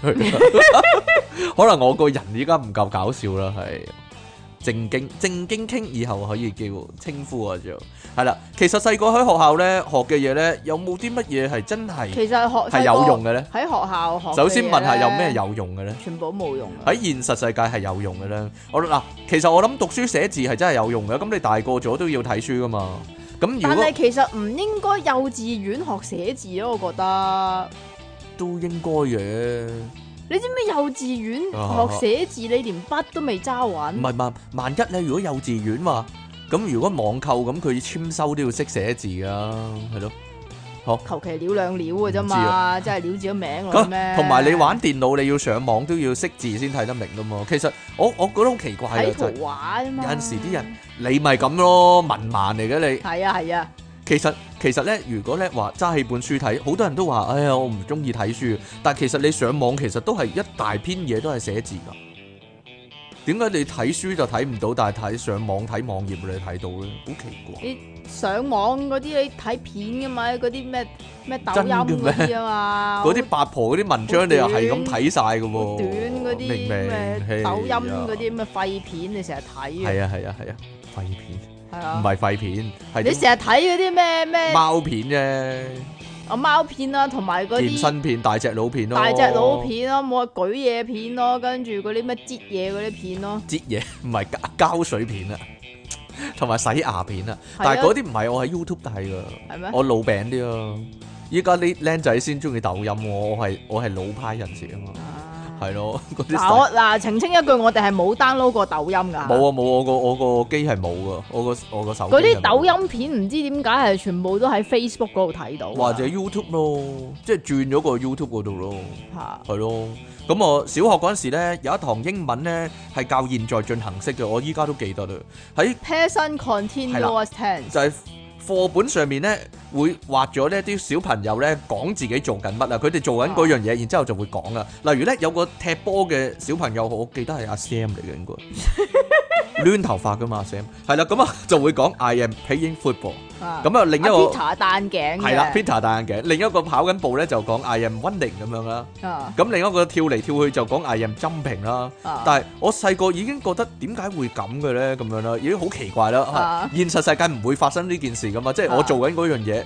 Speaker 1: 可能我個人依家唔夠搞笑啦，係正經正經傾，以後可以叫稱呼我做係啦。其實細個喺學校咧學嘅嘢咧，有冇啲乜嘢係真係
Speaker 2: 其實學
Speaker 1: 係有用嘅咧？
Speaker 2: 喺學校學，
Speaker 1: 首先問下有咩？有用嘅咧？
Speaker 2: 全部都冇用啊，
Speaker 1: 喺現實世界係有用嘅咧。我嗱，其實我諗讀書寫字係真係有用嘅。咁你大個咗都要睇書噶嘛。咁如
Speaker 2: 但
Speaker 1: 果
Speaker 2: 係其實唔應該幼稚園學寫字咯，我覺得。
Speaker 1: 都應該嘅，
Speaker 2: 你知唔知幼稚園
Speaker 1: 啊
Speaker 2: 學寫字，你連筆都未揸
Speaker 1: 唔
Speaker 2: 穩？
Speaker 1: 係萬萬一咧，如果幼稚園話，咁如果網購咁，佢簽收都要識寫字㗎，係咯。
Speaker 2: 求其撩兩撩嘅啫
Speaker 1: 唔知啊
Speaker 2: 嘛，真係撩自己名落去咩？
Speaker 1: 咁同埋你玩電腦，你要上網都要識字先睇得明㗎嘛。其實我我覺得好奇怪
Speaker 2: 睇
Speaker 1: 嘅，
Speaker 2: 圖
Speaker 1: 就係
Speaker 2: 畫啊嘛。
Speaker 1: 有陣時啲人你咪咁咯，文盲嚟嘅你。
Speaker 2: 係啊係啊，
Speaker 1: 其實其實咧，如果咧話揸起本書睇，好多人都話：哎呀，我唔中意睇書。但其實你上網其實都係一大篇嘢都係寫字㗎。點解你睇書就睇唔到，但係睇上網睇網頁你睇到咧？好奇
Speaker 2: 上網嗰啲你睇片噶嘛，嗰啲咩咩抖
Speaker 1: 真
Speaker 2: 音
Speaker 1: 嘅咩
Speaker 2: 嗰啲啊嘛，
Speaker 1: 怪！嗰啲八婆嗰啲文章你又係咁睇晒㗎
Speaker 2: 好
Speaker 1: 喎，
Speaker 2: 短嗰啲
Speaker 1: 哦明
Speaker 2: 咩
Speaker 1: 明
Speaker 2: 抖音嗰啲咩廢片，你成日睇
Speaker 1: 係
Speaker 2: 嘅，
Speaker 1: 啊係啊係啊，廢片
Speaker 2: 係
Speaker 1: 唔
Speaker 2: 啊，
Speaker 1: 係廢片，係
Speaker 2: 你
Speaker 1: 啲
Speaker 2: 成日睇嗰啲咩咩
Speaker 1: 貓片啫，
Speaker 2: 啊貓片啦，同埋嗰
Speaker 1: 健
Speaker 2: 啲。
Speaker 1: 身片、大隻佬片咯，
Speaker 2: 大隻佬片咯，冇啊舉嘢片咯，跟住嗰啲咩擠嘢嗰啲片咯，
Speaker 1: 擠嘢， 唔係膠膠水片啊， 同埋洗牙片啊。
Speaker 2: 係啊
Speaker 1: 但係嗰啲唔係我喺 YouTube 睇噶，
Speaker 2: 係咩？
Speaker 1: 我老餅啲啊。依家啲僆仔先中意抖音喎，我係我係老派人士啊嘛，
Speaker 2: 啊
Speaker 1: 係咯 嗰啲
Speaker 2: 嗱
Speaker 1: 細
Speaker 2: 我嗱澄清一句，我哋係冇 download 過抖音
Speaker 1: 冇
Speaker 2: 噶，
Speaker 1: 啊冇我個我個機係冇噶，我個我個手機
Speaker 2: 嗰啲
Speaker 1: 係冇
Speaker 2: 抖音片唔知點解係全部都喺 Facebook 嗰度睇到㗎，
Speaker 1: 或者 YouTube 咯，即係轉咗個 YouTube 嗰度咯，
Speaker 2: 嚇
Speaker 1: 係咯。咁我小學嗰陣時咧有一堂英文咧係教現在進行式嘅，我依家都記得啦，喺
Speaker 2: present continuous tense
Speaker 1: 就係課本上面咧會畫咗呢啲小朋友咧講自己做緊乜啊，佢哋做緊嗰樣嘢，然之後就會講啊。例如咧有個踢波嘅小朋友，我記得係阿 Sam 嚟嘅應該，攣頭髮噶嘛阿 Sam，係啦，咁啊就會講 I am playing football。
Speaker 2: 咁
Speaker 1: 咁啊另一個
Speaker 2: Peter 戴眼鏡嘅
Speaker 1: 係啦，Peter 戴眼鏡，另一個跑緊步咧就講 I am running 咁樣啦。
Speaker 2: 啊
Speaker 1: 咁另一個跳嚟跳去就講 I am jumping 啦。
Speaker 2: 啊
Speaker 1: 但係我細個已經覺得點解會咁嘅咧？咁樣啦，已經好奇怪啦。
Speaker 2: 啊
Speaker 1: 現實世界唔會發生呢件事噶嘛，即係我
Speaker 2: 啊
Speaker 1: 做緊嗰樣嘢，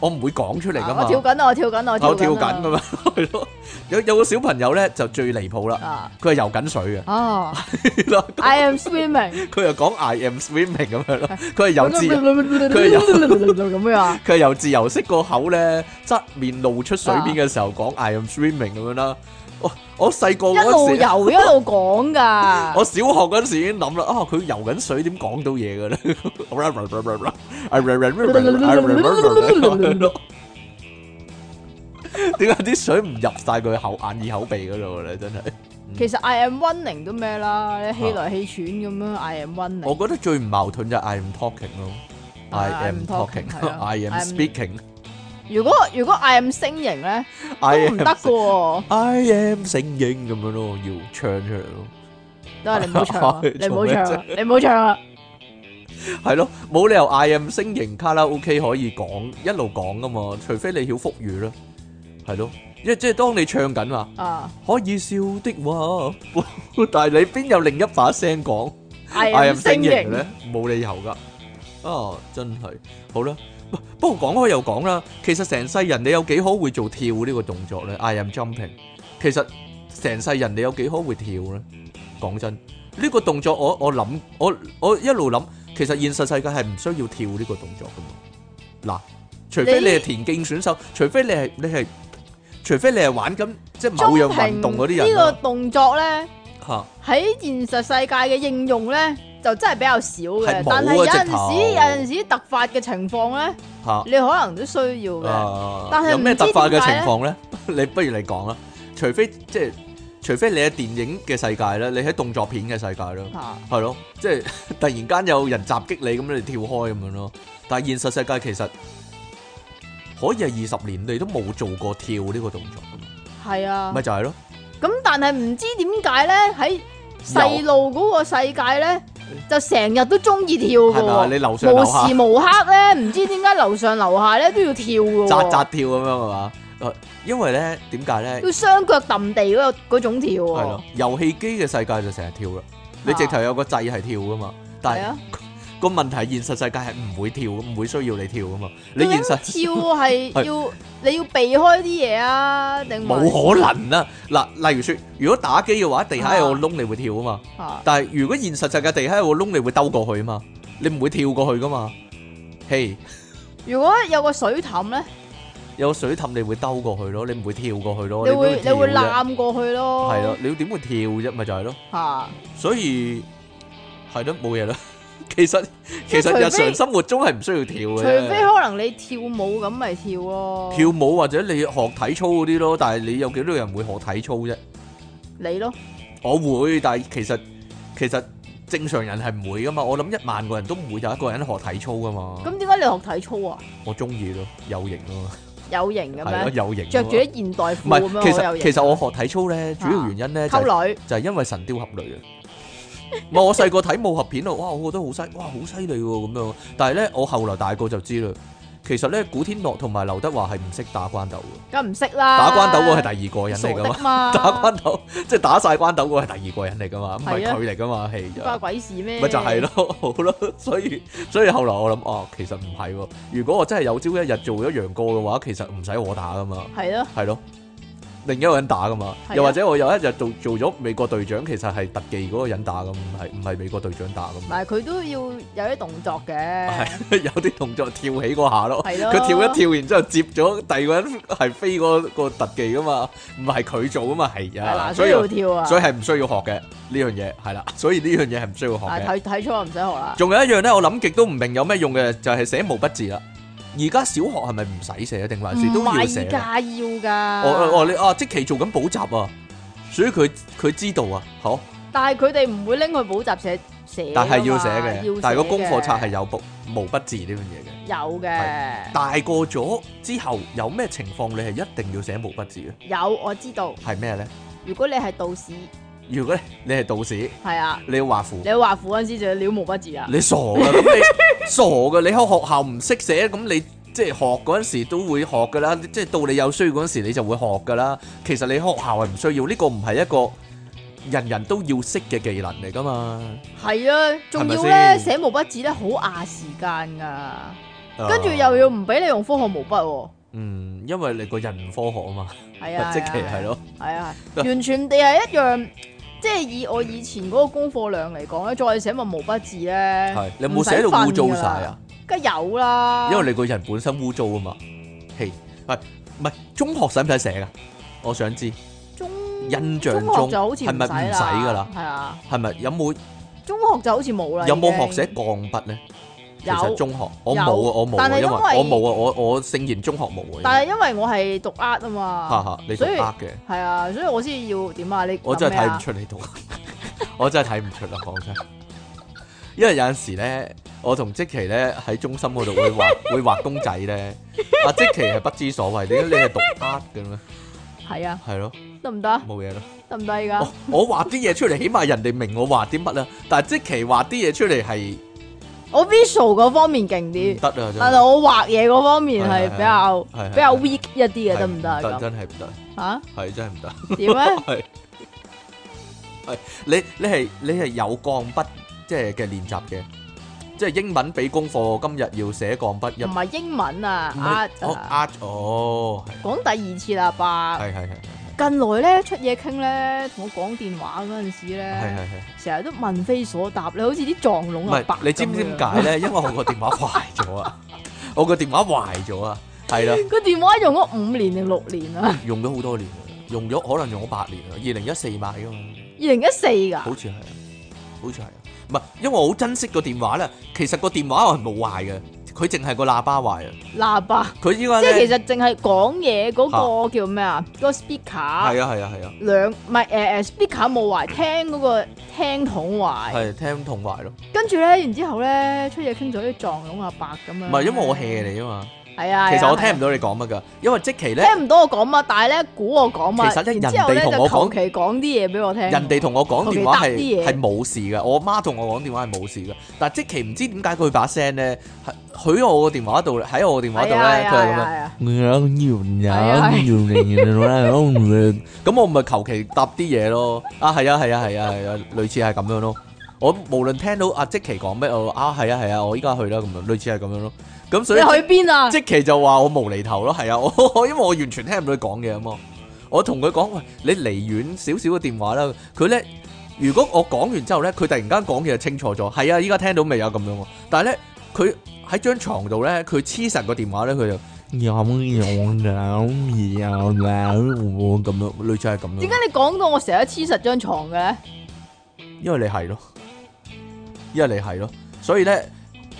Speaker 1: 我唔會講出嚟噶
Speaker 2: 啊我跳
Speaker 1: 嘛。
Speaker 2: 緊啊我跳緊啊
Speaker 1: 我
Speaker 2: 我
Speaker 1: 跳
Speaker 2: 跳
Speaker 1: 緊
Speaker 2: 緊啊
Speaker 1: 咁樣，係咯。有有個小朋友咧就最離譜啦，
Speaker 2: 啊
Speaker 1: 佢係游緊水
Speaker 2: 啊
Speaker 1: 嘅，啦
Speaker 2: I am swimming
Speaker 1: 佢又講 I am swimming 咁樣
Speaker 2: 啊
Speaker 1: 啦，佢係 有啊自
Speaker 2: 佢
Speaker 1: 有
Speaker 2: 咁樣啊
Speaker 1: 佢係由自由式個口咧側面露出水面嘅時候講 I am swimming 咁樣啦。我 我細個
Speaker 2: 一
Speaker 1: 嗰
Speaker 2: 路
Speaker 1: 時，啊
Speaker 2: 游一路講㗎
Speaker 1: 我小學嗰陣時已經諗啦，啊佢游緊水點講到嘢嘅咧？點解啲水唔入晒佢口眼耳口鼻嗰度咧？真係，
Speaker 2: 其實 I am running 都咩啦，你氣
Speaker 1: 啊
Speaker 2: 來氣喘咁樣，I am running。
Speaker 1: 我覺得最唔矛盾就係 I am talking 咯，I am
Speaker 2: I'm talking，係啊
Speaker 1: talking，I am
Speaker 2: I'm-
Speaker 1: speaking，I
Speaker 2: 如果如果 I am 星型咧，都唔
Speaker 1: am
Speaker 2: 得嘅喎。
Speaker 1: I am singing 咁樣咯，要唱出嚟咯。
Speaker 2: 都係你唔好唱 啊，你唔好唱
Speaker 1: 哎做
Speaker 2: 啊，你唔好唱啊。
Speaker 1: 系咯，冇理由 I am 星型卡拉 OK 可以講一路講噶嘛，除非你曉福語啦，係咯，因為即係當你唱緊嘛，
Speaker 2: 啊
Speaker 1: 可以笑的話，但係你邊有另一把聲講 I
Speaker 2: ，I am
Speaker 1: am 星
Speaker 2: 星
Speaker 1: 型
Speaker 2: 型
Speaker 1: 咧，冇理由噶，啊，真係好啦，不不過講開又講啦，其實成世人你有幾可會做跳呢個動作咧？I am jumping，其實成世人你有幾可會跳咧？講真，呢個動作我我諗我我一路諗，其實現實世界係唔需要跳呢個動作噶嘛。嗱，除非你係田徑選手，除非你係你係，除非你係玩緊即係某樣運動嗰啲
Speaker 2: 呢
Speaker 1: 人啊
Speaker 2: 個
Speaker 1: 啦
Speaker 2: 動作咧，
Speaker 1: 嚇，
Speaker 2: 喺現實世界嘅應用咧，就真係比較少
Speaker 1: 係
Speaker 2: 嘅。
Speaker 1: 冇啊
Speaker 2: 但係有陣
Speaker 1: 直頭
Speaker 2: 時有陣時突發嘅情況咧，
Speaker 1: 嚇。
Speaker 2: 你可能都需要嘅。
Speaker 1: 啊，
Speaker 2: 但係
Speaker 1: 有咩
Speaker 2: 唔知
Speaker 1: 突發嘅
Speaker 2: 點
Speaker 1: 情
Speaker 2: 解
Speaker 1: 況咧？ 你不如你講啦，除非即係除非你喺電影嘅世界啦，你喺動作片嘅世界啦，
Speaker 2: 啊
Speaker 1: 係咯，即係 突然間有人襲擊你咁，你跳開咁樣咯。但係現實世界其實可以係二十年你都冇做過跳呢個動作㗎嘛，
Speaker 2: 係啊
Speaker 1: 咪。就係咯，
Speaker 2: 咁但係唔知點解咧，喺細路嗰個世界咧，就成日都中意跳
Speaker 1: 係咪啊？
Speaker 2: 嘅
Speaker 1: 你樓
Speaker 2: 喎，
Speaker 1: 上
Speaker 2: 無
Speaker 1: 樓下
Speaker 2: 時無刻咧，唔知點解樓上樓下咧都要跳嘅
Speaker 1: 扎扎
Speaker 2: 喎，
Speaker 1: 跳咁樣係嘛？啊因為咧點解咧？
Speaker 2: 要雙腳揼地嗰個嗰種跳
Speaker 1: 係咯
Speaker 2: 喎，，
Speaker 1: 遊戲機嘅世界就成日跳啦，你直頭有個掣係跳噶嘛，但
Speaker 2: 係
Speaker 1: 係
Speaker 2: 啊。
Speaker 1: 個問題係現實世界係唔會跳，唔會需要你跳噶嘛。你
Speaker 2: 究
Speaker 1: 現
Speaker 2: 竟
Speaker 1: 實
Speaker 2: 跳 係要你要避開啲嘢啊，定
Speaker 1: 冇可能啦。嗱，例如說，如果打機嘅話，地下有個窿，你會跳啊嘛。
Speaker 2: 可啊
Speaker 1: 但係如果現實世界地下有個窿，你會兜過去啊嘛，你唔會跳過去噶嘛。嘿，
Speaker 2: 如果有個水凼咧，
Speaker 1: 有水氹你會兜過去咯，你唔會跳過去咯。
Speaker 2: 你會你會
Speaker 1: 哦會啫？
Speaker 2: 攬過去咯，
Speaker 1: 係咯，你點會跳啫？咪就係咯，
Speaker 2: 嚇，
Speaker 1: 所以係咯，冇嘢 啦。其實其
Speaker 2: 即係除
Speaker 1: 實
Speaker 2: 非
Speaker 1: 日常生活中係唔需要跳嘅。
Speaker 2: 除非可能你跳舞咁咪跳咯，
Speaker 1: 啊跳舞或者你學體操嗰啲咯，但係你有幾多人會學體操啫？
Speaker 2: 你咯，
Speaker 1: 我會，但係其實其實正常人係唔會噶嘛。我諗一萬個人都唔會有一個人學體操噶嘛。
Speaker 2: 咁點解你學體操啊？
Speaker 1: 我中意咯，有型咯，
Speaker 2: 有型嘅
Speaker 1: 係咯，
Speaker 2: 咩？
Speaker 1: 有型
Speaker 2: 着
Speaker 1: 咯。
Speaker 2: 住啲現代
Speaker 1: 唔
Speaker 2: 褲咁
Speaker 1: 係，
Speaker 2: 樣，
Speaker 1: 其
Speaker 2: 好有
Speaker 1: 實
Speaker 2: 型
Speaker 1: 其實我學體操咧，主要原因咧就係
Speaker 2: 溝女
Speaker 1: 就係因為神雕俠侶啊！唔係我細個睇武俠片啊，哇！我覺得好犀，哇，好犀利喎咁樣。但係咧，我後來大個就知啦，其實咧，古天樂同埋劉德華係唔識打關鬥嘅，
Speaker 2: 梗唔識啦。
Speaker 1: 打關鬥嗰個係第二個人
Speaker 2: 傻
Speaker 1: 嚟噶嘛
Speaker 2: 的。嘛，
Speaker 1: 打關鬥，即係打晒關鬥嗰個係第二個人嚟噶嘛，唔係
Speaker 2: 係啊
Speaker 1: 佢嚟噶嘛，係就
Speaker 2: 關鬼事咩？
Speaker 1: 咪就係，咯， 好咯，所以所以後來我諗啊，其實唔係喎，如果我真係有朝一日做咗楊過嘅話，其實唔使我打噶嘛，
Speaker 2: 係咯，
Speaker 1: 係咯，另一個人打噶嘛，
Speaker 2: 係啊
Speaker 1: 又或者我有一日做做咗美國隊長，其實係特技嗰個人打噶，唔係唔係美國隊長打噶
Speaker 2: 唔
Speaker 1: 嘛，
Speaker 2: 係佢都要有啲動作嘅，
Speaker 1: 係 有啲動作跳起嗰下咯。
Speaker 2: 啊係咯，
Speaker 1: 佢跳一，跳，然之後接咗第二個人係飛嗰個特技噶嘛，唔係佢做噶嘛，係
Speaker 2: 係
Speaker 1: 啊，所
Speaker 2: 嗱，所以
Speaker 1: 以我
Speaker 2: 要跳啊，
Speaker 1: 所以係唔需要學嘅呢樣嘢，係 啦，所以呢樣嘢係唔需要學
Speaker 2: 啊
Speaker 1: 嘅。
Speaker 2: 體體操唔使學啦，
Speaker 1: 仲有一樣咧，我諗極都唔明有咩用嘅，就係寫毛筆字啦。而家小學係咪唔使寫，啊定還是都要寫
Speaker 2: 唔係
Speaker 1: 咧？
Speaker 2: 㗎，要㗎。
Speaker 1: 哦哦，哦你啊，即期做緊補習啊，所以佢佢知道啊，好
Speaker 2: 但係佢哋唔會拎去補習社寫㗎嘛，
Speaker 1: 但係要寫嘅
Speaker 2: 要，
Speaker 1: 但係個
Speaker 2: 寫
Speaker 1: 功課冊
Speaker 2: 嘅
Speaker 1: 係有毛毛筆字呢樣嘢嘅。
Speaker 2: 有嘅
Speaker 1: 係，大個咗之後有咩情況你係一定要寫毛筆字嘅？
Speaker 2: 有我知道。
Speaker 1: 係咩咧？
Speaker 2: 如果你係道士，
Speaker 1: 如果你係道士，
Speaker 2: 係啊，
Speaker 1: 你要畫符
Speaker 2: 你，畫符嗰陣時就要撩毛筆字啊。
Speaker 1: 你傻噶，咁你傻噶，你喺學校唔識寫，咁你即係學嗰陣時都會學噶啦，即係到你有需要嗰陣時你就會學噶啦。其實你學校係唔需要，呢個唔係一個人人都要識嘅技能嚟噶嘛。
Speaker 2: 係啊，仲要
Speaker 1: 係咪先
Speaker 2: 咧寫毛筆字咧好壓時間噶，
Speaker 1: 啊
Speaker 2: 跟住又要唔俾你用科學毛筆喎。
Speaker 1: 嗯，因為你個人唔科學啊嘛，
Speaker 2: 係 啊，
Speaker 1: 即
Speaker 2: 係
Speaker 1: 係係咯。
Speaker 2: 係啊， 完全地係一樣，即係以我以前嗰個功課量嚟講咧，再寫埋毛筆字咧，
Speaker 1: 係你有冇寫到污糟晒啊？
Speaker 2: 梗係有啦，
Speaker 1: 因為你個人本身污糟啊嘛。係係唔係中學使唔使寫噶？我想知
Speaker 2: 中
Speaker 1: 印象
Speaker 2: 中學就好
Speaker 1: 中
Speaker 2: 似
Speaker 1: 係咪唔使
Speaker 2: 㗎
Speaker 1: 噶啦？
Speaker 2: 係啊，
Speaker 1: 係咪有冇
Speaker 2: 中學就好似冇啦，
Speaker 1: 有冇
Speaker 2: 已
Speaker 1: 學
Speaker 2: 經
Speaker 1: 寫鋼筆咧？其實
Speaker 2: 有，
Speaker 1: 中學我冇
Speaker 2: 有
Speaker 1: 啊，我冇啊，
Speaker 2: 但
Speaker 1: 因
Speaker 2: 係
Speaker 1: 為
Speaker 2: 因
Speaker 1: 我
Speaker 2: 為
Speaker 1: 冇啊，我我聖賢中學冇啊。
Speaker 2: 但係因為我係讀 art 啊
Speaker 1: 哈
Speaker 2: 嘛，
Speaker 1: 哈，你讀
Speaker 2: 所以
Speaker 1: 呃嘅，
Speaker 2: 係啊，所以我先要點啊？你
Speaker 1: 我真係
Speaker 2: 諗咩
Speaker 1: 睇唔
Speaker 2: 啊
Speaker 1: 出你讀， 我真係睇唔出啦，講真。因為有陣時咧，我同積淇咧喺中心嗰度會 畫會畫公仔咧，阿積淇係不知所謂，點解你係讀呃嘅咩？
Speaker 2: 係啊，
Speaker 1: 係咯，
Speaker 2: 得唔得？
Speaker 1: 冇嘢啦。
Speaker 2: 得唔得而家
Speaker 1: 我？我畫啲嘢出嚟，起碼人哋明我畫啲乜啦。但係積淇畫啲嘢出嚟係
Speaker 2: 我 visual 嗰方面勁啲
Speaker 1: 唔，得啊，真
Speaker 2: 但
Speaker 1: 係
Speaker 2: 係我畫嘢嗰方面係
Speaker 1: 係係
Speaker 2: 比較
Speaker 1: 係係
Speaker 2: 比較 weak 一啲嘅，
Speaker 1: 係
Speaker 2: 得唔得啊咁？
Speaker 1: 真係唔得，
Speaker 2: 嚇
Speaker 1: 係真係唔得。
Speaker 2: 點咧？
Speaker 1: 係係你你係你係有鋼筆即係嘅練習嘅，即係英文俾功課，今日要寫鋼筆一
Speaker 2: 唔係英文啊
Speaker 1: 唔係
Speaker 2: ，art
Speaker 1: 哦
Speaker 2: 啊，
Speaker 1: 呃哦，
Speaker 2: 講第二次啦，爸。
Speaker 1: 係係係係
Speaker 2: 近來咧出嘢傾咧，同我講電話嗰陣時
Speaker 1: 係
Speaker 2: 咧，
Speaker 1: 係係，
Speaker 2: 成日都問非所答，你好似啲撞
Speaker 1: 唔
Speaker 2: 聾阿伯
Speaker 1: 係你知唔知點解咧？因為我個電話壞咗 啊，我個電話壞咗啊，係啦。
Speaker 2: 個電話用咗五年定六年啊？
Speaker 1: 用咗好多年啦，用咗可能用咗八年啦，啊二零一四買噶嘛，
Speaker 2: 二零一四㗎，
Speaker 1: 好似係啊，好似係啊，唔係因為我好珍惜個電話咧，其實個電話我係冇壞嘅，佢淨係個喇叭壞啊，
Speaker 2: 喇叭，
Speaker 1: 佢依家
Speaker 2: 即係
Speaker 1: 咧
Speaker 2: 其實淨係講嘢嗰個叫咩啊？嗰個 speaker
Speaker 1: 係啊係啊係啊，
Speaker 2: 兩唔係誒誒 speaker 冇壞，聽嗰個聽筒壞，
Speaker 1: 係聽筒壞咯，
Speaker 2: 跟住咧，然之後咧出嘢傾咗啲撞聾阿伯咁樣。
Speaker 1: 唔係因為我 hea 你啊嘛，
Speaker 2: 係啊，
Speaker 1: 其實我聽
Speaker 2: 唔
Speaker 1: 唔到你講乜噶，因為即期咧
Speaker 2: 聽唔到我講乜，但係咧估我講乜，
Speaker 1: 其實咧
Speaker 2: 然之後
Speaker 1: 人哋
Speaker 2: 咧
Speaker 1: 同我
Speaker 2: 就
Speaker 1: 講
Speaker 2: 求其講啲嘢俾我聽。
Speaker 1: 人哋同我講電話
Speaker 2: 求其
Speaker 1: 係
Speaker 2: 答啲嘢
Speaker 1: 係冇事嘅，我媽同我講電話係冇事嘅，但即期唔知點解佢把聲咧係喺我個電話度喺我個電話度咧
Speaker 2: 係啊
Speaker 1: 佢係咁
Speaker 2: 係
Speaker 1: 樣
Speaker 2: 啊。係啊
Speaker 1: 咁我咪求其答啲嘢咯。啊，係啊，係啊，係啊，係啊，類似係咁樣咯。我無論聽到阿即奇講咩，我啊係啊係啊，我依家去啦咁樣，類似係咁樣咯。咁所以
Speaker 2: 你去邊啊？
Speaker 1: 即奇就話我無厘頭咯，係啊， 我因為我完全聽唔到佢講嘢啊嘛。我 同佢講，喂，你離遠少少嘅電話啦。佢咧，如果我講完之後咧，佢突然間講嘢就清楚咗，係啊，依家聽到未啊咁樣喎。但係咧，佢喺張床度咧，佢黐實個電話咧，佢就咁樣，類似係咁樣
Speaker 2: 點解。你講到我成日黐實張床嘅咧？
Speaker 1: 因為你係咯，因為你係咯，所以咧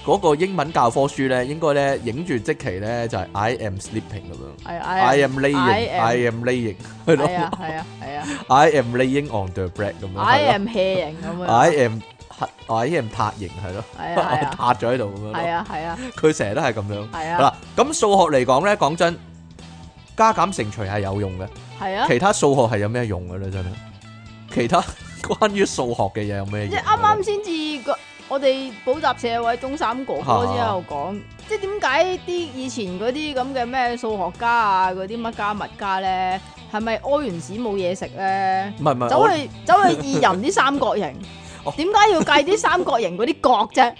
Speaker 1: 嗰、個英文教科書咧，應該咧影住即期咧就係、I am sleeping 咁樣
Speaker 2: 係
Speaker 1: ，I
Speaker 2: 係
Speaker 1: am laying,
Speaker 2: I
Speaker 1: I am laying 係
Speaker 2: 係啊
Speaker 1: 咯
Speaker 2: 係啊係啊
Speaker 1: ，I am laying on the bed 咁樣
Speaker 2: ，I
Speaker 1: 係咯
Speaker 2: am hea 型咁樣。
Speaker 1: ，I am I am 塌型係咯，
Speaker 2: 係啊 係啊
Speaker 1: 塌咗喺度咁樣
Speaker 2: 係
Speaker 1: 咯，
Speaker 2: 啊係啊
Speaker 1: 佢成日都係咁樣。
Speaker 2: 係
Speaker 1: 嗱
Speaker 2: 啊，
Speaker 1: 咁數學嚟講咧，講真，加減乘除係有用嘅。
Speaker 2: 係啊，
Speaker 1: 其他數學係有咩用嘅咧？真係，其他關於數學嘅嘢有咩用
Speaker 2: 即
Speaker 1: 咧？
Speaker 2: 係啱啱先至個我哋補習社位中三哥哥之後講，即係點解啲以前嗰啲咁嘅咩數學家啊，嗰啲乜家物家咧，係咪屙完屎冇嘢食咧？
Speaker 1: 唔係唔係，
Speaker 2: 走
Speaker 1: 啊我
Speaker 2: 去 走去意淫啲三角形
Speaker 1: 哦，
Speaker 2: 點解要計啲三角形嗰啲角啫？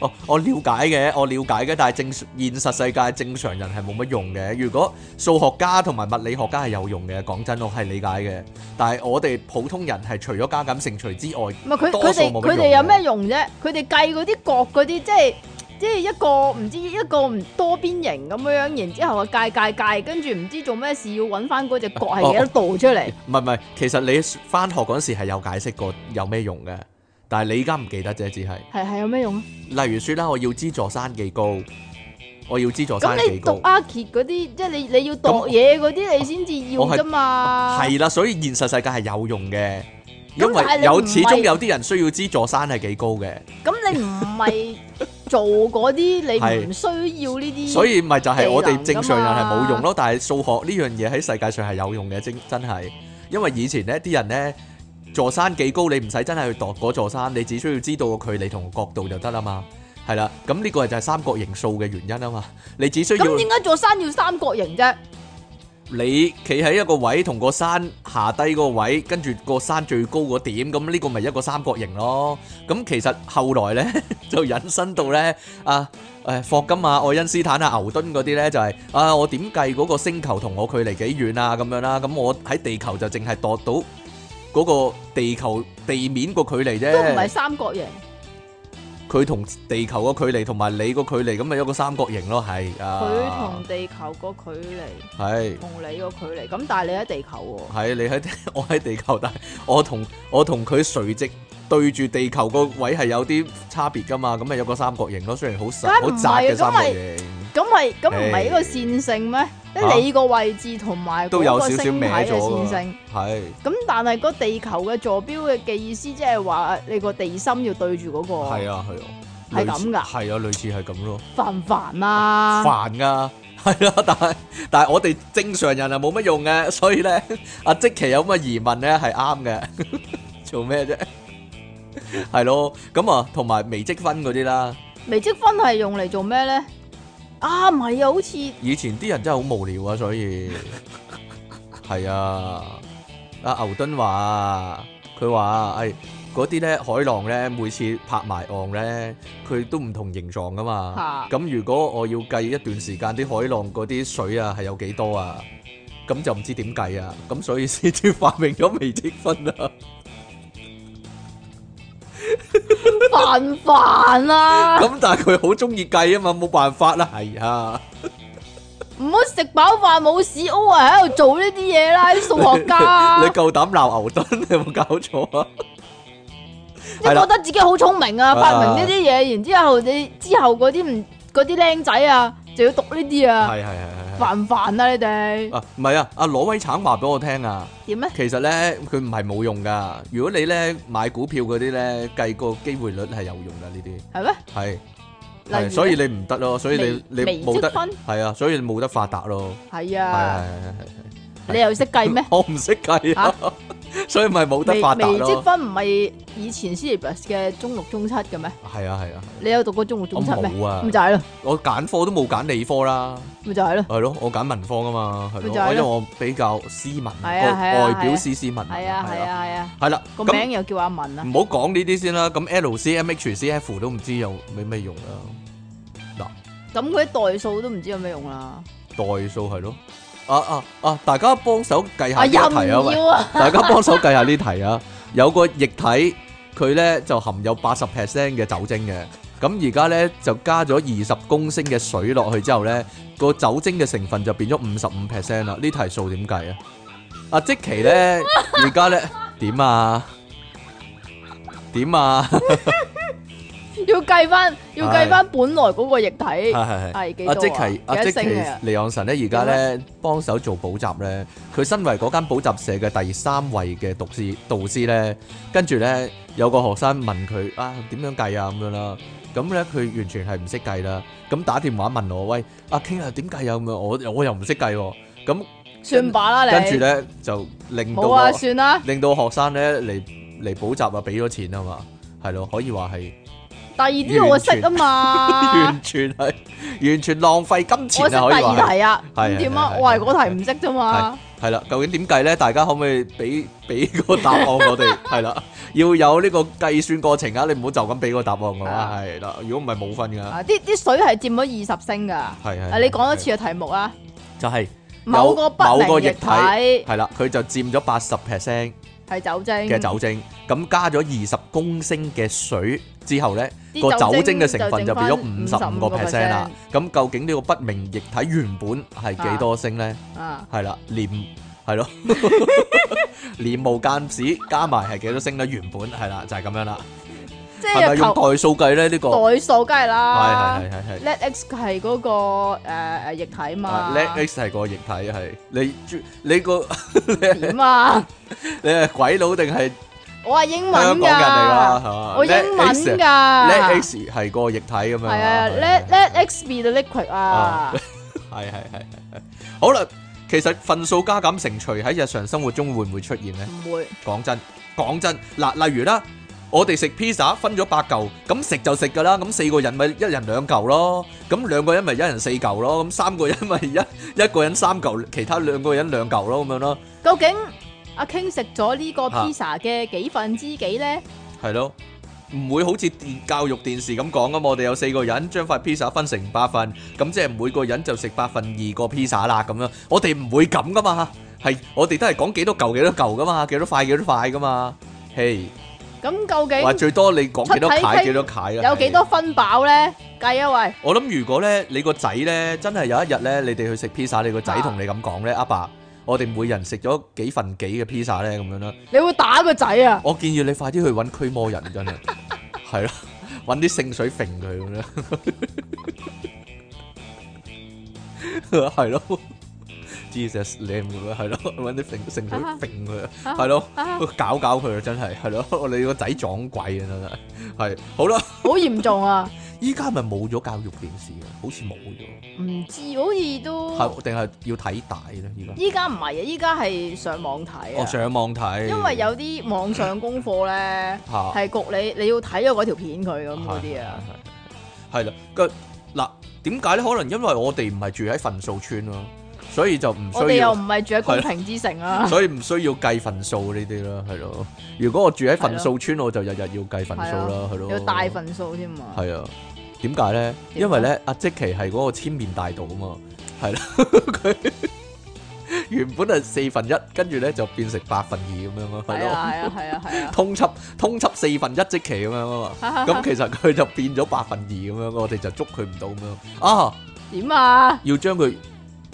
Speaker 1: 哦，我了解嘅，我了解嘅，但係正現實世界正常人係冇乜用嘅。如果數學家同埋物理學家係有用嘅，講真我係理解嘅。但係我哋普通人係除咗加減乘除之外，
Speaker 2: 唔係佢
Speaker 1: 多
Speaker 2: 佢
Speaker 1: 數冇乜
Speaker 2: 哋佢
Speaker 1: 用嘅
Speaker 2: 哋有咩用啫？佢哋計嗰啲角嗰啲，即係即係一個唔知一個唔多邊形咁樣樣，然之後啊界界界，跟住唔知做咩事要揾翻嗰只角
Speaker 1: 哦
Speaker 2: 係幾多度出嚟？
Speaker 1: 唔係唔係，其實你翻學嗰陣時係有解釋過有咩用嘅，但係你依家唔記得啫，只係
Speaker 2: 係係有咩用啊？
Speaker 1: 例如説啦，我要資助山幾高，我要資助山
Speaker 2: 咁
Speaker 1: 幾
Speaker 2: 你
Speaker 1: 高
Speaker 2: 讀。阿杰嗰啲，即係你你要度嘢嗰啲，你先至要
Speaker 1: 我係
Speaker 2: 噶嘛？
Speaker 1: 係啦，所以現實世界係有用嘅，因
Speaker 2: 啊但係
Speaker 1: 為
Speaker 2: 你
Speaker 1: 有
Speaker 2: 唔
Speaker 1: 始終
Speaker 2: 係
Speaker 1: 有啲人需要知座山係幾高嘅，
Speaker 2: 咁你唔係做嗰啲，你唔需要呢啲，
Speaker 1: 所以咪就係我哋正常人係冇用
Speaker 2: 技能㗎
Speaker 1: 咯。但係數學呢樣嘢喺世界上係有用嘅，真真係，因為以前呢啲人呢，座山幾高，你唔使真係去度嗰座山，你只需要知道個距離同角度就得啦嘛。係啦，咁呢個就係三角形數嘅原因啊嘛。你只需要
Speaker 2: 咁點解座山要三角形啫？
Speaker 1: 你企喺一個位同個山下低個位，跟住個山最高嗰點，咁呢個咪一個三角形咯。咁其實後來呢， 就引申到呢，啊誒霍金啊、愛因斯坦啊、牛頓嗰啲呢，就係、啊我點計嗰個星球同我距離幾遠啊咁樣啦。咁我喺地球就淨係度到嗰個地球地面個距離啫。
Speaker 2: 都唔係三角形，
Speaker 1: 佢同地球個距離同埋你個距離，咁咪一個三角形咯，係啊。
Speaker 2: 佢同地球個距離
Speaker 1: 係。
Speaker 2: 同你個距離，咁但係你喺地球喎。
Speaker 1: 係你喺我喺地 球，但係我同我同佢垂直對住地球個位係有啲差別噶嘛，咁咪有個三角形咯，雖然好實好
Speaker 2: 梗係唔啊係
Speaker 1: 窄嘅三角形，
Speaker 2: 咁咪咁唔係一個線性咩？即係你個位置同埋
Speaker 1: 都
Speaker 2: 嗰
Speaker 1: 有
Speaker 2: 個
Speaker 1: 少少
Speaker 2: 星體
Speaker 1: 歪
Speaker 2: 嘅
Speaker 1: 咗
Speaker 2: 線
Speaker 1: 㗎
Speaker 2: 性。
Speaker 1: 係
Speaker 2: 咁但係個地球嘅坐標嘅嘅意思，即係話你個地心要對住嗰個，
Speaker 1: 係啊係啊，
Speaker 2: 哦係
Speaker 1: 類似
Speaker 2: 咁㗎
Speaker 1: 係啊類似係咁咯，
Speaker 2: 煩唔煩啊？
Speaker 1: 煩㗎。 係啦，但係但係我哋正常人係冇乜用嘅，所以咧， 阿即奇有咁嘅疑問咧係啱嘅， 做咩啫？係咯，咁啊，同埋微積分嗰啲啦，
Speaker 2: 微積分係用嚟做咩咧？啊，唔係啊，好似
Speaker 1: 以前啲人真係好無聊啊，所 以係啊。阿牛頓話，佢話誒嗰啲咧海浪咧，每次拍埋岸咧，佢都唔同形狀噶嘛。
Speaker 2: 嚇
Speaker 1: 咁、如果我要計一段時間啲海浪嗰啲水啊係有幾多啊，咁就唔知點計啊。咁所以先至發明咗微積分 啊。
Speaker 2: 煩唔煩啊？
Speaker 1: 咁但係佢好中意計啊嘛，冇辦法啦，係啊。
Speaker 2: 唔好食飽飯冇屎 O 啊，喺度做呢啲嘢啦，啲數學家，
Speaker 1: 你夠膽鬧牛頓，你有冇搞錯啊？
Speaker 2: 你覺得自己好聰明啊，
Speaker 1: 啊
Speaker 2: 發明呢啲嘢，然之後你之後嗰啲唔嗰啲僆仔啊，就要讀呢啲啊，
Speaker 1: 係係係係係。
Speaker 2: 煩唔煩啊？你哋
Speaker 1: 啊，唔係啊，阿挪威橙話俾我聽啊，
Speaker 2: 點咧？
Speaker 1: 其實咧佢唔係冇用噶，如果你咧買股票嗰啲咧計個機會率係有用噶呢啲，
Speaker 2: 係咩？
Speaker 1: 係
Speaker 2: 例如
Speaker 1: 係，
Speaker 2: 呢
Speaker 1: 所以你唔得咯，所以你你
Speaker 2: 微微
Speaker 1: 冇得
Speaker 2: 積分
Speaker 1: 係啊，所以你冇得發達咯，
Speaker 2: 係
Speaker 1: 係
Speaker 2: 啊。
Speaker 1: 係係係？
Speaker 2: 你又識計咩
Speaker 1: 我唔識計 啊，所以咪冇得
Speaker 2: 微微
Speaker 1: 發達
Speaker 2: 積
Speaker 1: 咯，
Speaker 2: 分唔係以前 syllabus 嘅中六中七嘅咩？
Speaker 1: 係啊係啊，
Speaker 2: 你有讀過中六
Speaker 1: 我
Speaker 2: 中七咩？
Speaker 1: 冇啊
Speaker 2: 咁，就係咯，
Speaker 1: 我揀科都冇揀理科啦，
Speaker 2: 咪就係咯，
Speaker 1: 係咯，我揀文科啊嘛，係
Speaker 2: 咪
Speaker 1: 咯，
Speaker 2: 就係咯
Speaker 1: 因為我比較斯文，
Speaker 2: 係啊係啊
Speaker 1: 外外
Speaker 2: 係
Speaker 1: 表
Speaker 2: 啊
Speaker 1: 斯斯文文，
Speaker 2: 係啊
Speaker 1: à.
Speaker 2: 係，啊係啊，
Speaker 1: 係啦，
Speaker 2: 個
Speaker 1: 咁
Speaker 2: 名又叫阿文啊，
Speaker 1: 唔好講呢啲先啦，咁 L C M H C F 都唔知有咩咩用啦，
Speaker 2: 咁佢啲代數都唔知有咩用啦。
Speaker 1: 代數係咯，啊啊啊！大家幫手計下
Speaker 2: 啊
Speaker 1: 呢
Speaker 2: 又
Speaker 1: 題啊，
Speaker 2: 唔
Speaker 1: 喂，
Speaker 2: 要啊，
Speaker 1: 大家幫手計下呢題啊，有個液體佢咧就含有八十 percent 嘅酒精嘅，咁而家咧就加咗二十公升嘅水落去之後咧，個酒精嘅成分就變咗五十五 percent 啦，呢題數點計啊？阿即奇 咧而家咧點啊？點啊？
Speaker 2: 要計翻要計翻本來嗰個液體
Speaker 1: 係係係。
Speaker 2: 係幾多
Speaker 1: 阿
Speaker 2: 啊？
Speaker 1: 即奇，阿即奇
Speaker 2: 幾多升嘅？
Speaker 1: 李昂臣咧，而家咧幫手做補習咧，佢身為嗰間補習社嘅第三位嘅導師導師咧，跟住咧有個學生問佢啊點樣計啊咁樣啦，咁咧佢完全係唔識計啦，咁打電話問我喂阿 King 啊點計啊咁樣，我我又唔識計喎，咁
Speaker 2: 算罷啦你。
Speaker 1: 跟住咧就令到
Speaker 2: 冇啊，
Speaker 1: 個
Speaker 2: 算啦。
Speaker 1: 令到學生咧嚟嚟補習啊，俾咗錢啊嘛，係咯，可以話係
Speaker 2: 第二啲我識啊嘛
Speaker 1: 完，全係完全浪費金
Speaker 2: 我
Speaker 1: 錢
Speaker 2: 識
Speaker 1: 啊，可以
Speaker 2: 第
Speaker 1: 話係
Speaker 2: 二。題啊。
Speaker 1: 係
Speaker 2: 咁點
Speaker 1: 係
Speaker 2: 啊？
Speaker 1: 係
Speaker 2: 我係嗰題唔識啫嘛。
Speaker 1: 係啦，究竟點計咧？大家可唔可以俾俾個答案我哋？係啦，要有呢個計算過程啊！你唔好就咁俾個答案我啊！
Speaker 2: 啊
Speaker 1: 係啦，如果唔係冇分噶。
Speaker 2: 啊，啲啲水係佔咗二十升㗎。
Speaker 1: 係係。
Speaker 2: 啊！你講多
Speaker 1: 係
Speaker 2: 次，嘅題目啊，
Speaker 1: 就係
Speaker 2: 某個不
Speaker 1: 某個
Speaker 2: 明
Speaker 1: 液
Speaker 2: 液
Speaker 1: 體
Speaker 2: 體
Speaker 1: 係啦，佢就佔咗八十 percent
Speaker 2: 係酒精
Speaker 1: 嘅，酒精，咁加咗二十公升嘅水之後咧，個
Speaker 2: 啲
Speaker 1: 酒精嘅成分就
Speaker 2: 就
Speaker 1: 變咗五
Speaker 2: 剩
Speaker 1: 十
Speaker 2: 返
Speaker 1: 五個 percent 啦。咁究竟呢個不明液體原本係幾多升咧？
Speaker 2: 55%。啊，
Speaker 1: 係啦，連係咯， 連無間子加埋係幾多升咧？原本係啦，就係、咁樣啦。
Speaker 2: 即
Speaker 1: 係咪
Speaker 2: 係
Speaker 1: 用
Speaker 2: 求
Speaker 1: 代數計咧？呢、個
Speaker 2: 代啊數梗係
Speaker 1: 係
Speaker 2: 啦
Speaker 1: 係係係係。
Speaker 2: ，let x 係嗰個誒誒液體
Speaker 1: 啊
Speaker 2: 嘛，
Speaker 1: 叻 X 係個液體係你你個
Speaker 2: 點啊？
Speaker 1: 你係鬼佬定係
Speaker 2: 我系英
Speaker 1: 香
Speaker 2: 文
Speaker 1: 港人嚟
Speaker 2: 噶，
Speaker 1: 啦，
Speaker 2: 我英文
Speaker 1: 噶。
Speaker 2: 噶，
Speaker 1: Let X 係個液體咁樣
Speaker 2: 系
Speaker 1: 啊。
Speaker 2: 啊，let let X be the liquid 啊
Speaker 1: 啊，係係係係。好啦，其實份數加減乘除喺日常生活中會唔會出現呢？
Speaker 2: 唔會
Speaker 1: 講真，講真，嗱，例如啦，我哋食 pizza 分咗八嚿，咁食就食噶啦，咁四個人咪一人兩嚿咯，咁兩個人咪一人四嚿咯，咁三個人咪一一個人三嚿，其他兩個人兩嚿咯，咁樣咯，
Speaker 2: 究竟阿 King 食咗呢個
Speaker 1: 啊
Speaker 2: pizza 嘅幾分之幾咧？
Speaker 1: 係咯。唔會好似電教育電視咁講噶嘛，我哋有四個人將塊 pizza 分成八份，咁即係每個人就食八分二個 pizza 啦咁樣。我哋唔會咁噶嘛，係我哋都係講幾多嚿幾多嚿噶嘛，幾多塊幾多塊噶嘛。嘿，
Speaker 2: 咁究
Speaker 1: 話
Speaker 2: 竟
Speaker 1: 最多你講幾多
Speaker 2: 出體
Speaker 1: 解
Speaker 2: 傾
Speaker 1: 幾多解啦。
Speaker 2: 有幾
Speaker 1: 係
Speaker 2: 多分飽咧？計啊喂，
Speaker 1: 我諗如果咧，你個仔咧真係有一日咧，你哋去食 pizza，你個仔同你咁講咧，阿爸，我哋每人食咗幾份幾嘅 pizza 咧，咁樣 啦，
Speaker 2: 你會打個仔啊？
Speaker 1: 我建議你快啲去揾驅魔人，真係，係啦，揾啲聖水揈佢咁樣，係咯，Jesus name 咁樣，係咯，揾啲聖聖水揈佢，係咯，
Speaker 2: 啊
Speaker 1: 搞搞佢啊，真係，係咯，你個仔撞鬼啊，真係，係，好啦，
Speaker 2: 好嚴重啊！
Speaker 1: 依家係咪冇咗教育電視啊，好似冇咗。
Speaker 2: 唔知好似都
Speaker 1: 嗯係定係要睇大咧？而家
Speaker 2: 依家唔係啊，依家係上網睇
Speaker 1: 我
Speaker 2: 啊，
Speaker 1: 哦上網睇，
Speaker 2: 因為有啲網上功課咧
Speaker 1: 嚇
Speaker 2: 係焗你，你要睇咗嗰條片佢咁嗰
Speaker 1: 係係
Speaker 2: 啲啊。，
Speaker 1: 係係係啦。個嗱點解咧？可能因為我哋唔係住喺份數村咯，所以就唔
Speaker 2: 我
Speaker 1: 需
Speaker 2: 哋又
Speaker 1: 要
Speaker 2: 唔，係住喺公平之城 啊，
Speaker 1: 所以唔需要計份數呢啲啦，係咯。如果我住喺份數村，我就日日要計份數啦，係咯。
Speaker 2: 啊要大份數添啊。
Speaker 1: 係啊？點解咧？
Speaker 2: 點
Speaker 1: 因為咧，阿即奇係嗰個千面大道啊嘛，係啦， 佢。原本係四分一，跟住咧就變成八分二咁樣咯，係
Speaker 2: 係
Speaker 1: 咯。
Speaker 2: 啊係啊 係啊係啊。
Speaker 1: 通緝通緝四分一即期咁樣啊 嘛，咁其實佢就變咗百分二咁樣，我哋就捉佢唔到咁樣啊，
Speaker 2: 點啊？
Speaker 1: 要將佢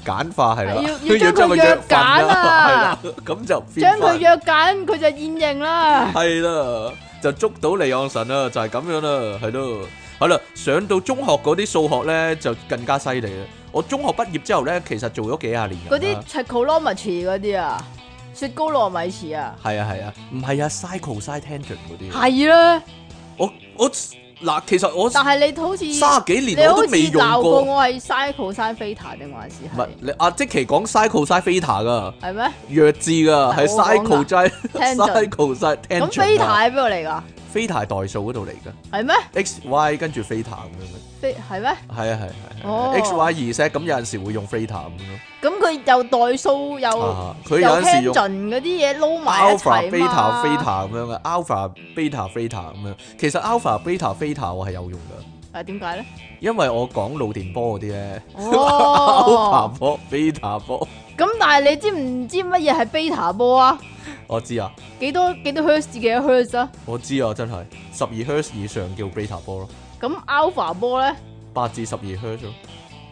Speaker 1: 簡化係啦，
Speaker 2: 要 要
Speaker 1: 將
Speaker 2: 將佢約
Speaker 1: 份啦
Speaker 2: 簡啊
Speaker 1: 係啦，咁就變
Speaker 2: 將佢
Speaker 1: 返
Speaker 2: 約緊，佢就現形啦。
Speaker 1: 係啦，就捉到利昂神啦，就係咁樣啦，係咯，好啦，上到中學嗰啲數學咧就更加犀利啦，我中學畢業之後咧，其實做咗幾廿年人啦
Speaker 2: 嗰啲 c h e c o l o m e t r 嗰啲啊，雪糕糯米糍啊，
Speaker 1: 係啊係啊，唔係啊 cycle side tangent 嗰啲，
Speaker 2: 係啦。
Speaker 1: 我我嗱其實我
Speaker 2: 但係你好似
Speaker 1: 三十幾
Speaker 2: 你
Speaker 1: 年我
Speaker 2: 好
Speaker 1: 都
Speaker 2: 似
Speaker 1: 未用
Speaker 2: 鬧過
Speaker 1: 過。
Speaker 2: 我係 cycle 山 theta 定還是
Speaker 1: 唔
Speaker 2: 係
Speaker 1: 係你阿即奇講 cycle side theta 噶，
Speaker 2: 係咩？
Speaker 1: 弱智噶，係
Speaker 2: 係我講
Speaker 1: cycle side
Speaker 2: Tangent
Speaker 1: cycle side
Speaker 2: 咁
Speaker 1: tangent 啊
Speaker 2: theta 喺邊度嚟㗎？
Speaker 1: theta 代數嗰度嚟噶
Speaker 2: 係咩？
Speaker 1: ，x y 跟住 theta 咁樣
Speaker 2: 飛係咩？
Speaker 1: 嘅，係啊係係
Speaker 2: 哦
Speaker 1: 係 x y 二 set 咁有陣時會用 theta 咁樣
Speaker 2: 咁佢又代數又
Speaker 1: 咯，啊佢
Speaker 2: 又
Speaker 1: 有陣時用
Speaker 2: tangent 嗰啲嘢撈埋一
Speaker 1: alpha
Speaker 2: 齊
Speaker 1: beta
Speaker 2: 嘛。
Speaker 1: theta 咁樣嘅，alpha beta theta 咁樣，其實 alpha beta theta 我係有用噶，
Speaker 2: 係啊點 解咧？
Speaker 1: 因為我講腦電波嗰啲咧，alpha
Speaker 2: 哦，
Speaker 1: 波 beta 波，
Speaker 2: 咁但係你知唔知乜嘢係 beta 波啊？
Speaker 1: 我知啊。
Speaker 2: 幾多幾多 hertz 幾多 hertz 啊？
Speaker 1: 我知啊，真係十二 hertz 以上叫 beta 波咯，
Speaker 2: 咁 alpha 波咧？
Speaker 1: 八至十二 hertz 咯。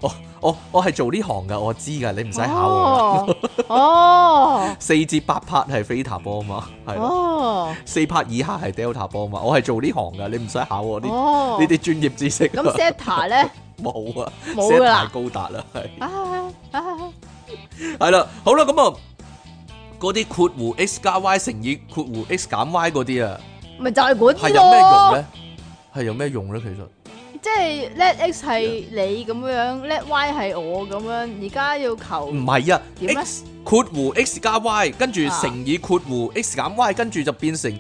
Speaker 1: 哦，我我係做呢行噶，我知噶，你唔
Speaker 2: 唔
Speaker 1: 使考我㗎。
Speaker 2: 哦
Speaker 1: 四至八拍係 theta 波啊嘛，係咯
Speaker 2: 哦
Speaker 1: 四拍以下係 delta 波啊嘛，我係做呢行噶，你唔使考我呢呢
Speaker 2: 哦，
Speaker 1: 啲專業知識啊。
Speaker 2: 咁 Zeta 咧
Speaker 1: 冇啊
Speaker 2: 冇㗎
Speaker 1: theta
Speaker 2: 啦
Speaker 1: 高達啦，係
Speaker 2: 啊啊
Speaker 1: 係啦，好啦，咁啊，嗰啲括弧 x 加 y 乘以括弧 x 減 y 嗰啲啊，
Speaker 2: 咪就係嗰
Speaker 1: 係
Speaker 2: 啲
Speaker 1: 有咩用
Speaker 2: 咯，
Speaker 1: 咧？係有咩用咧？其實？
Speaker 2: 即
Speaker 1: 嗯
Speaker 2: 係 let x 係
Speaker 1: 啊
Speaker 2: 你咁樣，let y 係我咁樣，而家要求
Speaker 1: 唔係啊
Speaker 2: 點咧
Speaker 1: ，x 括弧 x 加 y，跟住
Speaker 2: 啊
Speaker 1: 乘以括弧 x 減 y，跟住就變成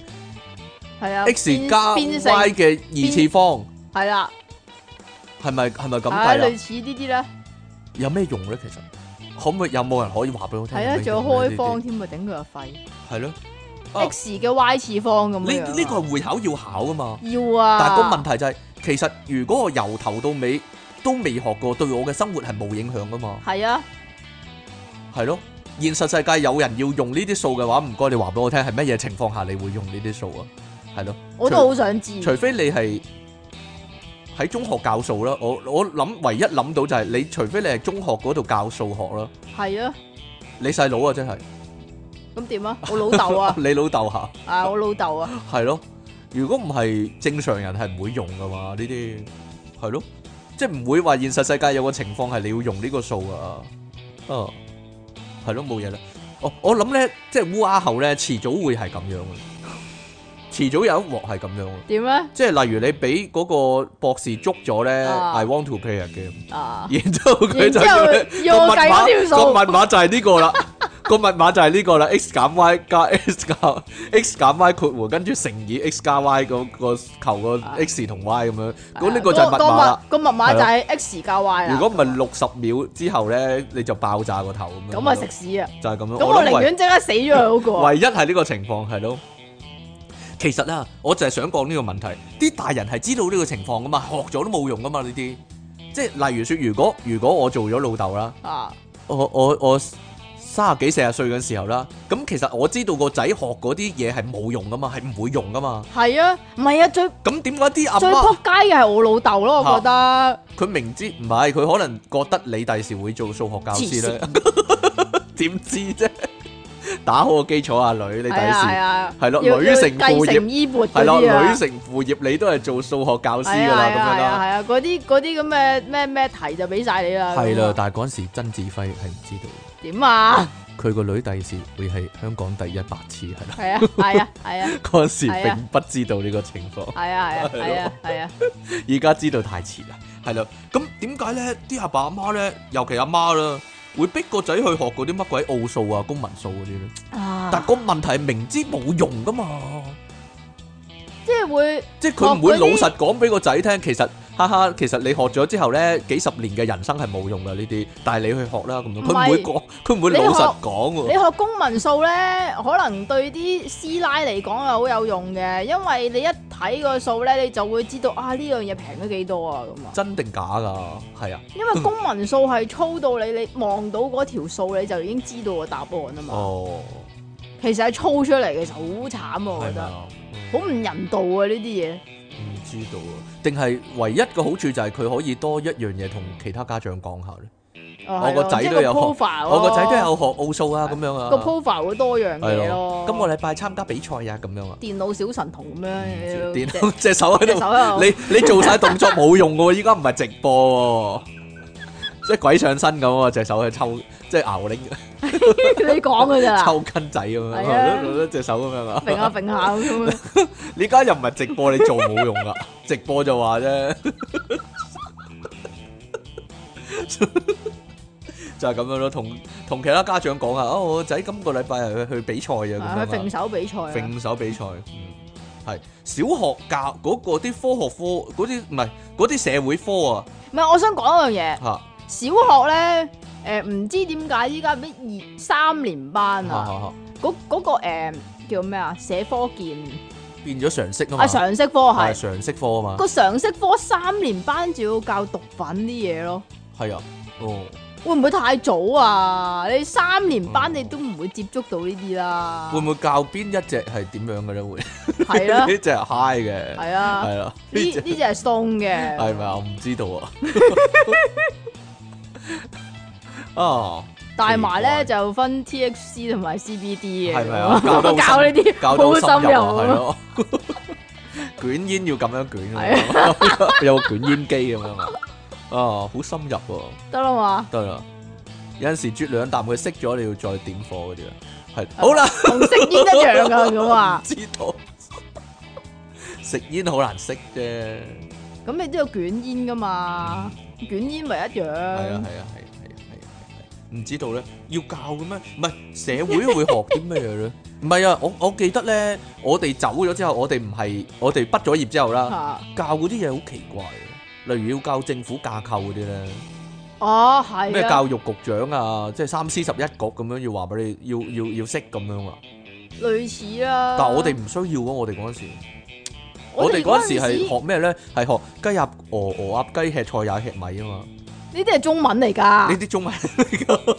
Speaker 2: 係啊
Speaker 1: x
Speaker 2: 變
Speaker 1: 加
Speaker 2: 變成
Speaker 1: y 嘅二次方，
Speaker 2: 係啦，
Speaker 1: 係咪係咪咁
Speaker 2: 係
Speaker 1: 計
Speaker 2: 類
Speaker 1: 啊？
Speaker 2: 似呢啲咧，
Speaker 1: 有咩用咧？其實可唔可以有冇人可以話俾我聽？
Speaker 2: 係啊，
Speaker 1: 啊，
Speaker 2: 仲有開方添啊，頂佢個肺
Speaker 1: 係咯。啊
Speaker 2: ，x 嘅 y 次方咁
Speaker 1: 呢
Speaker 2: 樣啊，
Speaker 1: 呢個係會考要考噶嘛？
Speaker 2: 要啊，
Speaker 1: 但係個問題就係，其實如果我由頭到尾都未學過，對我嘅生活係冇影響噶嘛？
Speaker 2: 係啊，
Speaker 1: 係咯。現實世界有人要用呢啲數嘅話，唔該你話俾我聽係乜嘢情況下你會用呢啲數啊？係咯。
Speaker 2: 我都好想知，
Speaker 1: 除非你係喺中學教數啦，我我諗唯一諗到就係你，除非你係中學嗰度教數學啦，
Speaker 2: 係啊，
Speaker 1: 你細佬啊真係，，
Speaker 2: 咁點啊？我老豆啊
Speaker 1: 你老豆嚇，
Speaker 2: 啊我老豆啊，
Speaker 1: 係咯。如果唔係正常人係唔會用噶嘛，呢啲係咯，即係唔會話現實世界有個情況係你要用呢個數噶，啊，係咯冇嘢啦。我我諗咧，即係烏鴉後咧，遲早會係咁樣嘅，遲早有一鑊係咁樣喎。
Speaker 2: 點咧？
Speaker 1: 即係例如你俾嗰個博士捉咗咧
Speaker 2: 啊
Speaker 1: ，I want to play a game，
Speaker 2: 啊，
Speaker 1: 然之後佢
Speaker 2: 然
Speaker 1: 就
Speaker 2: 之後
Speaker 1: 要咧
Speaker 2: 要
Speaker 1: 個
Speaker 2: 我
Speaker 1: 密
Speaker 2: 計嗰
Speaker 1: 碼，
Speaker 2: 條數
Speaker 1: 個密碼就係呢個啦，個密碼就係呢個啦，x 減 y 加 x 加 x 減 y 括弧，跟住乘以 x 加 y 嗰個求個
Speaker 2: 啊
Speaker 1: x 同 y 咁樣，
Speaker 2: 係
Speaker 1: 咁
Speaker 2: 啊
Speaker 1: 呢個就係密
Speaker 2: 個
Speaker 1: 碼啦。
Speaker 2: 個密碼就係 X 教 Y 啦。
Speaker 1: 如果唔係六十秒之後咧，你就爆炸個頭咁樣。
Speaker 2: 咁啊食屎啊！
Speaker 1: 就係咁樣。
Speaker 2: 咁
Speaker 1: 我
Speaker 2: 我
Speaker 1: 諗
Speaker 2: 寧
Speaker 1: 唯
Speaker 2: 願即刻死咗佢好過。
Speaker 1: 唯一係呢個情況係咯。其實啊，我就係想講呢個問題，啲大人係知道呢個情況噶嘛，學咗都冇用噶嘛呢啲。即係例如說，如果如果我做咗老豆啦，
Speaker 2: 啊，
Speaker 1: 我我我三十幾四十歲嘅時候啦，咁其實我知道個仔學嗰啲嘢係冇用噶嘛，係唔會用噶嘛。
Speaker 2: 係啊，唔係啊，最
Speaker 1: 咁點解啲阿
Speaker 2: 最
Speaker 1: 媽
Speaker 2: 撲街嘅係我老豆咯，我覺得。
Speaker 1: 佢明知唔係，佢可能覺得你第時會做數學教師咧？ 點知啫？打好個基礎啊，女，你第
Speaker 2: 係啊係
Speaker 1: 時
Speaker 2: 啊，
Speaker 1: 係咯
Speaker 2: 要
Speaker 1: 女成
Speaker 2: 要
Speaker 1: 父業
Speaker 2: 繼承衣缽
Speaker 1: 係
Speaker 2: 嗰
Speaker 1: 咯，
Speaker 2: 啲啊
Speaker 1: 女。成父業，你都係做數學教師
Speaker 2: 係
Speaker 1: 噶
Speaker 2: 啊
Speaker 1: 啦，
Speaker 2: 係
Speaker 1: 咁樣
Speaker 2: 啊係啊
Speaker 1: 啦。
Speaker 2: 係啊，嗰啲嗰啲咁嘅咩咩題就俾晒你啦。
Speaker 1: 係啦，
Speaker 2: 咁啊
Speaker 1: 但係嗰陣時曾志輝係唔知道，
Speaker 2: 點啊？
Speaker 1: 佢個女第時會係香港第一白痴係啦。
Speaker 2: 係啊係啊係啊
Speaker 1: 嗰陣時
Speaker 2: 係啊
Speaker 1: 並不知道呢個情況，
Speaker 2: 係 啊係啊係啊係啊，
Speaker 1: 而家知道太遲啦。係啦，咁點解咧？啲阿爸阿媽咧，尤其阿媽啦，會逼個仔去學嗰啲乜鬼奧數啊、公民數嗰啲咧？
Speaker 2: 啊
Speaker 1: 但個問題係明知冇用噶嘛，
Speaker 2: 即係會
Speaker 1: 即係佢唔會
Speaker 2: 學嗰啲
Speaker 1: 老實講俾個仔聽，其實哈哈，其實你學咗之後咧，幾十年嘅人生係冇用噶呢啲，但係你去學啦咁樣，
Speaker 2: 唔係
Speaker 1: 佢唔會講，佢唔會老實講
Speaker 2: 你
Speaker 1: 喎，
Speaker 2: 學公民數咧，可能對啲師奶嚟講係好有用嘅，因為你一睇個數咧，你就會知道啊呢樣嘢平咗幾多啊咁啊。
Speaker 1: 真定假噶，係啊，
Speaker 2: 因為公民數係粗到你你望到嗰條數你就已經知道個答案啊嘛。
Speaker 1: 哦，
Speaker 2: 其實係粗出嚟嘅，其實好慘啊，我
Speaker 1: 係
Speaker 2: 覺
Speaker 1: 咪
Speaker 2: 得
Speaker 1: 啊？
Speaker 2: 好唔人道啊呢啲嘢。
Speaker 1: 唔知道啊，定係唯一嘅好處就係佢可以多一樣嘢同其他家長講下咧，我
Speaker 2: 哦
Speaker 1: 個
Speaker 2: 係咯
Speaker 1: 仔
Speaker 2: 即係
Speaker 1: 都有學
Speaker 2: profile
Speaker 1: 我個仔都
Speaker 2: 咯
Speaker 1: 有學奧數啊，咁樣
Speaker 2: 哦個
Speaker 1: 啊，
Speaker 2: profile 會多樣嘢
Speaker 1: 係
Speaker 2: 咯。
Speaker 1: 今個禮拜參加比賽啊，咁樣啊，
Speaker 2: 電腦小神童咁樣，
Speaker 1: 電
Speaker 2: 隻
Speaker 1: 隻手喺
Speaker 2: 隻
Speaker 1: 度
Speaker 2: 手。喺度
Speaker 1: 你你做晒動作冇用嘅喎，依家唔係直播喎，即係鬼上身咁啊！隻手去抽，即係牛鈴
Speaker 2: 你講 嘅咋啦，
Speaker 1: 抽筋仔咁樣，
Speaker 2: 啊係啊
Speaker 1: 攞攞 隻手咁樣啊！
Speaker 2: 揈下揈下咁樣。
Speaker 1: 你而家又唔係直播，你做冇用噶，直播就話啫， 就係咁樣咯。同同其他家長講啊，哦，我仔今個禮拜係去去比賽嘅咁樣
Speaker 2: 啊
Speaker 1: 啊
Speaker 2: 去揈手比賽啊，
Speaker 1: 揈手比賽，嗯，係小學教嗰個啲科學科嗰啲唔係嗰啲社會科啊
Speaker 2: 唔係我想講一樣嘢，
Speaker 1: 嚇。
Speaker 2: 小學咧，誒唔知點解依家咩二三年班啊，嗰嗰個誒叫咩啊，社科健
Speaker 1: 變咗常識啊嘛，
Speaker 2: 啊常識科
Speaker 1: 係
Speaker 2: 係
Speaker 1: 常識科啊嘛，
Speaker 2: 個常識科三年班就要教毒品啲嘢咯，
Speaker 1: 係啊，哦，
Speaker 2: 會唔會太早啊？你三年班
Speaker 1: 嗯
Speaker 2: 你都唔會接觸到呢啲啦，
Speaker 1: 會唔會教邊一隻係點樣嘅咧？會
Speaker 2: 啊 係啦
Speaker 1: 呢，隻係 high 嘅，
Speaker 2: 係啊。
Speaker 1: 係啦，
Speaker 2: 呢
Speaker 1: 呢
Speaker 2: 呢
Speaker 1: 隻
Speaker 2: 只係松嘅，
Speaker 1: 係咪啊？我唔知道 啊， 啊，
Speaker 2: 帶埋咧
Speaker 1: 奇怪
Speaker 2: 就分 THC 同埋 CBD 嘅，
Speaker 1: 係咪啊？
Speaker 2: 我
Speaker 1: 到
Speaker 2: 教呢啲
Speaker 1: 搞到
Speaker 2: 好
Speaker 1: 深
Speaker 2: 深
Speaker 1: 入
Speaker 2: 入
Speaker 1: 啊，係
Speaker 2: 啊，
Speaker 1: 咯，捲煙要咁樣 捲
Speaker 2: 係
Speaker 1: 啊嘛，有個捲煙機咁樣啊，啊，好深入喎。
Speaker 2: 得啦嘛，
Speaker 1: 得啦。有陣時啜兩啖佢熄咗，你要再點火嗰啲啊。係好啦，，
Speaker 2: 同食煙一樣噶咁啊
Speaker 1: 知道。食煙好難熄啫。
Speaker 2: 咁你都要捲煙噶嘛，捲煙咪一
Speaker 1: 係啊係啊
Speaker 2: 樣，
Speaker 1: 係啊係啊係啊係啊！唔知道咧，要教嘅咩？唔係社會會學啲咩咧？唔係啊，我我記得咧，我哋走咗之後，我哋唔係我哋畢咗業之後啦，
Speaker 2: 嚇，
Speaker 1: 教嗰啲嘢好奇怪嘅，例如要教政府架構嗰啲咧。
Speaker 2: 哦係
Speaker 1: 咩
Speaker 2: 啊，
Speaker 1: 教育局長啊，即係三司十一局咁樣要話俾你，要要要識咁樣啊！
Speaker 2: 類似啦，
Speaker 1: 但係我哋唔需要啊！我哋嗰陣時，
Speaker 2: 我
Speaker 1: 我
Speaker 2: 哋
Speaker 1: 哋
Speaker 2: 嗰
Speaker 1: 嗰
Speaker 2: 陣
Speaker 1: 陣
Speaker 2: 時
Speaker 1: 時係學咩咧？係學雞鴨鵝鵝鴨雞吃菜也吃米啊嘛！
Speaker 2: 呢啲係中文嚟
Speaker 1: 呢
Speaker 2: 㗎，
Speaker 1: 啲中文 嚟㗎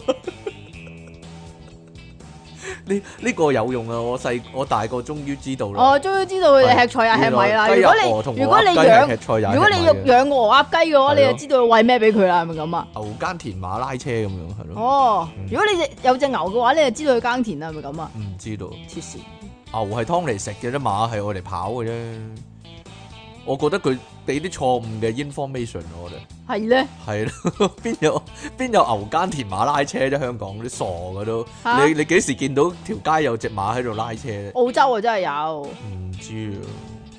Speaker 1: 呢呢個有用啊！我細我大個終於知道啦。
Speaker 2: 我終於知道佢哋吃哦菜啊吃米啦，
Speaker 1: 原
Speaker 2: 如
Speaker 1: 來雞鴨
Speaker 2: 果
Speaker 1: 鵝哦同
Speaker 2: 你如果你
Speaker 1: 鵝鴨雞
Speaker 2: 養
Speaker 1: 係吃菜也吃米啊
Speaker 2: 如果你養養個鵝鴨雞嘅話，
Speaker 1: 係咯
Speaker 2: 你就知道餵咩俾佢啦，係咪咁啊？
Speaker 1: 牛耕田馬拉車咁樣係咯，
Speaker 2: 哦
Speaker 1: 嗯，
Speaker 2: 如果你隻有隻牛嘅話，你就知道佢耕田啦，係咪咁啊？
Speaker 1: 唔知道牛
Speaker 2: 黐線，
Speaker 1: 係湯嚟食嘅啫，馬係我嚟跑嘅啫。我覺得佢俾啲錯誤嘅 information 我哋。
Speaker 2: 係咧，
Speaker 1: 係咯， 邊有邊有牛耕田馬拉車啫？香港啲傻嘅都，
Speaker 2: 嚇
Speaker 1: 你你幾時見到條街有隻馬喺度拉車咧？
Speaker 2: 澳洲啊真係有，
Speaker 1: 唔知知啊。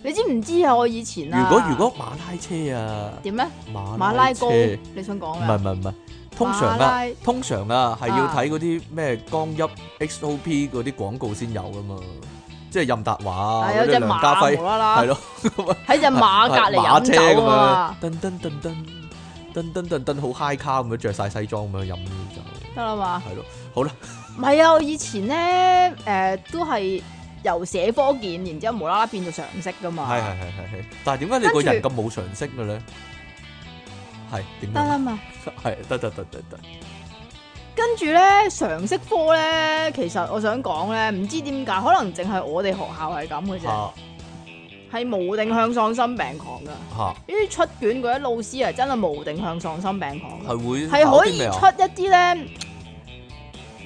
Speaker 2: 你知唔知啊？我以前啊，
Speaker 1: 如果如果馬拉車啊，
Speaker 2: 點咧？
Speaker 1: 馬
Speaker 2: 馬拉
Speaker 1: 車
Speaker 2: 糕，
Speaker 1: 唔
Speaker 2: 你想講
Speaker 1: 係唔
Speaker 2: 咩？
Speaker 1: 係唔係，通常
Speaker 2: 馬
Speaker 1: 啊
Speaker 2: 拉，
Speaker 1: 通常啊係要睇嗰啲咩光邑 XOP 嗰啲廣告先有噶嘛，即係任達華
Speaker 2: 係
Speaker 1: 嗰
Speaker 2: 有
Speaker 1: 啲
Speaker 2: 隻
Speaker 1: 梁家
Speaker 2: 馬無
Speaker 1: 輝
Speaker 2: 啦
Speaker 1: 係
Speaker 2: 啦，
Speaker 1: 咯，
Speaker 2: 喺只馬隔離
Speaker 1: 馬車
Speaker 2: 飲酒啊，
Speaker 1: 咁樣，噔噔噔噔噔噔噔噔好 high 卡咁樣，着晒西裝咁樣飲就
Speaker 2: 得啦嘛。
Speaker 1: 係咯，好啦，
Speaker 2: 唔係啊，我以前咧誒、都係由社科見，然之後無啦啦變到常識噶嘛。
Speaker 1: 係係係係係，但係點解你個人咁冇常識嘅咧？係點
Speaker 2: 得
Speaker 1: 樣
Speaker 2: 啦
Speaker 1: 啊？
Speaker 2: 嘛。
Speaker 1: 係得得得得得，
Speaker 2: 跟住咧，常識科咧，其實我想講咧，唔知點解，可能淨係我哋學校係咁嘅啫，
Speaker 1: 嚇
Speaker 2: 係無定向喪心病狂噶。
Speaker 1: 嚇
Speaker 2: 呢啲出卷嗰啲老師係真係無定向喪心病狂㗎，
Speaker 1: 係會
Speaker 2: 係
Speaker 1: 考
Speaker 2: 可
Speaker 1: 啲
Speaker 2: 以
Speaker 1: 咩啊？
Speaker 2: 出一啲咧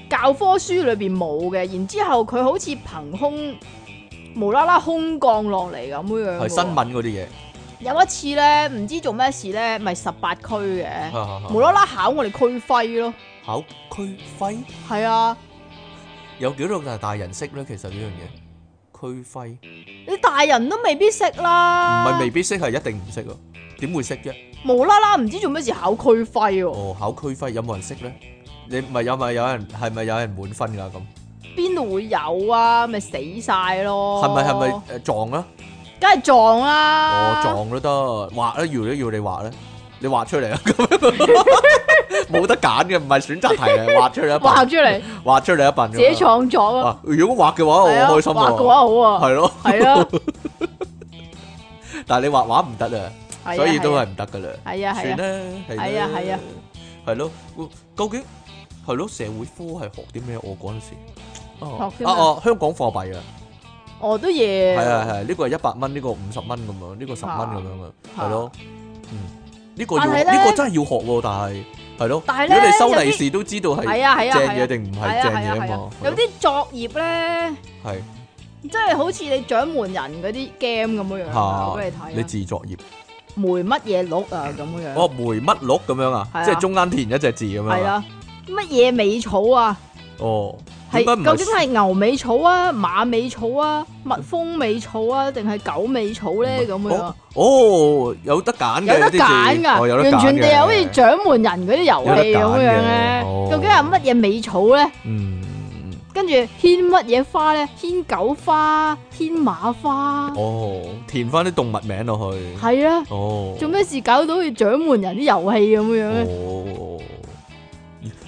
Speaker 2: 教科書裏邊冇嘅，然之後佢好似憑空無啦啦空降落嚟咁樣㗎喎。
Speaker 1: 係新聞嗰啲嘢。
Speaker 2: 有一次咧，唔知做咩事咧，咪十八區嘅，
Speaker 1: 冇
Speaker 2: 無啦啦考我哋區徽咯，
Speaker 1: 考區徽
Speaker 2: 係啊，
Speaker 1: 有幾多大大人識咧？其實呢樣嘢區徽唔
Speaker 2: 你大人都未必識啦，
Speaker 1: 係未必識，係一定唔識啊！點會識啫？
Speaker 2: 無啦啦唔知做咩事考區徽喎，
Speaker 1: 哦，考區徽有冇人識咧？你咪有咪有人係咪有人滿分㗎咁？
Speaker 2: 邊度會有啊？咪死晒咯，
Speaker 1: 係咪係
Speaker 2: 哦
Speaker 1: 咪誒撞啊？
Speaker 2: 梗係撞
Speaker 1: 哦
Speaker 2: 啦，
Speaker 1: 撞都得，畫咧要咧要你畫咧，你畫出 嚟啊！咁樣冇得揀嘅，唔係選擇題嚟， 畫出嚟一
Speaker 2: 畫
Speaker 1: 笨，
Speaker 2: 出 嚟，
Speaker 1: 畫出嚟一笨咁樣。
Speaker 2: 自己創作咯，
Speaker 1: 啊！如果畫嘅話，我
Speaker 2: 係啊，
Speaker 1: 好開心
Speaker 2: 畫嘅話
Speaker 1: 喎。
Speaker 2: 好啊，
Speaker 1: 係咯，
Speaker 2: 係啊，
Speaker 1: 但係你畫畫唔得啊，
Speaker 2: 係啊
Speaker 1: 所以都係唔得㗎啦。
Speaker 2: 係啊係
Speaker 1: 算
Speaker 2: 啊，
Speaker 1: 啦，係啦
Speaker 2: 係啊係啊，
Speaker 1: 係咯，究竟係咯社會科係學啲咩？我嗰陣時，哦
Speaker 2: 學啲咩
Speaker 1: 啊哦，香港貨幣啊，
Speaker 2: 我都嘢，
Speaker 1: 係啊係啊，呢個係一百蚊，呢個五十蚊咁樣，呢個十蚊咁樣啊，
Speaker 2: 啊
Speaker 1: 係咯，嗯，呢個要
Speaker 2: 但係咧
Speaker 1: 呢個真係要學喎，但係係咯，
Speaker 2: 但係
Speaker 1: 如
Speaker 2: 咧
Speaker 1: 果你收利
Speaker 2: 有
Speaker 1: 是都知道係
Speaker 2: 係啊係啊
Speaker 1: 正
Speaker 2: 係
Speaker 1: 嘢
Speaker 2: 啊，
Speaker 1: 定唔
Speaker 2: 係啊
Speaker 1: 係正
Speaker 2: 係啊
Speaker 1: 嘢啊
Speaker 2: 係
Speaker 1: 嘛
Speaker 2: 啊，有啲作業咧。
Speaker 1: 係
Speaker 2: 即係啊好似你掌門人嗰啲 game 咁樣樣啊，
Speaker 1: 嚇
Speaker 2: 我俾你睇啊
Speaker 1: 你自作業，
Speaker 2: 梅乜嘢鹿啊咁樣樣，
Speaker 1: 哦梅乜鹿咁樣啊
Speaker 2: 係，啊
Speaker 1: 即係中間填一隻字咁樣啊，
Speaker 2: 係啦，乜嘢尾草啊？
Speaker 1: 哦，
Speaker 2: 係
Speaker 1: 點解唔
Speaker 2: 究竟
Speaker 1: 係
Speaker 2: 係牛尾草啊、馬尾草啊、蜜蜂尾草啊，定係狗尾草咧？咁樣
Speaker 1: 哦哦，有得揀嘅，
Speaker 2: 有
Speaker 1: 啲
Speaker 2: 得
Speaker 1: 字
Speaker 2: 揀
Speaker 1: 哦有
Speaker 2: 㗎，
Speaker 1: 得
Speaker 2: 完全地
Speaker 1: 揀嘅
Speaker 2: 係好似掌門人嗰啲遊戲咁樣
Speaker 1: 有得
Speaker 2: 咧
Speaker 1: 揀嘅哦。
Speaker 2: 究竟係乜嘢尾草咧？
Speaker 1: 嗯，
Speaker 2: 跟住牽乜嘢花咧？牽狗花、牽馬花，
Speaker 1: 哦，填翻啲動物名落去，
Speaker 2: 係啊！
Speaker 1: 哦，
Speaker 2: 做咩事搞到好似掌門人啲遊戲咁樣咧？
Speaker 1: 哦，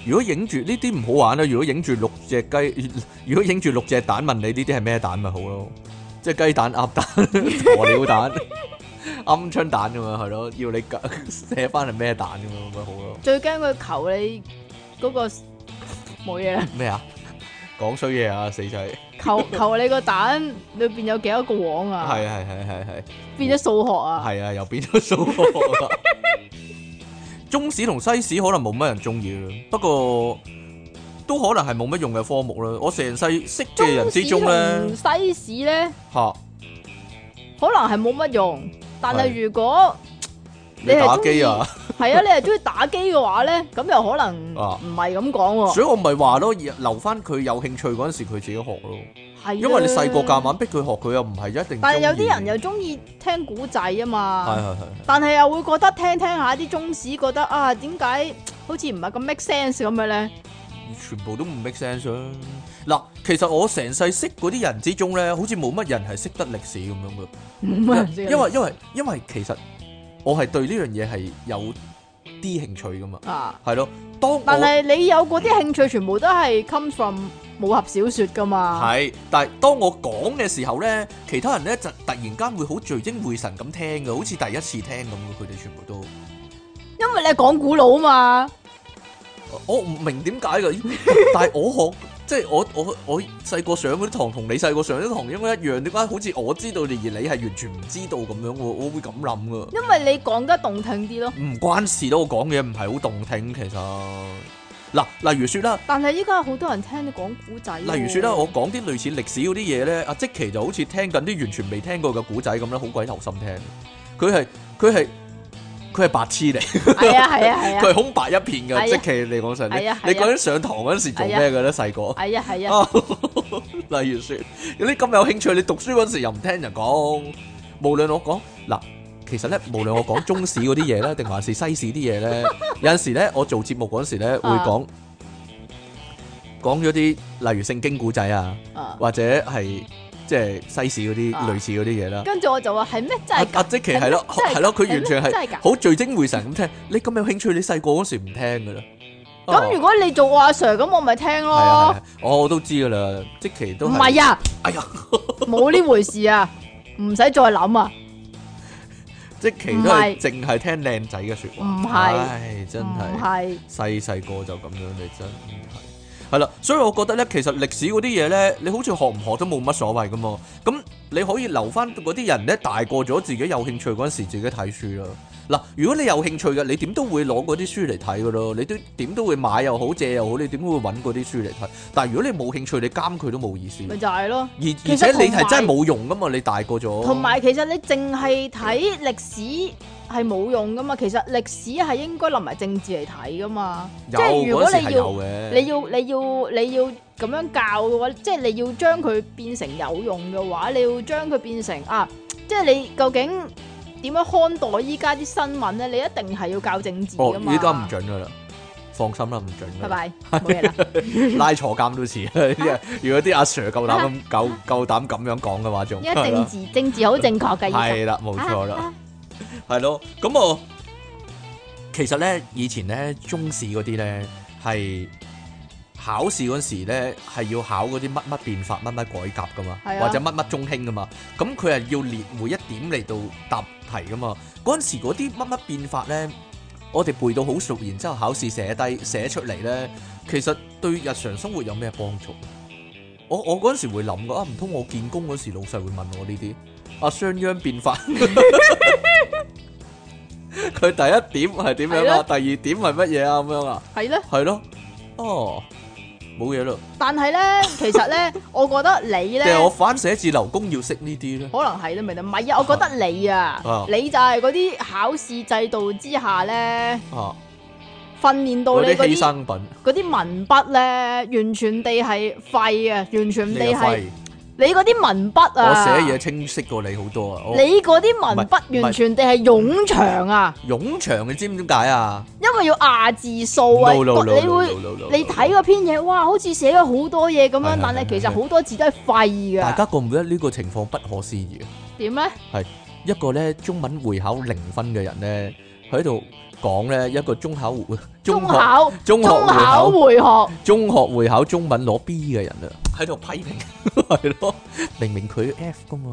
Speaker 1: 如果影住呢啲唔好玩啊啦，如果影住六隻雞， 如果影住六隻蛋，問你呢啲係咩蛋咪好咯，即係雞蛋、鴨蛋、 鴕鳥蛋、 鵪鶉蛋咁樣係咯，要你揀 寫翻係咩蛋咁樣咪好咯。
Speaker 2: 最驚佢求你嗰個冇嘢啦，
Speaker 1: 咩啊？講衰嘢啊，死仔！
Speaker 2: 求求你個蛋裏邊有幾多個黃啊？
Speaker 1: 係係係係係。
Speaker 2: 變咗數學啊？
Speaker 1: 係啊，又變咗數 學啦。中史同西史可能冇乜人中意啦，不過都可能係冇乜用嘅科目啦。我成世識嘅人之中咧，
Speaker 2: 中史同西史咧，
Speaker 1: 吓
Speaker 2: 可能係冇乜用，但
Speaker 1: 係
Speaker 2: 係如果
Speaker 1: 你打機啊，
Speaker 2: 係啊， 你係中意打機嘅話咧，咁又可能
Speaker 1: 啊
Speaker 2: 唔係咁講喎。
Speaker 1: 所以我咪話咯，留翻佢有興趣嗰阵时佢自己學咯。
Speaker 2: 係
Speaker 1: 因為你細個
Speaker 2: 夾
Speaker 1: 夾硬逼佢學，佢又唔係一定中意。
Speaker 2: 但係有啲人又中意聽古仔啊
Speaker 1: 係
Speaker 2: 嘛，
Speaker 1: 係係
Speaker 2: 但係又會覺得聽聽下啲中史，覺得啊點解好似唔係咁 make sense 咁樣咧？
Speaker 1: 全部都唔 make sense 啊嗱，其實我成世識嗰啲人之中咧，好似冇乜人係識得歷史咁樣嘅。
Speaker 2: 冇乜人知
Speaker 1: 因為因為因為其實我係對呢樣嘢係有啲興趣噶嘛，
Speaker 2: 啊。
Speaker 1: 係咯。當
Speaker 2: 但
Speaker 1: 我
Speaker 2: 係你有嗰啲興趣，全部都係 come from 武俠小說噶嘛？
Speaker 1: 係，但係當我講嘅時候咧，其他人咧就突然間會好聚精會神咁聽嘅，好似第一次聽咁嘅。佢哋全部都，
Speaker 2: 因為你係講古佬嘛，
Speaker 1: 我唔明點解嘅。但係我學即係我我我細個上嗰啲堂同你細個上啲堂應該一樣，點解好似我知道你而你係完全唔知道咁樣喎？我會咁諗噶。
Speaker 2: 因為你講得動聽啲咯。
Speaker 1: 唔關事咯，我講嘢唔係好動聽，其實嗱，例如説啦。
Speaker 2: 但係依家好多人聽你講古仔喎。
Speaker 1: 例如説啦，我講啲類似歷史嗰啲嘢咧，阿即奇就好似聽緊啲完全未聽過嘅古仔咁啦，好鬼留心聽。佢係佢係佢係白痴嚟，
Speaker 2: 係啊係啊係
Speaker 1: 佢
Speaker 2: 啊
Speaker 1: 係空白一片
Speaker 2: 係啊
Speaker 1: 嘅，即其你講神
Speaker 2: 係啊係啊
Speaker 1: 你嗰陣上堂嗰陣時做咩嘅咧？細個
Speaker 2: 係 啊係啊，
Speaker 1: 啊，例如説，有啲咁有興趣，你讀書嗰陣時又唔聽人講，無論我講嗱。其實咧，無論我講中史嗰啲嘢咧，定還是西史啲 嘢咧，有陣時咧，我做節目嗰陣時咧，會講講咗啲例如聖經古仔啊，
Speaker 2: 啊
Speaker 1: 或者係即係西史嗰啲
Speaker 2: 啊
Speaker 1: 類似嗰啲嘢啦。
Speaker 2: 跟住我就話係咩真
Speaker 1: 阿
Speaker 2: 係
Speaker 1: 阿
Speaker 2: 㗎？
Speaker 1: 即奇係咯，
Speaker 2: 真係㗎
Speaker 1: 係咯，佢完全
Speaker 2: 真係
Speaker 1: 係
Speaker 2: 㗎
Speaker 1: 好聚精會神咁聽。你咁有興趣，你細個嗰時唔聽噶啦。啊
Speaker 2: 咁如果你做我阿 Sir，咁我咪聽
Speaker 1: 係啊係
Speaker 2: 咯。
Speaker 1: 啊，我都知噶啦，即奇都
Speaker 2: 唔係
Speaker 1: 啊，
Speaker 2: 啊，
Speaker 1: 哎呀，
Speaker 2: 冇呢回事啊，唔使再諗啊，
Speaker 1: 即奇
Speaker 2: 唔
Speaker 1: 都係
Speaker 2: 係
Speaker 1: 淨係聽靚仔嘅説話。
Speaker 2: 唔係
Speaker 1: 唉，真
Speaker 2: 唔
Speaker 1: 係
Speaker 2: 係
Speaker 1: 細細個就咁樣，你真係係啦。所以我覺得咧，其實歷史嗰啲嘢咧，你好似學唔學都冇乜所謂噶嘛。咁你可以留翻嗰啲人咧，大個咗自己有興趣嗰陣時，自己睇書啦。嗱，如果你有興趣嘅，你點都會攞嗰啲書嚟睇噶咯，你都點都會買又好借又好，你點會揾嗰啲書嚟睇？但係如果你冇興趣，你監佢都冇意思。
Speaker 2: 咪就係咯。
Speaker 1: 而而
Speaker 2: 其實
Speaker 1: 且你
Speaker 2: 同埋
Speaker 1: 係真係冇用噶嘛，你大個咗。
Speaker 2: 同埋其實你淨係睇歷史係冇用噶嘛，其實歷史係應該臨埋政治嚟睇噶嘛。即
Speaker 1: 有
Speaker 2: 係如果
Speaker 1: 嗰陣時
Speaker 2: 你
Speaker 1: 係
Speaker 2: 要
Speaker 1: 有嘅，
Speaker 2: 你要你要你要咁樣教嘅話，即係你要將佢變成有用嘅話，你要將佢變成啊，即係你究竟點樣看待依家啲新聞咧？你一定係要教政治
Speaker 1: 哦
Speaker 2: 噶，嘛。
Speaker 1: 依家唔準噶啦，放心啦，唔準㗎
Speaker 2: 拜
Speaker 1: 啦。
Speaker 2: 拜，冇嘢啦。
Speaker 1: 拉坐監都似， 如果啲阿 Sir 夠膽咁夠夠膽咁樣講嘅話，仲
Speaker 2: 依家政治政治好正確嘅，依
Speaker 1: 係啦，冇
Speaker 2: 家
Speaker 1: 錯啦，
Speaker 2: 啊
Speaker 1: 係咯。咁我其實咧，以前咧中試嗰啲咧係考試嗰時咧係要考嗰啲乜乜變法、乜乜改革噶嘛，
Speaker 2: 係啊
Speaker 1: 或者乜乜中興噶嘛。咁佢係要列每一點嚟到答題噶嘛。嗰陣時嗰啲乜乜變法咧，我哋背到好熟，然之後考試寫低寫出嚟咧，其實對日常生活有咩幫助？我我嗰陣時會諗噶，啊唔通我見工嗰時老細會問我呢啲啊商鞅變法， 佢第一點係點樣啊？
Speaker 2: 係咯
Speaker 1: 第二點係乜嘢啊？咁樣啊？
Speaker 2: 係咧。
Speaker 1: 係咯，哦，冇嘢咯。
Speaker 2: 但係咧，其實咧，我覺得你
Speaker 1: 定
Speaker 2: 咧
Speaker 1: 係。我反寫字樓工要識呢啲咧？
Speaker 2: 可能係都未定，唔係啊！我覺得你啊，
Speaker 1: 啊
Speaker 2: 你就係嗰啲考試制度之下咧，
Speaker 1: 啊，
Speaker 2: 訓練到
Speaker 1: 嗰
Speaker 2: 你
Speaker 1: 啲
Speaker 2: 嗰
Speaker 1: 犧
Speaker 2: 啲
Speaker 1: 牲品，
Speaker 2: 嗰啲文筆咧，完全地係廢啊，完全
Speaker 1: 你
Speaker 2: 地
Speaker 1: 又
Speaker 2: 係
Speaker 1: 廢，
Speaker 2: 你嗰啲文筆
Speaker 1: 我
Speaker 2: 啊，
Speaker 1: 寫嘢清晰過你好多啊！我
Speaker 2: 你嗰啲文
Speaker 1: 唔係
Speaker 2: 筆完全地係冗長啊，
Speaker 1: 冗長，你知唔知點解啊
Speaker 2: 因為要壓字數啊，
Speaker 1: ？no no no
Speaker 2: 你
Speaker 1: no
Speaker 2: 會
Speaker 1: no no，
Speaker 2: 你睇嗰篇嘢，哇，好似寫咗好多嘢咁
Speaker 1: 係
Speaker 2: 樣
Speaker 1: 係，
Speaker 2: 但係
Speaker 1: 係
Speaker 2: 其實
Speaker 1: 係
Speaker 2: 好多字都係廢
Speaker 1: 大
Speaker 2: 噶，
Speaker 1: 家覺唔覺得呢個情況不可思議啊？
Speaker 2: 點咧？
Speaker 1: 一個咧中文會考零分嘅人咧，喺度講咧一個中考會中
Speaker 2: 中
Speaker 1: 學
Speaker 2: 考
Speaker 1: 中學
Speaker 2: 中
Speaker 1: 會
Speaker 2: 考
Speaker 1: 考
Speaker 2: 回學。
Speaker 1: 中學會考中文攞 B 嘅人啊，喺度 批評係咯，明明佢 F 噶嘛，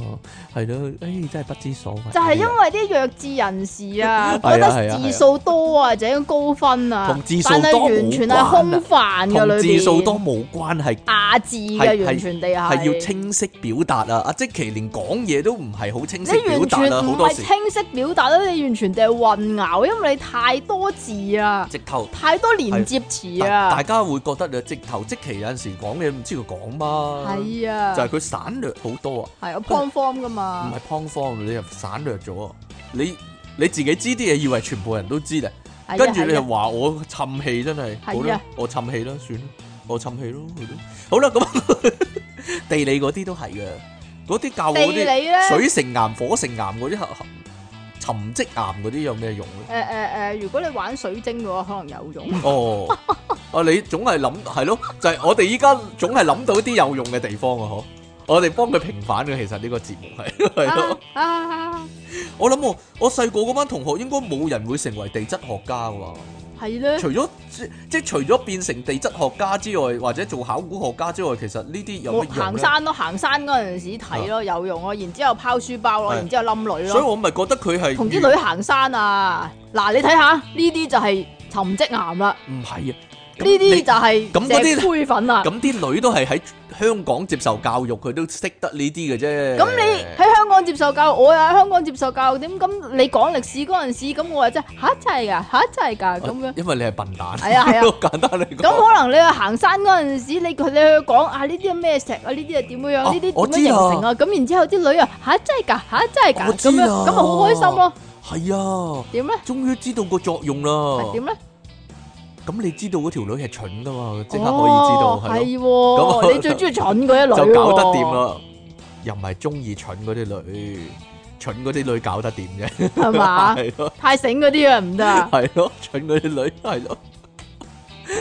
Speaker 1: 係咯，誒真係不知所謂。
Speaker 2: 就係因為啲弱智人 士啊，
Speaker 1: 啊係啊
Speaker 2: 覺
Speaker 1: 係
Speaker 2: 得
Speaker 1: 啊係啊
Speaker 2: 字數多啊，就應該高分啊，
Speaker 1: 同字數
Speaker 2: 但
Speaker 1: 多
Speaker 2: 係
Speaker 1: 冇啊
Speaker 2: 完全係空泛嘅
Speaker 1: 同
Speaker 2: 裏邊，
Speaker 1: 字數多冇關係，
Speaker 2: 亞字嘅，
Speaker 1: 係
Speaker 2: 完全地
Speaker 1: 係
Speaker 2: 係
Speaker 1: 要清晰表達啊！阿即其連講嘢都唔係好清晰
Speaker 2: 你
Speaker 1: 表
Speaker 2: 完
Speaker 1: 達
Speaker 2: 全
Speaker 1: 啊，好
Speaker 2: 唔
Speaker 1: 多
Speaker 2: 係
Speaker 1: 時
Speaker 2: 清晰表達啦，你完全地係混淆，因為你太多字啊，
Speaker 1: 直頭。
Speaker 2: 太多連接詞
Speaker 1: 大大
Speaker 2: 啊，
Speaker 1: 家會覺得你直頭即其有陣時講嘢唔知佢講乜，
Speaker 2: 係
Speaker 1: 就
Speaker 2: 啊，
Speaker 1: 係佢省略好多啊！
Speaker 2: 係啊 p o n form 噶
Speaker 1: 唔
Speaker 2: 嘛
Speaker 1: 係，方方，你又省略咗啊。你你自己知啲嘢，以為全部人都知咧，
Speaker 2: 係啊
Speaker 1: 跟住你
Speaker 2: 係
Speaker 1: 又
Speaker 2: 啊
Speaker 1: 話我沉氣，真係好
Speaker 2: 係
Speaker 1: 啦
Speaker 2: 啊，
Speaker 1: 我沉氣啦，算啦，我沉氣咯，係咯，好啦，咁地理嗰啲都係嘅，嗰啲教我
Speaker 2: 地理
Speaker 1: 嗰
Speaker 2: 咧，
Speaker 1: 啲
Speaker 2: 誒
Speaker 1: 水性岩、火性岩嗰啲沉積岩嗰啲有咩用咧？
Speaker 2: 誒誒，如果你玩水晶嘅話，可能有用。
Speaker 1: 哦，啊你總係諗係咯，就係我哋依家總係諗到啲有用嘅地方啊！嗬，我哋幫佢平反嘅，其實呢個節目係係咯。
Speaker 2: 啊啊，
Speaker 1: 我諗我我細個嗰班同學應該冇人會成為地質學家㗎喎，
Speaker 2: 係咧，
Speaker 1: 除咗即即除咗變成地質學家之外，或者做考古學家之外，其實呢啲有
Speaker 2: 我
Speaker 1: 乜用
Speaker 2: 行
Speaker 1: 咧？
Speaker 2: 山咯，行山嗰陣時睇咯，有用咯，然之後拋書包咯，
Speaker 1: 係
Speaker 2: 然之後冧女
Speaker 1: 所以
Speaker 2: 咯，
Speaker 1: 我哦咪覺得佢係
Speaker 2: 同啲女行山啊，嗱你睇下呢啲就係沉積岩啦，
Speaker 1: 唔係啊，
Speaker 2: 呢
Speaker 1: 咁
Speaker 2: 啲
Speaker 1: 你
Speaker 2: 就係
Speaker 1: 咁嗰啲呢
Speaker 2: 石灰粉啊啦。
Speaker 1: 咁啲女都係喺香港接受教育，佢都識得呢啲嘅啫。啊
Speaker 2: 咁你喺香港接受教育，我又喺香港接受教育，點咁你講歷史嗰陣時，咁我又真係嚇真係㗎，嚇真係㗎咁樣。
Speaker 1: 因為你係笨蛋，
Speaker 2: 係啊 係啊
Speaker 1: 簡單嚟講。
Speaker 2: 咁可能你去行山嗰陣時，你佢你去講啊呢啲係咩石啊，呢啲係點樣樣，
Speaker 1: 啊
Speaker 2: 呢啲點
Speaker 1: 我
Speaker 2: 樣
Speaker 1: 知
Speaker 2: 形
Speaker 1: 啊
Speaker 2: 成啊？咁然之後啲女啊嚇真係㗎，嚇真係
Speaker 1: 我
Speaker 2: 㗎
Speaker 1: 知
Speaker 2: 咁樣，
Speaker 1: 啊
Speaker 2: 咁咪好開心咯。
Speaker 1: 係啊，
Speaker 2: 點咧？
Speaker 1: 終於知道個作用
Speaker 2: 係
Speaker 1: 啦。
Speaker 2: 點咧？
Speaker 1: 咁你知道嗰條女係蠢噶嘛？即刻可以知道
Speaker 2: 哦
Speaker 1: 係咯，
Speaker 2: 係喎
Speaker 1: 咁啊
Speaker 2: 你最中意蠢嗰一類
Speaker 1: 就搞得掂
Speaker 2: 喎，
Speaker 1: 啦。又唔係中意蠢嗰啲女，蠢嗰啲女搞得掂啫，
Speaker 2: 係 嘛？
Speaker 1: 係咯。
Speaker 2: 太醒嗰啲啊，唔得啊！
Speaker 1: 系咯，蠢嗰啲女系 咯，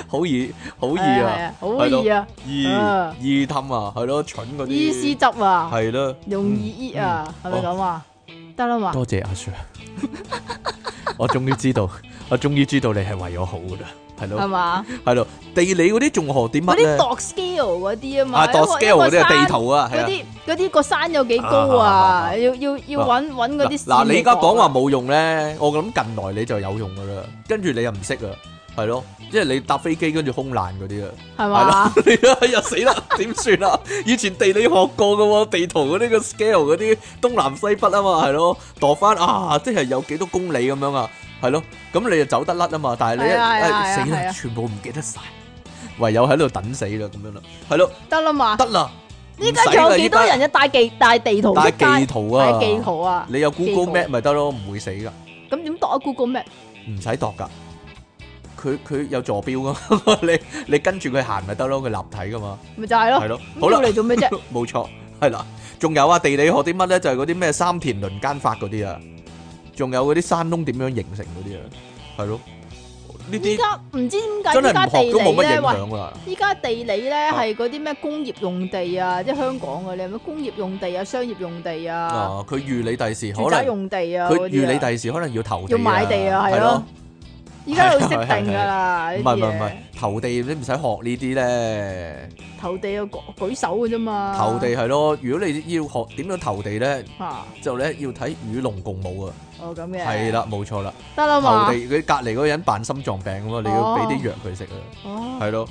Speaker 1: 好易 好易
Speaker 2: 係
Speaker 1: 啊，
Speaker 2: 啊，好易啊，E
Speaker 1: 易
Speaker 2: 啊
Speaker 1: 易氹啊，系咯，蠢嗰
Speaker 2: 醫師
Speaker 1: 啲
Speaker 2: 執啊，
Speaker 1: 系咯，
Speaker 2: 容易 eat 啊，係
Speaker 1: 嗯
Speaker 2: 咪咁啊？得啦嘛，
Speaker 1: Ừ. Ờ, 多謝阿 Sir，我 Ờ, 終於知道，ờ, 我終於知道你係為我好噶啦，係
Speaker 2: 係
Speaker 1: 咯，
Speaker 2: 嘛？
Speaker 1: 係咯，地理嗰啲仲學啲乜
Speaker 2: Ờ. 嗰啲
Speaker 1: 咧？
Speaker 2: 度 scale 嗰啲啊嘛，
Speaker 1: 啊
Speaker 2: 一
Speaker 1: 度
Speaker 2: 個
Speaker 1: scale 嗰啲
Speaker 2: 一個
Speaker 1: 係
Speaker 2: 山
Speaker 1: 地圖啊，係
Speaker 2: 嗰
Speaker 1: 啊。
Speaker 2: 啲嗰啲個山有幾高
Speaker 1: 啊啊啊
Speaker 2: 啊？
Speaker 1: 啊
Speaker 2: 要要要揾揾嗰
Speaker 1: 嗱
Speaker 2: 啲
Speaker 1: 嗱，
Speaker 2: 線嚟
Speaker 1: 你而家講話
Speaker 2: 度啊
Speaker 1: 冇用咧，我諗近來你就有用噶啦，跟住你又唔識啊，係咯，即係你搭飛機跟住空難嗰啲啊。
Speaker 2: 係
Speaker 1: 系啦
Speaker 2: 嘛？，
Speaker 1: 你哎呀死啦，點算啊？以前地理學過嘅喎，地圖嗰啲個 scale 嗰啲東南西北啊嘛，係咯，度翻啊，即係有幾多公里咁樣啊，係咯，咁你就走得甩啊嘛，但係你一
Speaker 2: 係啊係啊
Speaker 1: 哎
Speaker 2: 係啊
Speaker 1: 死
Speaker 2: 係
Speaker 1: 啦，
Speaker 2: 啊
Speaker 1: 全部唔記得晒，唯有喺度等死啦咁樣啦，係咯，
Speaker 2: 得啦嘛
Speaker 1: 得，啦，
Speaker 2: 依家仲有幾多人
Speaker 1: 啊？
Speaker 2: 嘅帶記帶地圖
Speaker 1: 帶
Speaker 2: 出街
Speaker 1: 地圖啊，
Speaker 2: 帶記圖啊？
Speaker 1: 你有 Google
Speaker 2: 記
Speaker 1: Map 咪得咯，唔會死噶，
Speaker 2: 咁點度啊？Google Map
Speaker 1: 唔使度噶。佢佢有坐標噶嘛， 你你跟住佢行咪得咯，佢立體噶嘛，
Speaker 2: 咪就係
Speaker 1: 係
Speaker 2: 咯，
Speaker 1: 咯，好
Speaker 2: 咁
Speaker 1: 啦
Speaker 2: 要。嚟做咩啫？
Speaker 1: 冇錯，係啦。仲有啊，地理學啲乜咧？就係嗰啲咩三田輪間法嗰啲啊，仲有嗰啲山窿點樣形成嗰啲啊，係咯。呢
Speaker 2: 依
Speaker 1: 啲
Speaker 2: 家唔知點解
Speaker 1: 真
Speaker 2: 依
Speaker 1: 係
Speaker 2: 家
Speaker 1: 唔
Speaker 2: 地
Speaker 1: 學都冇
Speaker 2: 理
Speaker 1: 乜
Speaker 2: 咧，
Speaker 1: 影
Speaker 2: 喂！
Speaker 1: 響啊。
Speaker 2: 依家地理咧
Speaker 1: 啊
Speaker 2: 係嗰啲咩工業用地啊，即係香港嘅咧，咩工業用地啊、商業用地啊、
Speaker 1: 啊，佢預你第時
Speaker 2: 住
Speaker 1: 可
Speaker 2: 宅
Speaker 1: 能，
Speaker 2: 用地啊
Speaker 1: 佢預
Speaker 2: 嗰
Speaker 1: 你
Speaker 2: 啲啊，
Speaker 1: 第時可能要投
Speaker 2: 要買地啊，係
Speaker 1: 係
Speaker 2: 咯
Speaker 1: 咯。。
Speaker 2: 依家要識定噶啦，
Speaker 1: 唔係
Speaker 2: 呢
Speaker 1: 唔係
Speaker 2: 啲
Speaker 1: 唔係
Speaker 2: 嘢，
Speaker 1: 投地你唔使學呢啲咧，
Speaker 2: 投地要舉舉手嘅啫嘛。
Speaker 1: 投地係咯。如果你要學點樣投地咧，
Speaker 2: 嚇，
Speaker 1: 就咧要睇與龍共舞啊。
Speaker 2: 哦咁嘅，
Speaker 1: 係，啦，冇錯啦。
Speaker 2: 得啦啊嘛
Speaker 1: 投地。佢隔離嗰個人扮心臟病咁啊，你要俾啲藥佢食啊。
Speaker 2: 哦，
Speaker 1: 系咯，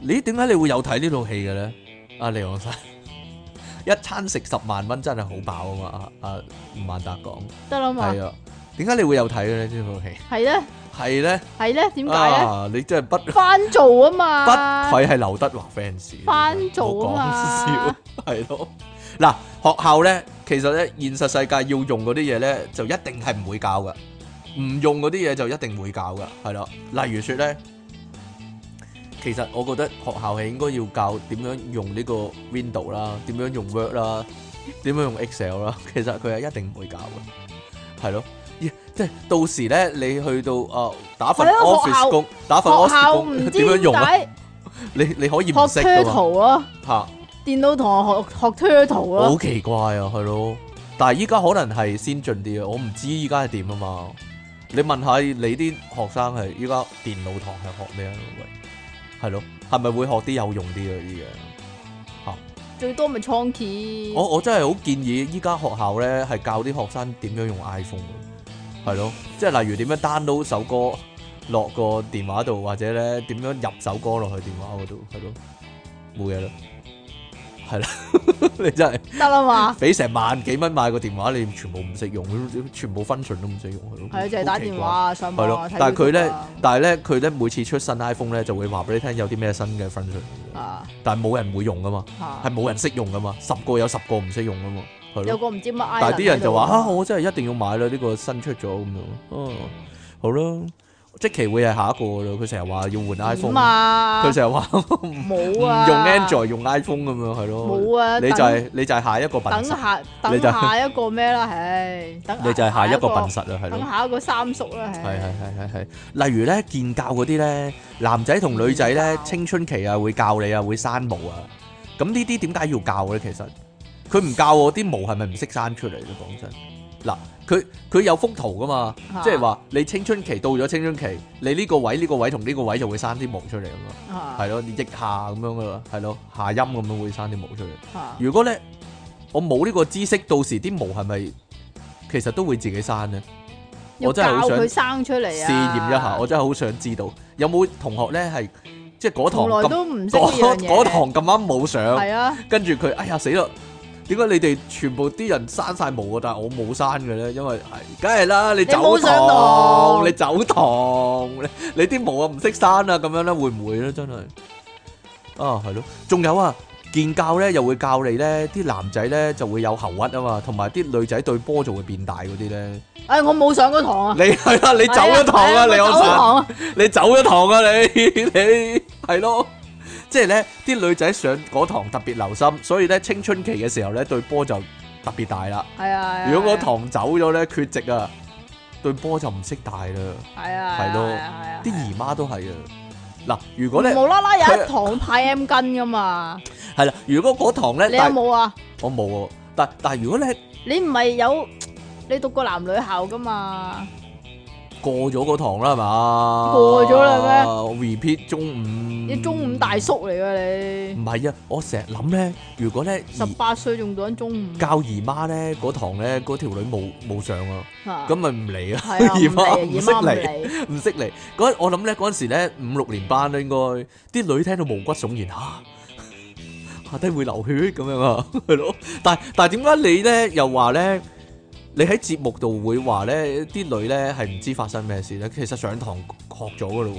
Speaker 1: 你點解你會有睇呢套戲嘅咧？阿李昂生 一餐食十萬蚊真係好飽啊嘛！阿阿吳萬達講
Speaker 2: 得啦嘛
Speaker 1: 係。啊，點解你會有睇嘅咧？呢套戲
Speaker 2: 係咧，
Speaker 1: 係咧，
Speaker 2: 係咧，點解咧？
Speaker 1: 啊，你真係不不
Speaker 2: 翻做啊嘛，
Speaker 1: 愧係劉德華 fans，
Speaker 2: 翻做啊
Speaker 1: 唔
Speaker 2: 嘛
Speaker 1: 好講笑係咯。嗱，學校咧，其實咧現實世界要用嗰啲嘢咧，就一定係唔會教噶，唔用嗰啲嘢就一定會教噶，係啦。例如說咧，其實我覺得學校係應該要教點樣用呢個 Window 啦，點樣用 Word 啦，點樣用 Excel 啦。 其實佢係一定唔會教嘅，係咯。咦即係到時咧，你去到啊打份
Speaker 2: 係咯學
Speaker 1: office
Speaker 2: 校
Speaker 1: 工，打份
Speaker 2: 學
Speaker 1: office
Speaker 2: 校唔
Speaker 1: 工
Speaker 2: 知
Speaker 1: 點樣用啊？
Speaker 2: 解
Speaker 1: 你你可以
Speaker 2: 學
Speaker 1: 唔識噶嘛？
Speaker 2: turtle 咯，
Speaker 1: 嚇！
Speaker 2: 電腦同學學學 turtle
Speaker 1: 好
Speaker 2: 咯，
Speaker 1: 奇怪啊，係咯。但係依家可能係先進啲啊，我唔知依家係點啊嘛。你問下你啲學生係依家電腦堂係學咩啊？喂，係咯，係咪會學啲有用啲嗰啊啲嘢？
Speaker 2: 最多咪倉頡。
Speaker 1: 我我真係好建議依家學校咧係教啲學生點樣用 iPhone 喎係咯，即係例如點樣 download 首歌落個電話度，或者咧點樣入首歌落去電話嗰度，係咯，冇嘢啦，係啦， 你真係。
Speaker 2: 得啦嘛，
Speaker 1: 俾成萬幾蚊買個電話，你全部唔識用，全部 function 都唔識用，係咯。
Speaker 2: 係啊，就係打電話
Speaker 1: 好
Speaker 2: 啊、上
Speaker 1: 奇怪。係
Speaker 2: 網
Speaker 1: 咯
Speaker 2: 啊，睇，
Speaker 1: 但係佢
Speaker 2: YouTube
Speaker 1: 咧
Speaker 2: 啊，
Speaker 1: 但係咧，佢咧每次出新 iPhone 咧，就會話俾你聽有啲咩新嘅 function，
Speaker 2: 啊
Speaker 1: 但係冇人會用噶嘛，
Speaker 2: 啊
Speaker 1: 係冇人識用噶嘛，十個有十個唔識用噶嘛，係
Speaker 2: 有
Speaker 1: 咯。
Speaker 2: 個唔知乜 island 喺度啊，
Speaker 1: 但係啲人就話啊，我真係一定要買啦，呢個新出咗咁樣。嗯，好啦，即期會係下一個啦。佢成日話要換
Speaker 2: 點
Speaker 1: iPhone，
Speaker 2: 啊
Speaker 1: 佢，成日話唔
Speaker 2: 冇啊，
Speaker 1: 用 Android 用 iPhone 咁樣係咯。
Speaker 2: 冇啊，
Speaker 1: 你就
Speaker 2: 等
Speaker 1: 係你就係下一個笨
Speaker 2: 等
Speaker 1: 實。
Speaker 2: 下
Speaker 1: 你
Speaker 2: 等
Speaker 1: 就
Speaker 2: 下一個咩啦，唉，等
Speaker 1: 你就係下一個
Speaker 2: 個
Speaker 1: 笨，實啦，啊係
Speaker 2: 等
Speaker 1: 咯，
Speaker 2: 下一個三叔啦，
Speaker 1: 係係
Speaker 2: 唉，
Speaker 1: 係係係。例如咧，建教嗰啲咧，男仔同女仔咧
Speaker 2: 建，教
Speaker 1: 青春期啊會教你啊，會生毛啊。咁呢啲點解要教咧？其實佢唔教我啲毛係咪唔識生出嚟咧？講真，嗱，佢佢有幅圖噶嘛，
Speaker 2: 嚇
Speaker 1: 即係話你青春期到咗青春期，你呢個位呢個位同呢個位就會生啲毛出嚟咁嘛，
Speaker 2: 係
Speaker 1: 係咯，腋下咁樣噶啦，係咯，下陰咁樣會生啲毛出嚟。
Speaker 2: 啊
Speaker 1: 如果咧我冇呢個知識，到時啲毛係咪其實都會自己生咧？
Speaker 2: 要
Speaker 1: 我真係好
Speaker 2: 教
Speaker 1: 想
Speaker 2: 佢生出嚟
Speaker 1: 試
Speaker 2: 啊，
Speaker 1: 驗一下，我真係好想知道有冇同學咧係即係嗰堂
Speaker 2: 從來
Speaker 1: 咁
Speaker 2: 都唔識呢
Speaker 1: 嗰
Speaker 2: 樣 嘢，
Speaker 1: 嗰堂咁啱冇上，
Speaker 2: 係啊，
Speaker 1: 跟住佢哎呀死啦！點解你哋全部啲人生晒毛啊？但係我冇生嘅咧，因為係梗係啦，你走
Speaker 2: 冇上堂
Speaker 1: 堂，你走堂，你你啲毛啊唔識生啊，咁樣咧會唔會咧？真係啊，係咯，仲有啊，健教咧又會教你咧，啲男仔咧就會有喉核啊嘛，同埋啲女仔對波就會變大嗰啲咧。
Speaker 2: 唉，我冇上過堂啊，
Speaker 1: 你係啦，你走咗堂啊，
Speaker 2: 係
Speaker 1: 你
Speaker 2: 我
Speaker 1: 我
Speaker 2: 走咗
Speaker 1: 神。
Speaker 2: 堂啊，
Speaker 1: 你走咗堂啊你 你係咯，即係咧啲女仔上嗰堂特別留心，所以咧青春期嘅時候咧對波就特別大啦。
Speaker 2: 係啊，係啊
Speaker 1: 如果嗰，堂走咗咧缺席啊，對波就唔識大啦。
Speaker 2: 係啊，
Speaker 1: 係咯
Speaker 2: 係啊係啊
Speaker 1: 啲姨媽都係啊。嗱，如果咧
Speaker 2: 無啦啦有
Speaker 1: 佢
Speaker 2: 一堂派 M 巾噶嘛，
Speaker 1: 係啦，如果嗰堂咧，
Speaker 2: 你有
Speaker 1: 但
Speaker 2: 冇啊？
Speaker 1: 我冇喎。但但如果咧
Speaker 2: 你唔係有你讀過男女校噶嘛？
Speaker 1: 過咗嗰堂啦，係嘛？
Speaker 2: 過咗啦咩
Speaker 1: 咩？repeat 中午，
Speaker 2: 你中午大叔嚟噶你，
Speaker 1: 唔係啊！我成日諗咧，如果咧
Speaker 2: 十八歲仲讀緊中午
Speaker 1: 教姨媽咧嗰堂咧，嗰條女冇冇上啊，
Speaker 2: 啊
Speaker 1: 咁咪唔嚟啊！
Speaker 2: 係啊，
Speaker 1: 姨
Speaker 2: 唔
Speaker 1: 媽
Speaker 2: 嚟，
Speaker 1: 唔
Speaker 2: 姨
Speaker 1: 識
Speaker 2: 媽唔
Speaker 1: 嚟，
Speaker 2: 嚟，
Speaker 1: 唔識嚟。嗰我諗咧嗰陣時咧五六年班啦，應該啲女聽到毛骨悚然嚇， 下低會流血咁樣啊， 係咯。但但點解你咧又話咧？你喺節目度會話咧啲女咧係唔知發生咩事咧，其實上堂學咗噶咯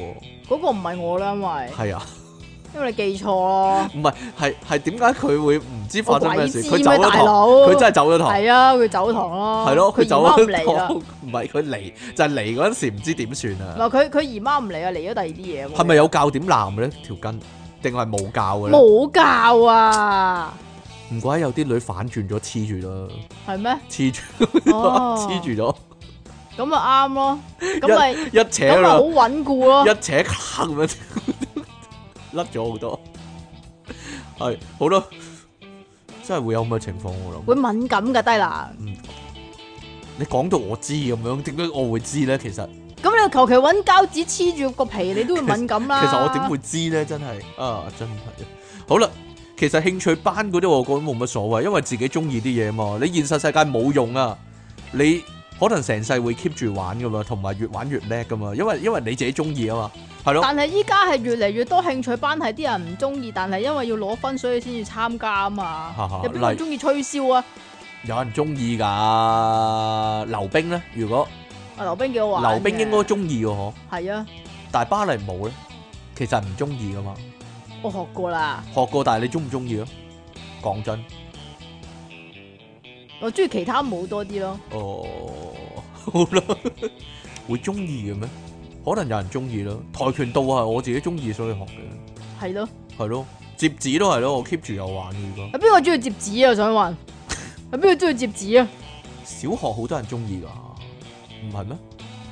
Speaker 2: 嗰個唔係我啦，因為
Speaker 1: 喎，係啊，
Speaker 2: 因為你記錯咯，
Speaker 1: 唔係係係點解佢會唔知發
Speaker 2: 我
Speaker 1: 生咩
Speaker 2: 鬼
Speaker 1: 事？
Speaker 2: 知
Speaker 1: 佢
Speaker 2: 咩
Speaker 1: 走咗
Speaker 2: 大
Speaker 1: 堂，
Speaker 2: 佬？
Speaker 1: 佢真係走咗堂。
Speaker 2: 係啊，佢走堂咯，
Speaker 1: 係咯，
Speaker 2: 佢
Speaker 1: 佢
Speaker 2: 姨
Speaker 1: 走
Speaker 2: 媽唔
Speaker 1: 咗
Speaker 2: 嚟啦嗯
Speaker 1: 堂，，唔係佢嚟，就係嚟嗰陣時唔知點算
Speaker 2: 唔
Speaker 1: 啊！
Speaker 2: 係佢佢姨媽唔嚟啊，嚟咗第二啲嘢喎，
Speaker 1: 係咪有教點男嘅咧條筋，定係冇教嘅咧？
Speaker 2: 冇教啊？
Speaker 1: 唔怪得有啲女反轉咗黐住啦，
Speaker 2: 係咩？
Speaker 1: 黐住
Speaker 2: 哦
Speaker 1: 黐住咗，
Speaker 2: 咁啊啱咯，咁咪
Speaker 1: 一扯
Speaker 2: 咁咪好
Speaker 1: 啦，
Speaker 2: 穩固咯，
Speaker 1: 一扯咔咁樣 甩咗好多，係好啦，真係會有咁嘅情況我諗。
Speaker 2: 會敏感㗎低能。
Speaker 1: 你講到我知咁樣，點解我會知咧？其實
Speaker 2: 咁你求其揾膠紙黐住個皮，你都會敏感 啦。
Speaker 1: 其實我點會知咧？真係啊，真係啊。好啦，其實興趣班嗰啲我覺得冇乜所謂，因為自己中意啲嘢嘛。你現實世界冇用啊，你可能成世會 keep 住玩噶嘛，同埋越玩越叻噶嘛。因為因為你自己中意啊嘛，係咯，
Speaker 2: 但係依家係越嚟越多興趣班係啲人唔中意，但係因為要攞分所以先至參加啊
Speaker 1: 哈
Speaker 2: 嘛
Speaker 1: 哈。
Speaker 2: 你邊個
Speaker 1: 例
Speaker 2: 中意吹簫啊？
Speaker 1: 有人中意噶。溜冰咧，如果
Speaker 2: 啊，溜冰幾好玩嘅。
Speaker 1: 溜冰應該中意嘅嗬，
Speaker 2: 啊係啊，
Speaker 1: 但係芭蕾舞咧，其實唔中意噶嘛。
Speaker 2: 我學過啦，
Speaker 1: 學過，但係你中唔中意啊？講真，
Speaker 2: 我中意其他舞多啲咯。
Speaker 1: 哦，好啦， 會中意嘅咩？可能有人中意咯。跆拳道係我自己中意，所以學嘅，
Speaker 2: 係咯，
Speaker 1: 係咯。折紙都係咯，我 keep 住有玩嘅。而家
Speaker 2: 有邊個中意摺紙啊？我想問，有邊個中意摺紙啊？
Speaker 1: 小學好多人中意噶，唔係咩？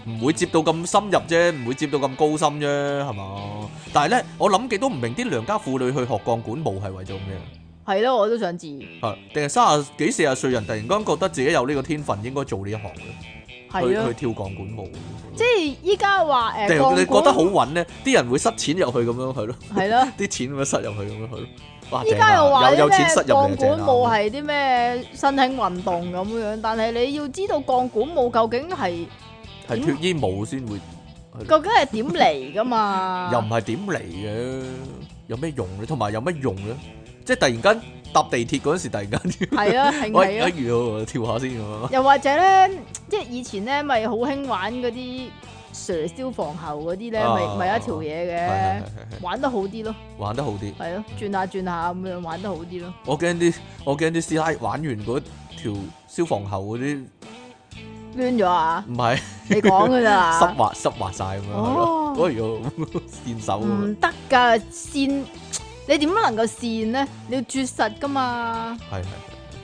Speaker 1: 唔會接到咁深入啫，唔會接到咁高深啫，係嘛？但係咧，我諗極都唔明啲良家婦女去學鋼管舞係為咗咩？
Speaker 2: 係咯，我都想摺。
Speaker 1: 係定係三十幾四十歲人突然間覺得自己有呢個天分，應該做呢一行嘅，
Speaker 2: 係
Speaker 1: 去去
Speaker 2: 啊，
Speaker 1: 跳鋼管舞。
Speaker 2: 即係依家話誒，
Speaker 1: 定係你
Speaker 2: 鋼
Speaker 1: 覺
Speaker 2: 管
Speaker 1: 得好穩咧，啲人會塞錢入去咁樣去咯。
Speaker 2: 係啦。
Speaker 1: 啲錢咁樣塞入去咁樣去咯。哇！
Speaker 2: 依
Speaker 1: 正啊
Speaker 2: 家又話
Speaker 1: 有
Speaker 2: 啲
Speaker 1: 有
Speaker 2: 咩
Speaker 1: 錢塞入嚟
Speaker 2: 鋼
Speaker 1: 正
Speaker 2: 管舞
Speaker 1: 啊！
Speaker 2: 係啲咩新興運動咁樣，但係你要知道鋼管舞究竟係
Speaker 1: 係脱衣舞先會，
Speaker 2: 究竟係點嚟 噶嘛？
Speaker 1: 又唔係點嚟嘅？有咩用咧？同埋有乜用咧？即係突然間搭地鐵嗰陣時，突然間
Speaker 2: 係啊，興
Speaker 1: 喂，
Speaker 2: 起
Speaker 1: 哎
Speaker 2: 啊！
Speaker 1: 呀，跳下先咁樣。
Speaker 2: 又或者咧，即係以前咧，咪好興玩嗰啲蛇消防喉嗰啲咧，
Speaker 1: 啊
Speaker 2: 咪咪有一條
Speaker 1: 係係係
Speaker 2: 嘢
Speaker 1: 係
Speaker 2: 嘅，玩得好啲咯，
Speaker 1: 係玩得好啲。
Speaker 2: 係咯，轉下轉下咁樣玩得好啲咯。
Speaker 1: 我驚啲我驚啲師奶玩完嗰條消防喉嗰啲，
Speaker 2: 攣咗啊！
Speaker 1: 唔係
Speaker 2: 你講噶
Speaker 1: 濕
Speaker 2: 咋？
Speaker 1: 滑濕滑晒咁樣係
Speaker 2: 啊哦
Speaker 1: 咯。哎 呀，跣手啊咁樣
Speaker 2: 唔。得㗎，線你點樣能夠線咧？你要絕實噶嘛？
Speaker 1: 係係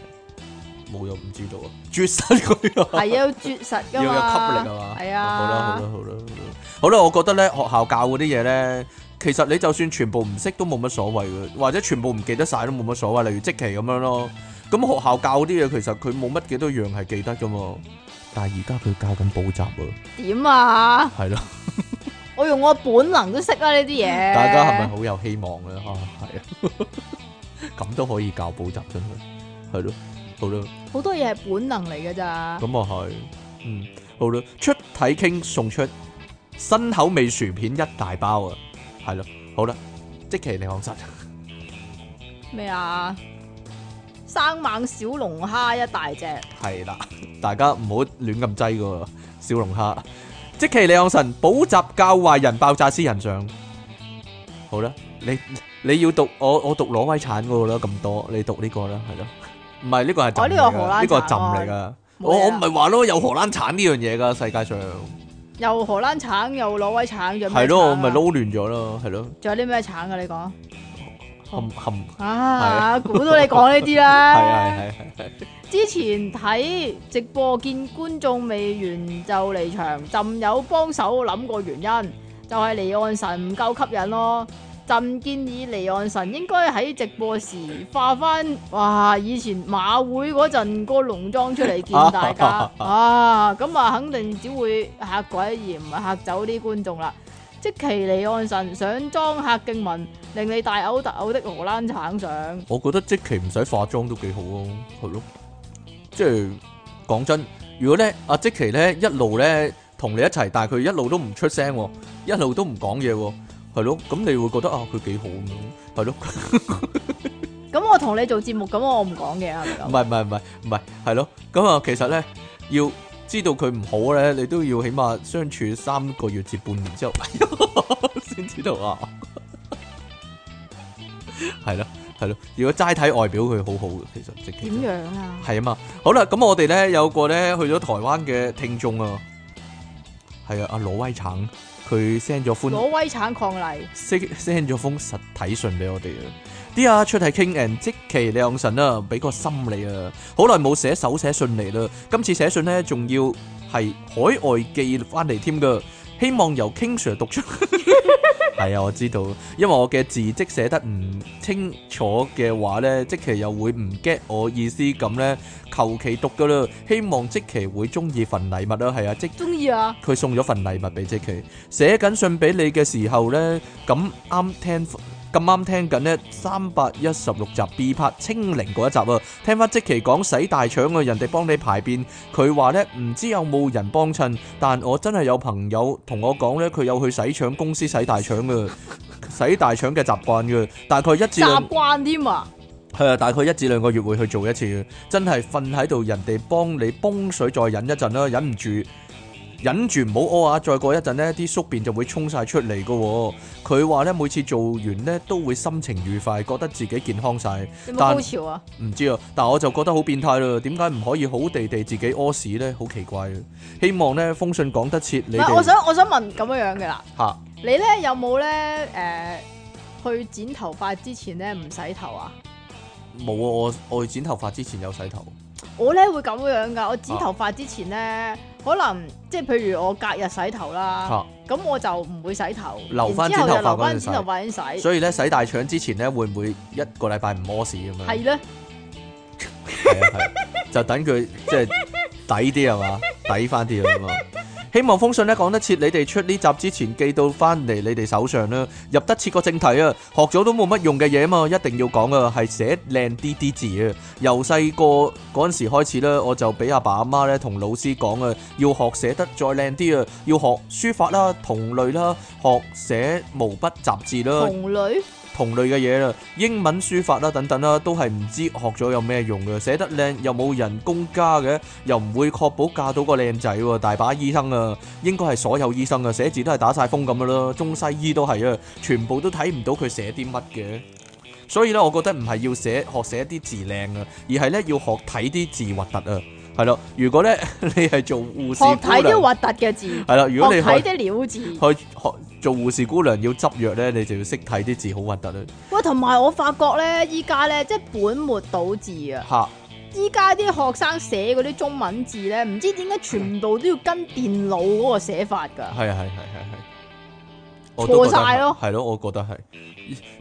Speaker 1: 係冇又唔知道啊，絕殺佢啊！
Speaker 2: 係啊，要絕實噶
Speaker 1: 要有吸
Speaker 2: 嘛，
Speaker 1: 力啊嘛。
Speaker 2: 係
Speaker 1: 好啦好啦好
Speaker 2: 啊，
Speaker 1: 啦好啦好啦，我覺得咧學校教嗰啲嘢咧，其實你就算全部唔識都冇乜所謂嘅，或者全部唔記得晒都冇乜所謂。例如即期咁樣咯，咁學校教嗰啲嘢其實佢冇乜幾多樣係記得噶嘛。但係而家佢教緊補習啊，
Speaker 2: 點啊？
Speaker 1: 係咯，
Speaker 2: 我用我本能都識啦呢啲嘢。
Speaker 1: 大家係咪好有希望咧？啊，係啊， 咁都可以教補習真係，係咯，好啦。
Speaker 2: 好多嘢係本能嚟㗎咋？
Speaker 1: 咁啊係，嗯，好啦，出體傾送出新口味薯片一大包啊，係咯，好啦，即其你講實，
Speaker 2: 咩啊？生猛小龍蝦一大隻，
Speaker 1: 係啦， 大家唔好亂咁擠噶喎，小龍蝦，即其你講神補習教壞人爆炸私人相，好啦，你你要讀我我讀挪威產嗰個啦，咁多你讀呢個啦，係咯？唔係呢個係
Speaker 2: 哦
Speaker 1: 浸
Speaker 2: 呢
Speaker 1: 嚟
Speaker 2: 個
Speaker 1: 㗎
Speaker 2: 荷蘭
Speaker 1: 呢個係
Speaker 2: 產
Speaker 1: 浸嚟
Speaker 2: 喎
Speaker 1: 㗎。
Speaker 2: 冇
Speaker 1: 我我
Speaker 2: 嘢啦
Speaker 1: 唔係話咯，有荷蘭產呢樣嘢㗎，世界上
Speaker 2: 又荷蘭橙，又挪威橙，仲有咩
Speaker 1: 係咯，我
Speaker 2: 橙
Speaker 1: 咪
Speaker 2: 啊
Speaker 1: 撈亂咗咯，係咯，
Speaker 2: 仲有啲咩橙啊？你講
Speaker 1: 冚冚
Speaker 2: 啊，估到你講呢啲啦。
Speaker 1: 係啊係係係係
Speaker 2: 之前睇直播見觀眾未完就離場，朕有幫手諗過原因，就係、離岸神唔夠吸引咯。朕建議離岸神應該喺直播時化翻，哇！以前馬會嗰陣個濃妝出嚟見大家啊，咁啊肯定只會嚇鬼而唔係嚇走啲觀眾啦。即其離岸神上裝嚇敬文，令你大嘔特嘔的荷蘭橙上。
Speaker 1: 我覺得即期唔使化妝都幾好咯，係咯，即係講真，如果咧阿即期咧一路咧同你一齊，但係佢一路都唔出聲喎，一路都唔講嘢喎，係咯，咁你會覺得啊佢幾好咁樣，係咯。
Speaker 2: 咁我同你做節目，咁我唔講嘅係咪
Speaker 1: 唔係
Speaker 2: 咁？
Speaker 1: 唔係唔係唔係，係咯。咁啊，其實咧要知道佢唔好咧，你都要起碼相處三個月至半年之後 先知道啊。係咯係咯，如果齋睇外表佢好好嘅，其實即其
Speaker 2: 點樣啊？
Speaker 1: 係啊嘛。好啦，咁我哋咧有個咧去咗台灣嘅聽眾啊，係啊，阿挪威橙佢 send 咗歡
Speaker 2: 挪威橙抗麗，
Speaker 1: send send 咗封實體信俾我哋啊！啲啊出題傾 and 即其兩神啊，俾個心你啊！好耐冇寫手寫信嚟啦，今次寫信呢，仲要係海外寄翻嚟添噶，希望由 King Sir 讀出。 係啊，我知道，因為我嘅字跡寫得唔清楚嘅話呢，即其又會唔 get 我意思咁呢，求其讀噶啦，希望即其會中意份禮物啦，係啊，即
Speaker 2: 中意啊！
Speaker 1: 佢送咗份禮物俾即奇，寫緊信俾你嘅時候呢，咁啱聽咁啱聽緊呢三百一十六集 B part 清零嗰一集啊，聽翻即奇講洗大腸啊，人哋幫你排便，佢話呢唔知有冇人幫襯，但我真係有朋友同我講呢，佢有去洗腸公司洗大腸嘅，洗大腸嘅習慣嘅，大概一至兩
Speaker 2: 習。慣添啊！
Speaker 1: 係啊，大概一至兩個月會去做一次嘅，真係瞓喺度，人哋幫你泵水再忍一陣啦，忍唔住，忍住唔好屙啊！再過一陣呢啲宿便就會衝晒出嚟噶、喎。佢話呢，每次做完呢都會心情愉快，覺得自己健康晒。
Speaker 2: 有冇
Speaker 1: 但
Speaker 2: 高潮啊？
Speaker 1: 唔知啊，但我就覺得好變態啦，點解唔可以好地地自己屙屎呢？好奇怪啊！希望呢封信講得切
Speaker 2: 唔
Speaker 1: 你
Speaker 2: 係，我
Speaker 1: 哋
Speaker 2: 想我想問咁樣樣嘅啦，
Speaker 1: 嚇
Speaker 2: 你咧有冇咧誒去剪頭髮之前咧唔洗頭啊？
Speaker 1: 冇啊！我我去剪頭髮之前有洗頭，
Speaker 2: 我咧會咁樣噶，我剪頭髮之前咧，可能即係譬如我隔日洗頭啦
Speaker 1: 啊，
Speaker 2: 咁我就唔會洗頭，
Speaker 1: 留返
Speaker 2: 然之後就
Speaker 1: 剪頭髮
Speaker 2: 留
Speaker 1: 嗰陣
Speaker 2: 翻
Speaker 1: 洗
Speaker 2: 剪頭髮先洗，
Speaker 1: 所以呢，洗大腸之前呢，會唔會一個禮拜唔屙屎咁樣？
Speaker 2: 係咧，
Speaker 1: 係啊係就等佢即係抵啲係嘛，抵翻啲啦嘛。希望封信咧講得切，你哋出呢集之前寄到翻嚟你哋手上啦，入得切個正題啊，學咗都冇乜用嘅嘢嘛，一定要講啊，係寫靚啲啲字啊。由細個嗰陣時開始咧，我就俾阿爸阿媽咧同老師講啊，要學寫得再靚啲啊，要學書法啦、同類啦，學寫毛筆雜字啦。
Speaker 2: 同類
Speaker 1: 同類嘅嘢啦，英文書法啊啦等等啦，都係唔知學咗有咩用啊嘅，寫得靚又冇人工加嘅，又唔會確保嫁到個靚仔喎，大把醫生啊，應該係所有醫生啊，寫字都係打晒風咁嘅啦，中西醫都係啊，全部都睇唔到佢寫啲乜嘅。所以咧，我覺得唔係要寫學寫啲字靚啊，而係咧要學睇啲字核突啊，係咯。如果咧 你係做護士
Speaker 2: 學睇
Speaker 1: 姑
Speaker 2: 啲
Speaker 1: 娘，
Speaker 2: 核突嘅字，
Speaker 1: 係啦，啊如果你去
Speaker 2: 學睇啲料字。
Speaker 1: 去學做護士姑娘要執藥咧，你就要識睇啲字好核突啊啦，
Speaker 2: 喂，同埋我發覺咧，依家咧即係本末倒置啊！
Speaker 1: 嚇！
Speaker 2: 依家啲學生寫嗰啲中文字咧，唔知點解全部都要跟電腦嗰個寫法㗎。
Speaker 1: 係啊係係係係，我都覺得
Speaker 2: 錯晒咯
Speaker 1: 係係咯，我覺得係。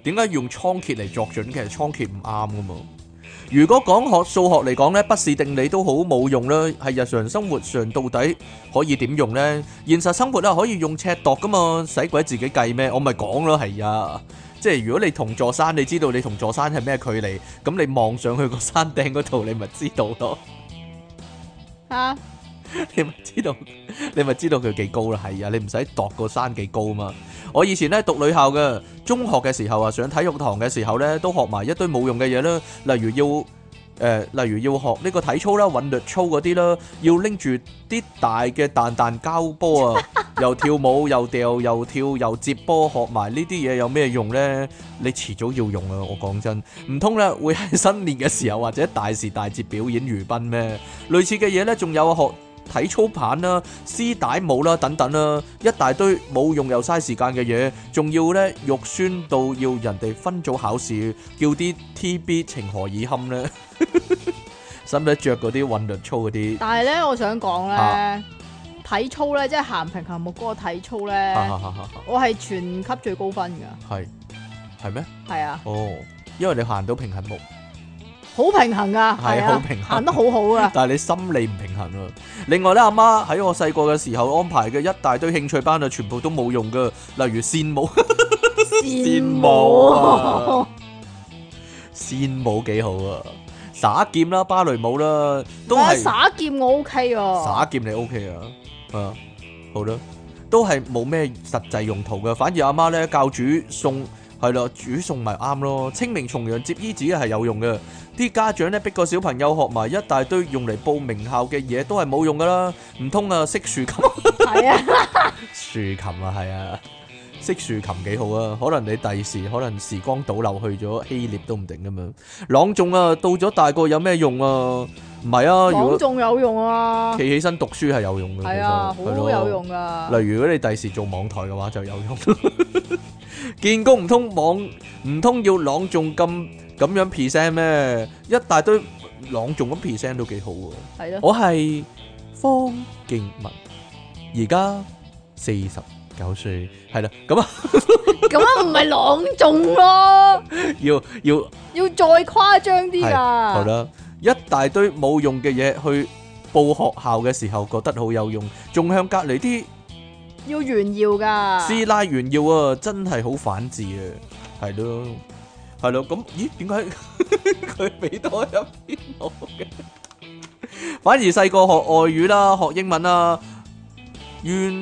Speaker 1: 點解用倉頡嚟作準？其實倉頡唔啱噶嘛。如果講學數學嚟講呢，畢氏定理都好冇用啦。係日常生活上到底可以點用呢？現實生活啊，可以用尺度噶嘛，使鬼自己計咩？我咪講咯，係啊。即係如果你同座山，你知道你同座山係咩距離，咁你望上去個山頂嗰度，你咪知道咯。
Speaker 2: 嚇，
Speaker 1: 你咪知道，你咪知道佢幾高啦。係啊，你唔使度個山幾高啊嘛。我以前咧讀女校嘅，中學嘅時候啊，上體育堂嘅時候咧，都學埋一堆冇用嘅嘢啦，例如要誒、呃例如要學呢個體操啦、韻律操嗰啲啦，要拎住啲大嘅彈彈膠波啊，又跳舞又掉又跳又接波學埋呢啲嘢有咩用呢？你遲早要用啊！我講真，唔通咧會喺新年嘅時候或者大時大節表演娛賓咩？類似嘅嘢呢，仲有學體操棒啦、絲帶舞啦等等啦，一大堆冇用又嘥時間嘅嘢，仲要呢肉酸到要人哋分組考試，叫啲 TB 情何以堪呢？ 使唔使着嗰啲混律操嗰啲？
Speaker 2: 但係咧，我想講咧，
Speaker 1: 啊
Speaker 2: 體操咧，即係行平衡木嗰個體操咧，
Speaker 1: 啊係
Speaker 2: 我係全級最高分㗎，
Speaker 1: 係咩？
Speaker 2: 係啊，
Speaker 1: 哦，因為你行到平衡木，
Speaker 2: 好平衡㗎，係
Speaker 1: 好
Speaker 2: 啊
Speaker 1: 平衡，
Speaker 2: 行得好好 啊，
Speaker 1: 但係你心理唔平衡啊。另外咧，阿媽喺我細個嘅時候安排嘅一大堆興趣班啊，全部都冇用噶，例如線舞，
Speaker 2: 羨
Speaker 1: 慕
Speaker 2: 慕
Speaker 1: 啊線舞幾好啊，耍劍啦、芭蕾舞啦，都
Speaker 2: 啊
Speaker 1: 係
Speaker 2: 耍劍我 OK 喎，
Speaker 1: 耍劍你 OK Ờ, 啊，啊好啦，都係冇咩實際用途嘅，反而阿媽咧教煮餸。係咯，煮餸咪啱咯。清明重陽接衣紙係有用嘅。啲家長咧逼個小朋友學埋一大堆用嚟報名校嘅嘢，都係冇用噶啦。唔通啊，識豎琴？
Speaker 2: 係啊，
Speaker 1: 豎琴啊，係啊，識豎琴幾好啊！可能你第時可能時光倒流去咗希臘都唔定咁樣。朗誦啊，到咗大個有咩用啊？唔係啊，如
Speaker 2: 講
Speaker 1: 果
Speaker 2: 仲有用 啊
Speaker 1: 企，起身讀書係有用嘅，
Speaker 2: 係啊，
Speaker 1: 其
Speaker 2: 好
Speaker 1: 實係咯
Speaker 2: 有用啊㗎，
Speaker 1: 例如如果你第時做網台嘅話就有用。 見工唔通網唔通要朗誦咁咁樣 present 咩？一大堆朗誦咁 present 都幾好 喎。
Speaker 2: 係咯，
Speaker 1: 我係方敬文，而家四十九歲，係啦，咁啊
Speaker 2: 咁樣唔係朗誦咯，
Speaker 1: 要要
Speaker 2: 要再誇張啲
Speaker 1: 係好
Speaker 2: 㗎，
Speaker 1: 啦，一大堆冇用嘅嘢去報學校嘅時候覺得好有用，仲向隔離啲。
Speaker 2: 要炫耀㗎，
Speaker 1: 師奶炫耀啊，真係好反智啊，係咯，係咯，咁咦？點解 佢俾多一篇我嘅？反而細個學外語啦，學英文啦，怨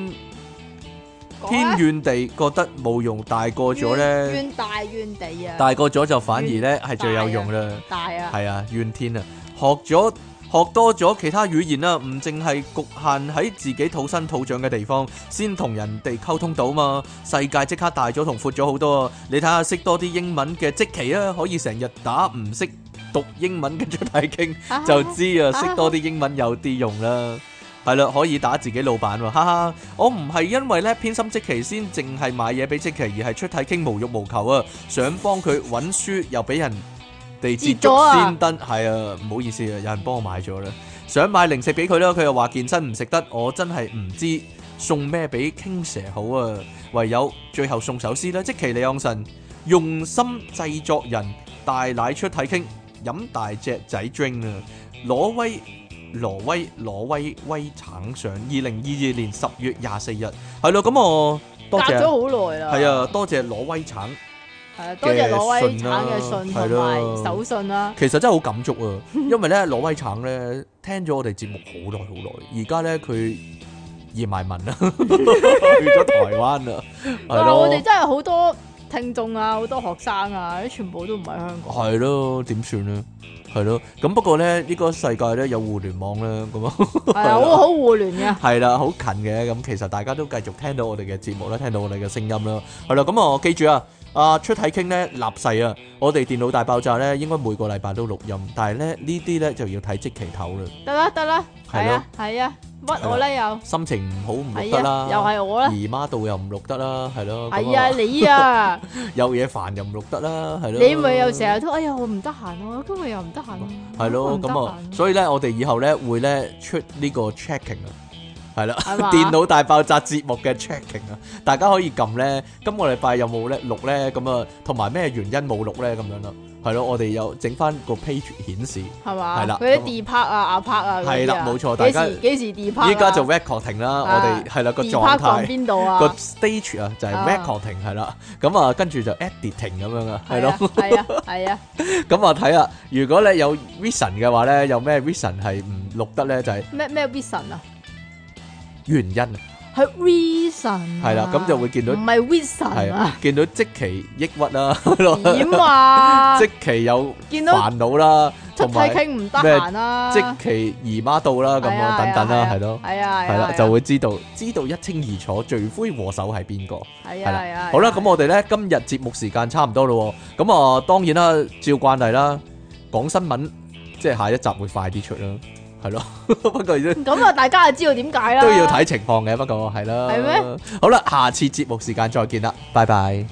Speaker 2: 講啊
Speaker 1: 天怨地覺得冇用，大個咗咧，
Speaker 2: 怨大怨地啊，
Speaker 1: 大個咗就反而咧係最有用啦。
Speaker 2: 大啊，
Speaker 1: 係啊，怨天啊，學咗學多咗其他語言啦，唔淨係局限喺自己土生土長嘅地方，先同人哋溝通到嘛。世界即刻大咗同闊咗好多啊！你睇下識多啲英文嘅即期啊，可以成日打唔識讀英文嘅出體經。就知啊，識多啲英文有啲用啦。係啦，可以打自己老闆喎，哈哈！我唔係因為咧偏心即期先，淨係買嘢俾即期，而係出體傾無欲無求啊，想幫佢揾書又俾人哋接
Speaker 2: 截咗
Speaker 1: 觸
Speaker 2: 啊
Speaker 1: 先登，係啊，唔好意思啊，有人幫我買咗啦。想買零食俾佢啦，佢又話健身唔食得，我真係唔知送咩俾傾蛇好啊，唯有最後送首詩啦，即其李昂臣用心製作人，大奶出體傾，飲大隻仔 drink 啊，挪威。挪威挪威威橙上，二零二二年十月廿四日，係咯，咁我多
Speaker 2: 隔
Speaker 1: 謝啊，
Speaker 2: 咗好耐啦，
Speaker 1: 係啊，多謝挪威橙。
Speaker 2: 係啊，多謝挪威橙嘅
Speaker 1: 嘅信啦
Speaker 2: 信同
Speaker 1: 係咯
Speaker 2: 埋手信啦，
Speaker 1: 其實真係好感觸 啊，因為咧挪威橙咧聽咗我哋節目好耐好耐，而家咧佢移埋民 啦，去咗台灣啦，係
Speaker 2: 哇！我哋
Speaker 1: 咯，
Speaker 2: 真係好多聽眾啊，好多學生啊，啲全部都唔喺香港。
Speaker 1: 係咯，點算咧？係咯，咁不過咧呢個世界咧有互聯網咧，咁啊
Speaker 2: 係啊，好好互聯嘅。
Speaker 1: 係啦，好近嘅，咁其實大家都繼續聽到我哋嘅節目啦，聽到我哋嘅聲音啦，係啦，咁啊記住啊，啊出體傾咧立誓啊，我哋電腦大爆炸咧應該每個禮拜都錄音，但係咧呢啲咧就要睇即期頭啦。
Speaker 2: 得啦，得啦，
Speaker 1: 係
Speaker 2: 係啊，係啊，屈我啦又，
Speaker 1: 心情唔好唔錄得
Speaker 2: 係
Speaker 1: 啦
Speaker 2: 啊，，又係我啦，
Speaker 1: 姨媽度又唔錄得啦，係咯，咁
Speaker 2: 係啊，
Speaker 1: 啊
Speaker 2: 你啊，
Speaker 1: 有嘢煩又唔錄得啦，係咯，
Speaker 2: 你咪又成日都，哎呀，我唔得閒啊，今日又唔得閒啊，
Speaker 1: 係咯，咁啊，所以咧，我哋以後咧會咧出呢個 checking 啊，係啦，
Speaker 2: 係嘛
Speaker 1: 電腦大爆炸節目嘅 checking 啊，大家可以撳咧，今個禮拜有冇咧錄咧，咁啊，同埋咩原因冇錄咧，咁樣啦，係咯，我哋有整翻個 page 顯示，
Speaker 2: 係嘛，
Speaker 1: 係啦
Speaker 2: 佢
Speaker 1: 咁啊
Speaker 2: 啲 D 拍啊、阿拍啊嗰啲啊，
Speaker 1: 係啦冇錯大
Speaker 2: 幾
Speaker 1: 家
Speaker 2: 時幾時 D 拍？
Speaker 1: 依家就 recording 啦，我
Speaker 2: 啊
Speaker 1: 哋係啦個
Speaker 2: D
Speaker 1: 狀
Speaker 2: part 放
Speaker 1: 態。
Speaker 2: 邊度
Speaker 1: 個
Speaker 2: 啊？
Speaker 1: stage 啊，就係
Speaker 2: 啊
Speaker 1: recording 係啦，咁啊跟住就 editing 咁樣啊，係
Speaker 2: 係啊
Speaker 1: 咯，，
Speaker 2: 係啊，係啊，
Speaker 1: 咁啊睇下，如果你有 vision 嘅話咧，有咩 vision 係唔錄得咧，就係
Speaker 2: 咩咩 vision 啊？
Speaker 1: 原因啊
Speaker 2: 係 reason
Speaker 1: 係啦，咁就會見到
Speaker 2: 唔係 vision
Speaker 1: 係
Speaker 2: 啊
Speaker 1: 啊，，見到即期抑鬱啦，係咯
Speaker 2: 點啊？
Speaker 1: 即期有
Speaker 2: 見到
Speaker 1: 煩惱啦，
Speaker 2: 出
Speaker 1: 同
Speaker 2: 體
Speaker 1: 埋
Speaker 2: 傾唔得閒啦，
Speaker 1: 即其姨媽到啦，咁
Speaker 2: 啊係啊
Speaker 1: 樣等等啦，係咯，
Speaker 2: 係啊，
Speaker 1: 係
Speaker 2: 係
Speaker 1: 啦
Speaker 2: 啦，，
Speaker 1: 就會知道知道一清二楚，罪魁禍首係邊個。
Speaker 2: 係
Speaker 1: 係
Speaker 2: 啊，
Speaker 1: 啦
Speaker 2: 係啊，
Speaker 1: 好啦，
Speaker 2: 係啊
Speaker 1: 咁我哋咧今日節目時間差唔多咯喎，咁啊當然啦，照慣例啦，講新聞即係下一集會快啲出啦，係咯， 不過都
Speaker 2: 咁啊，大家就知道點解啦，
Speaker 1: 都要睇情況嘅，不過係啦，
Speaker 2: 係咩？
Speaker 1: 好啦，下次節目時間再見啦，拜拜。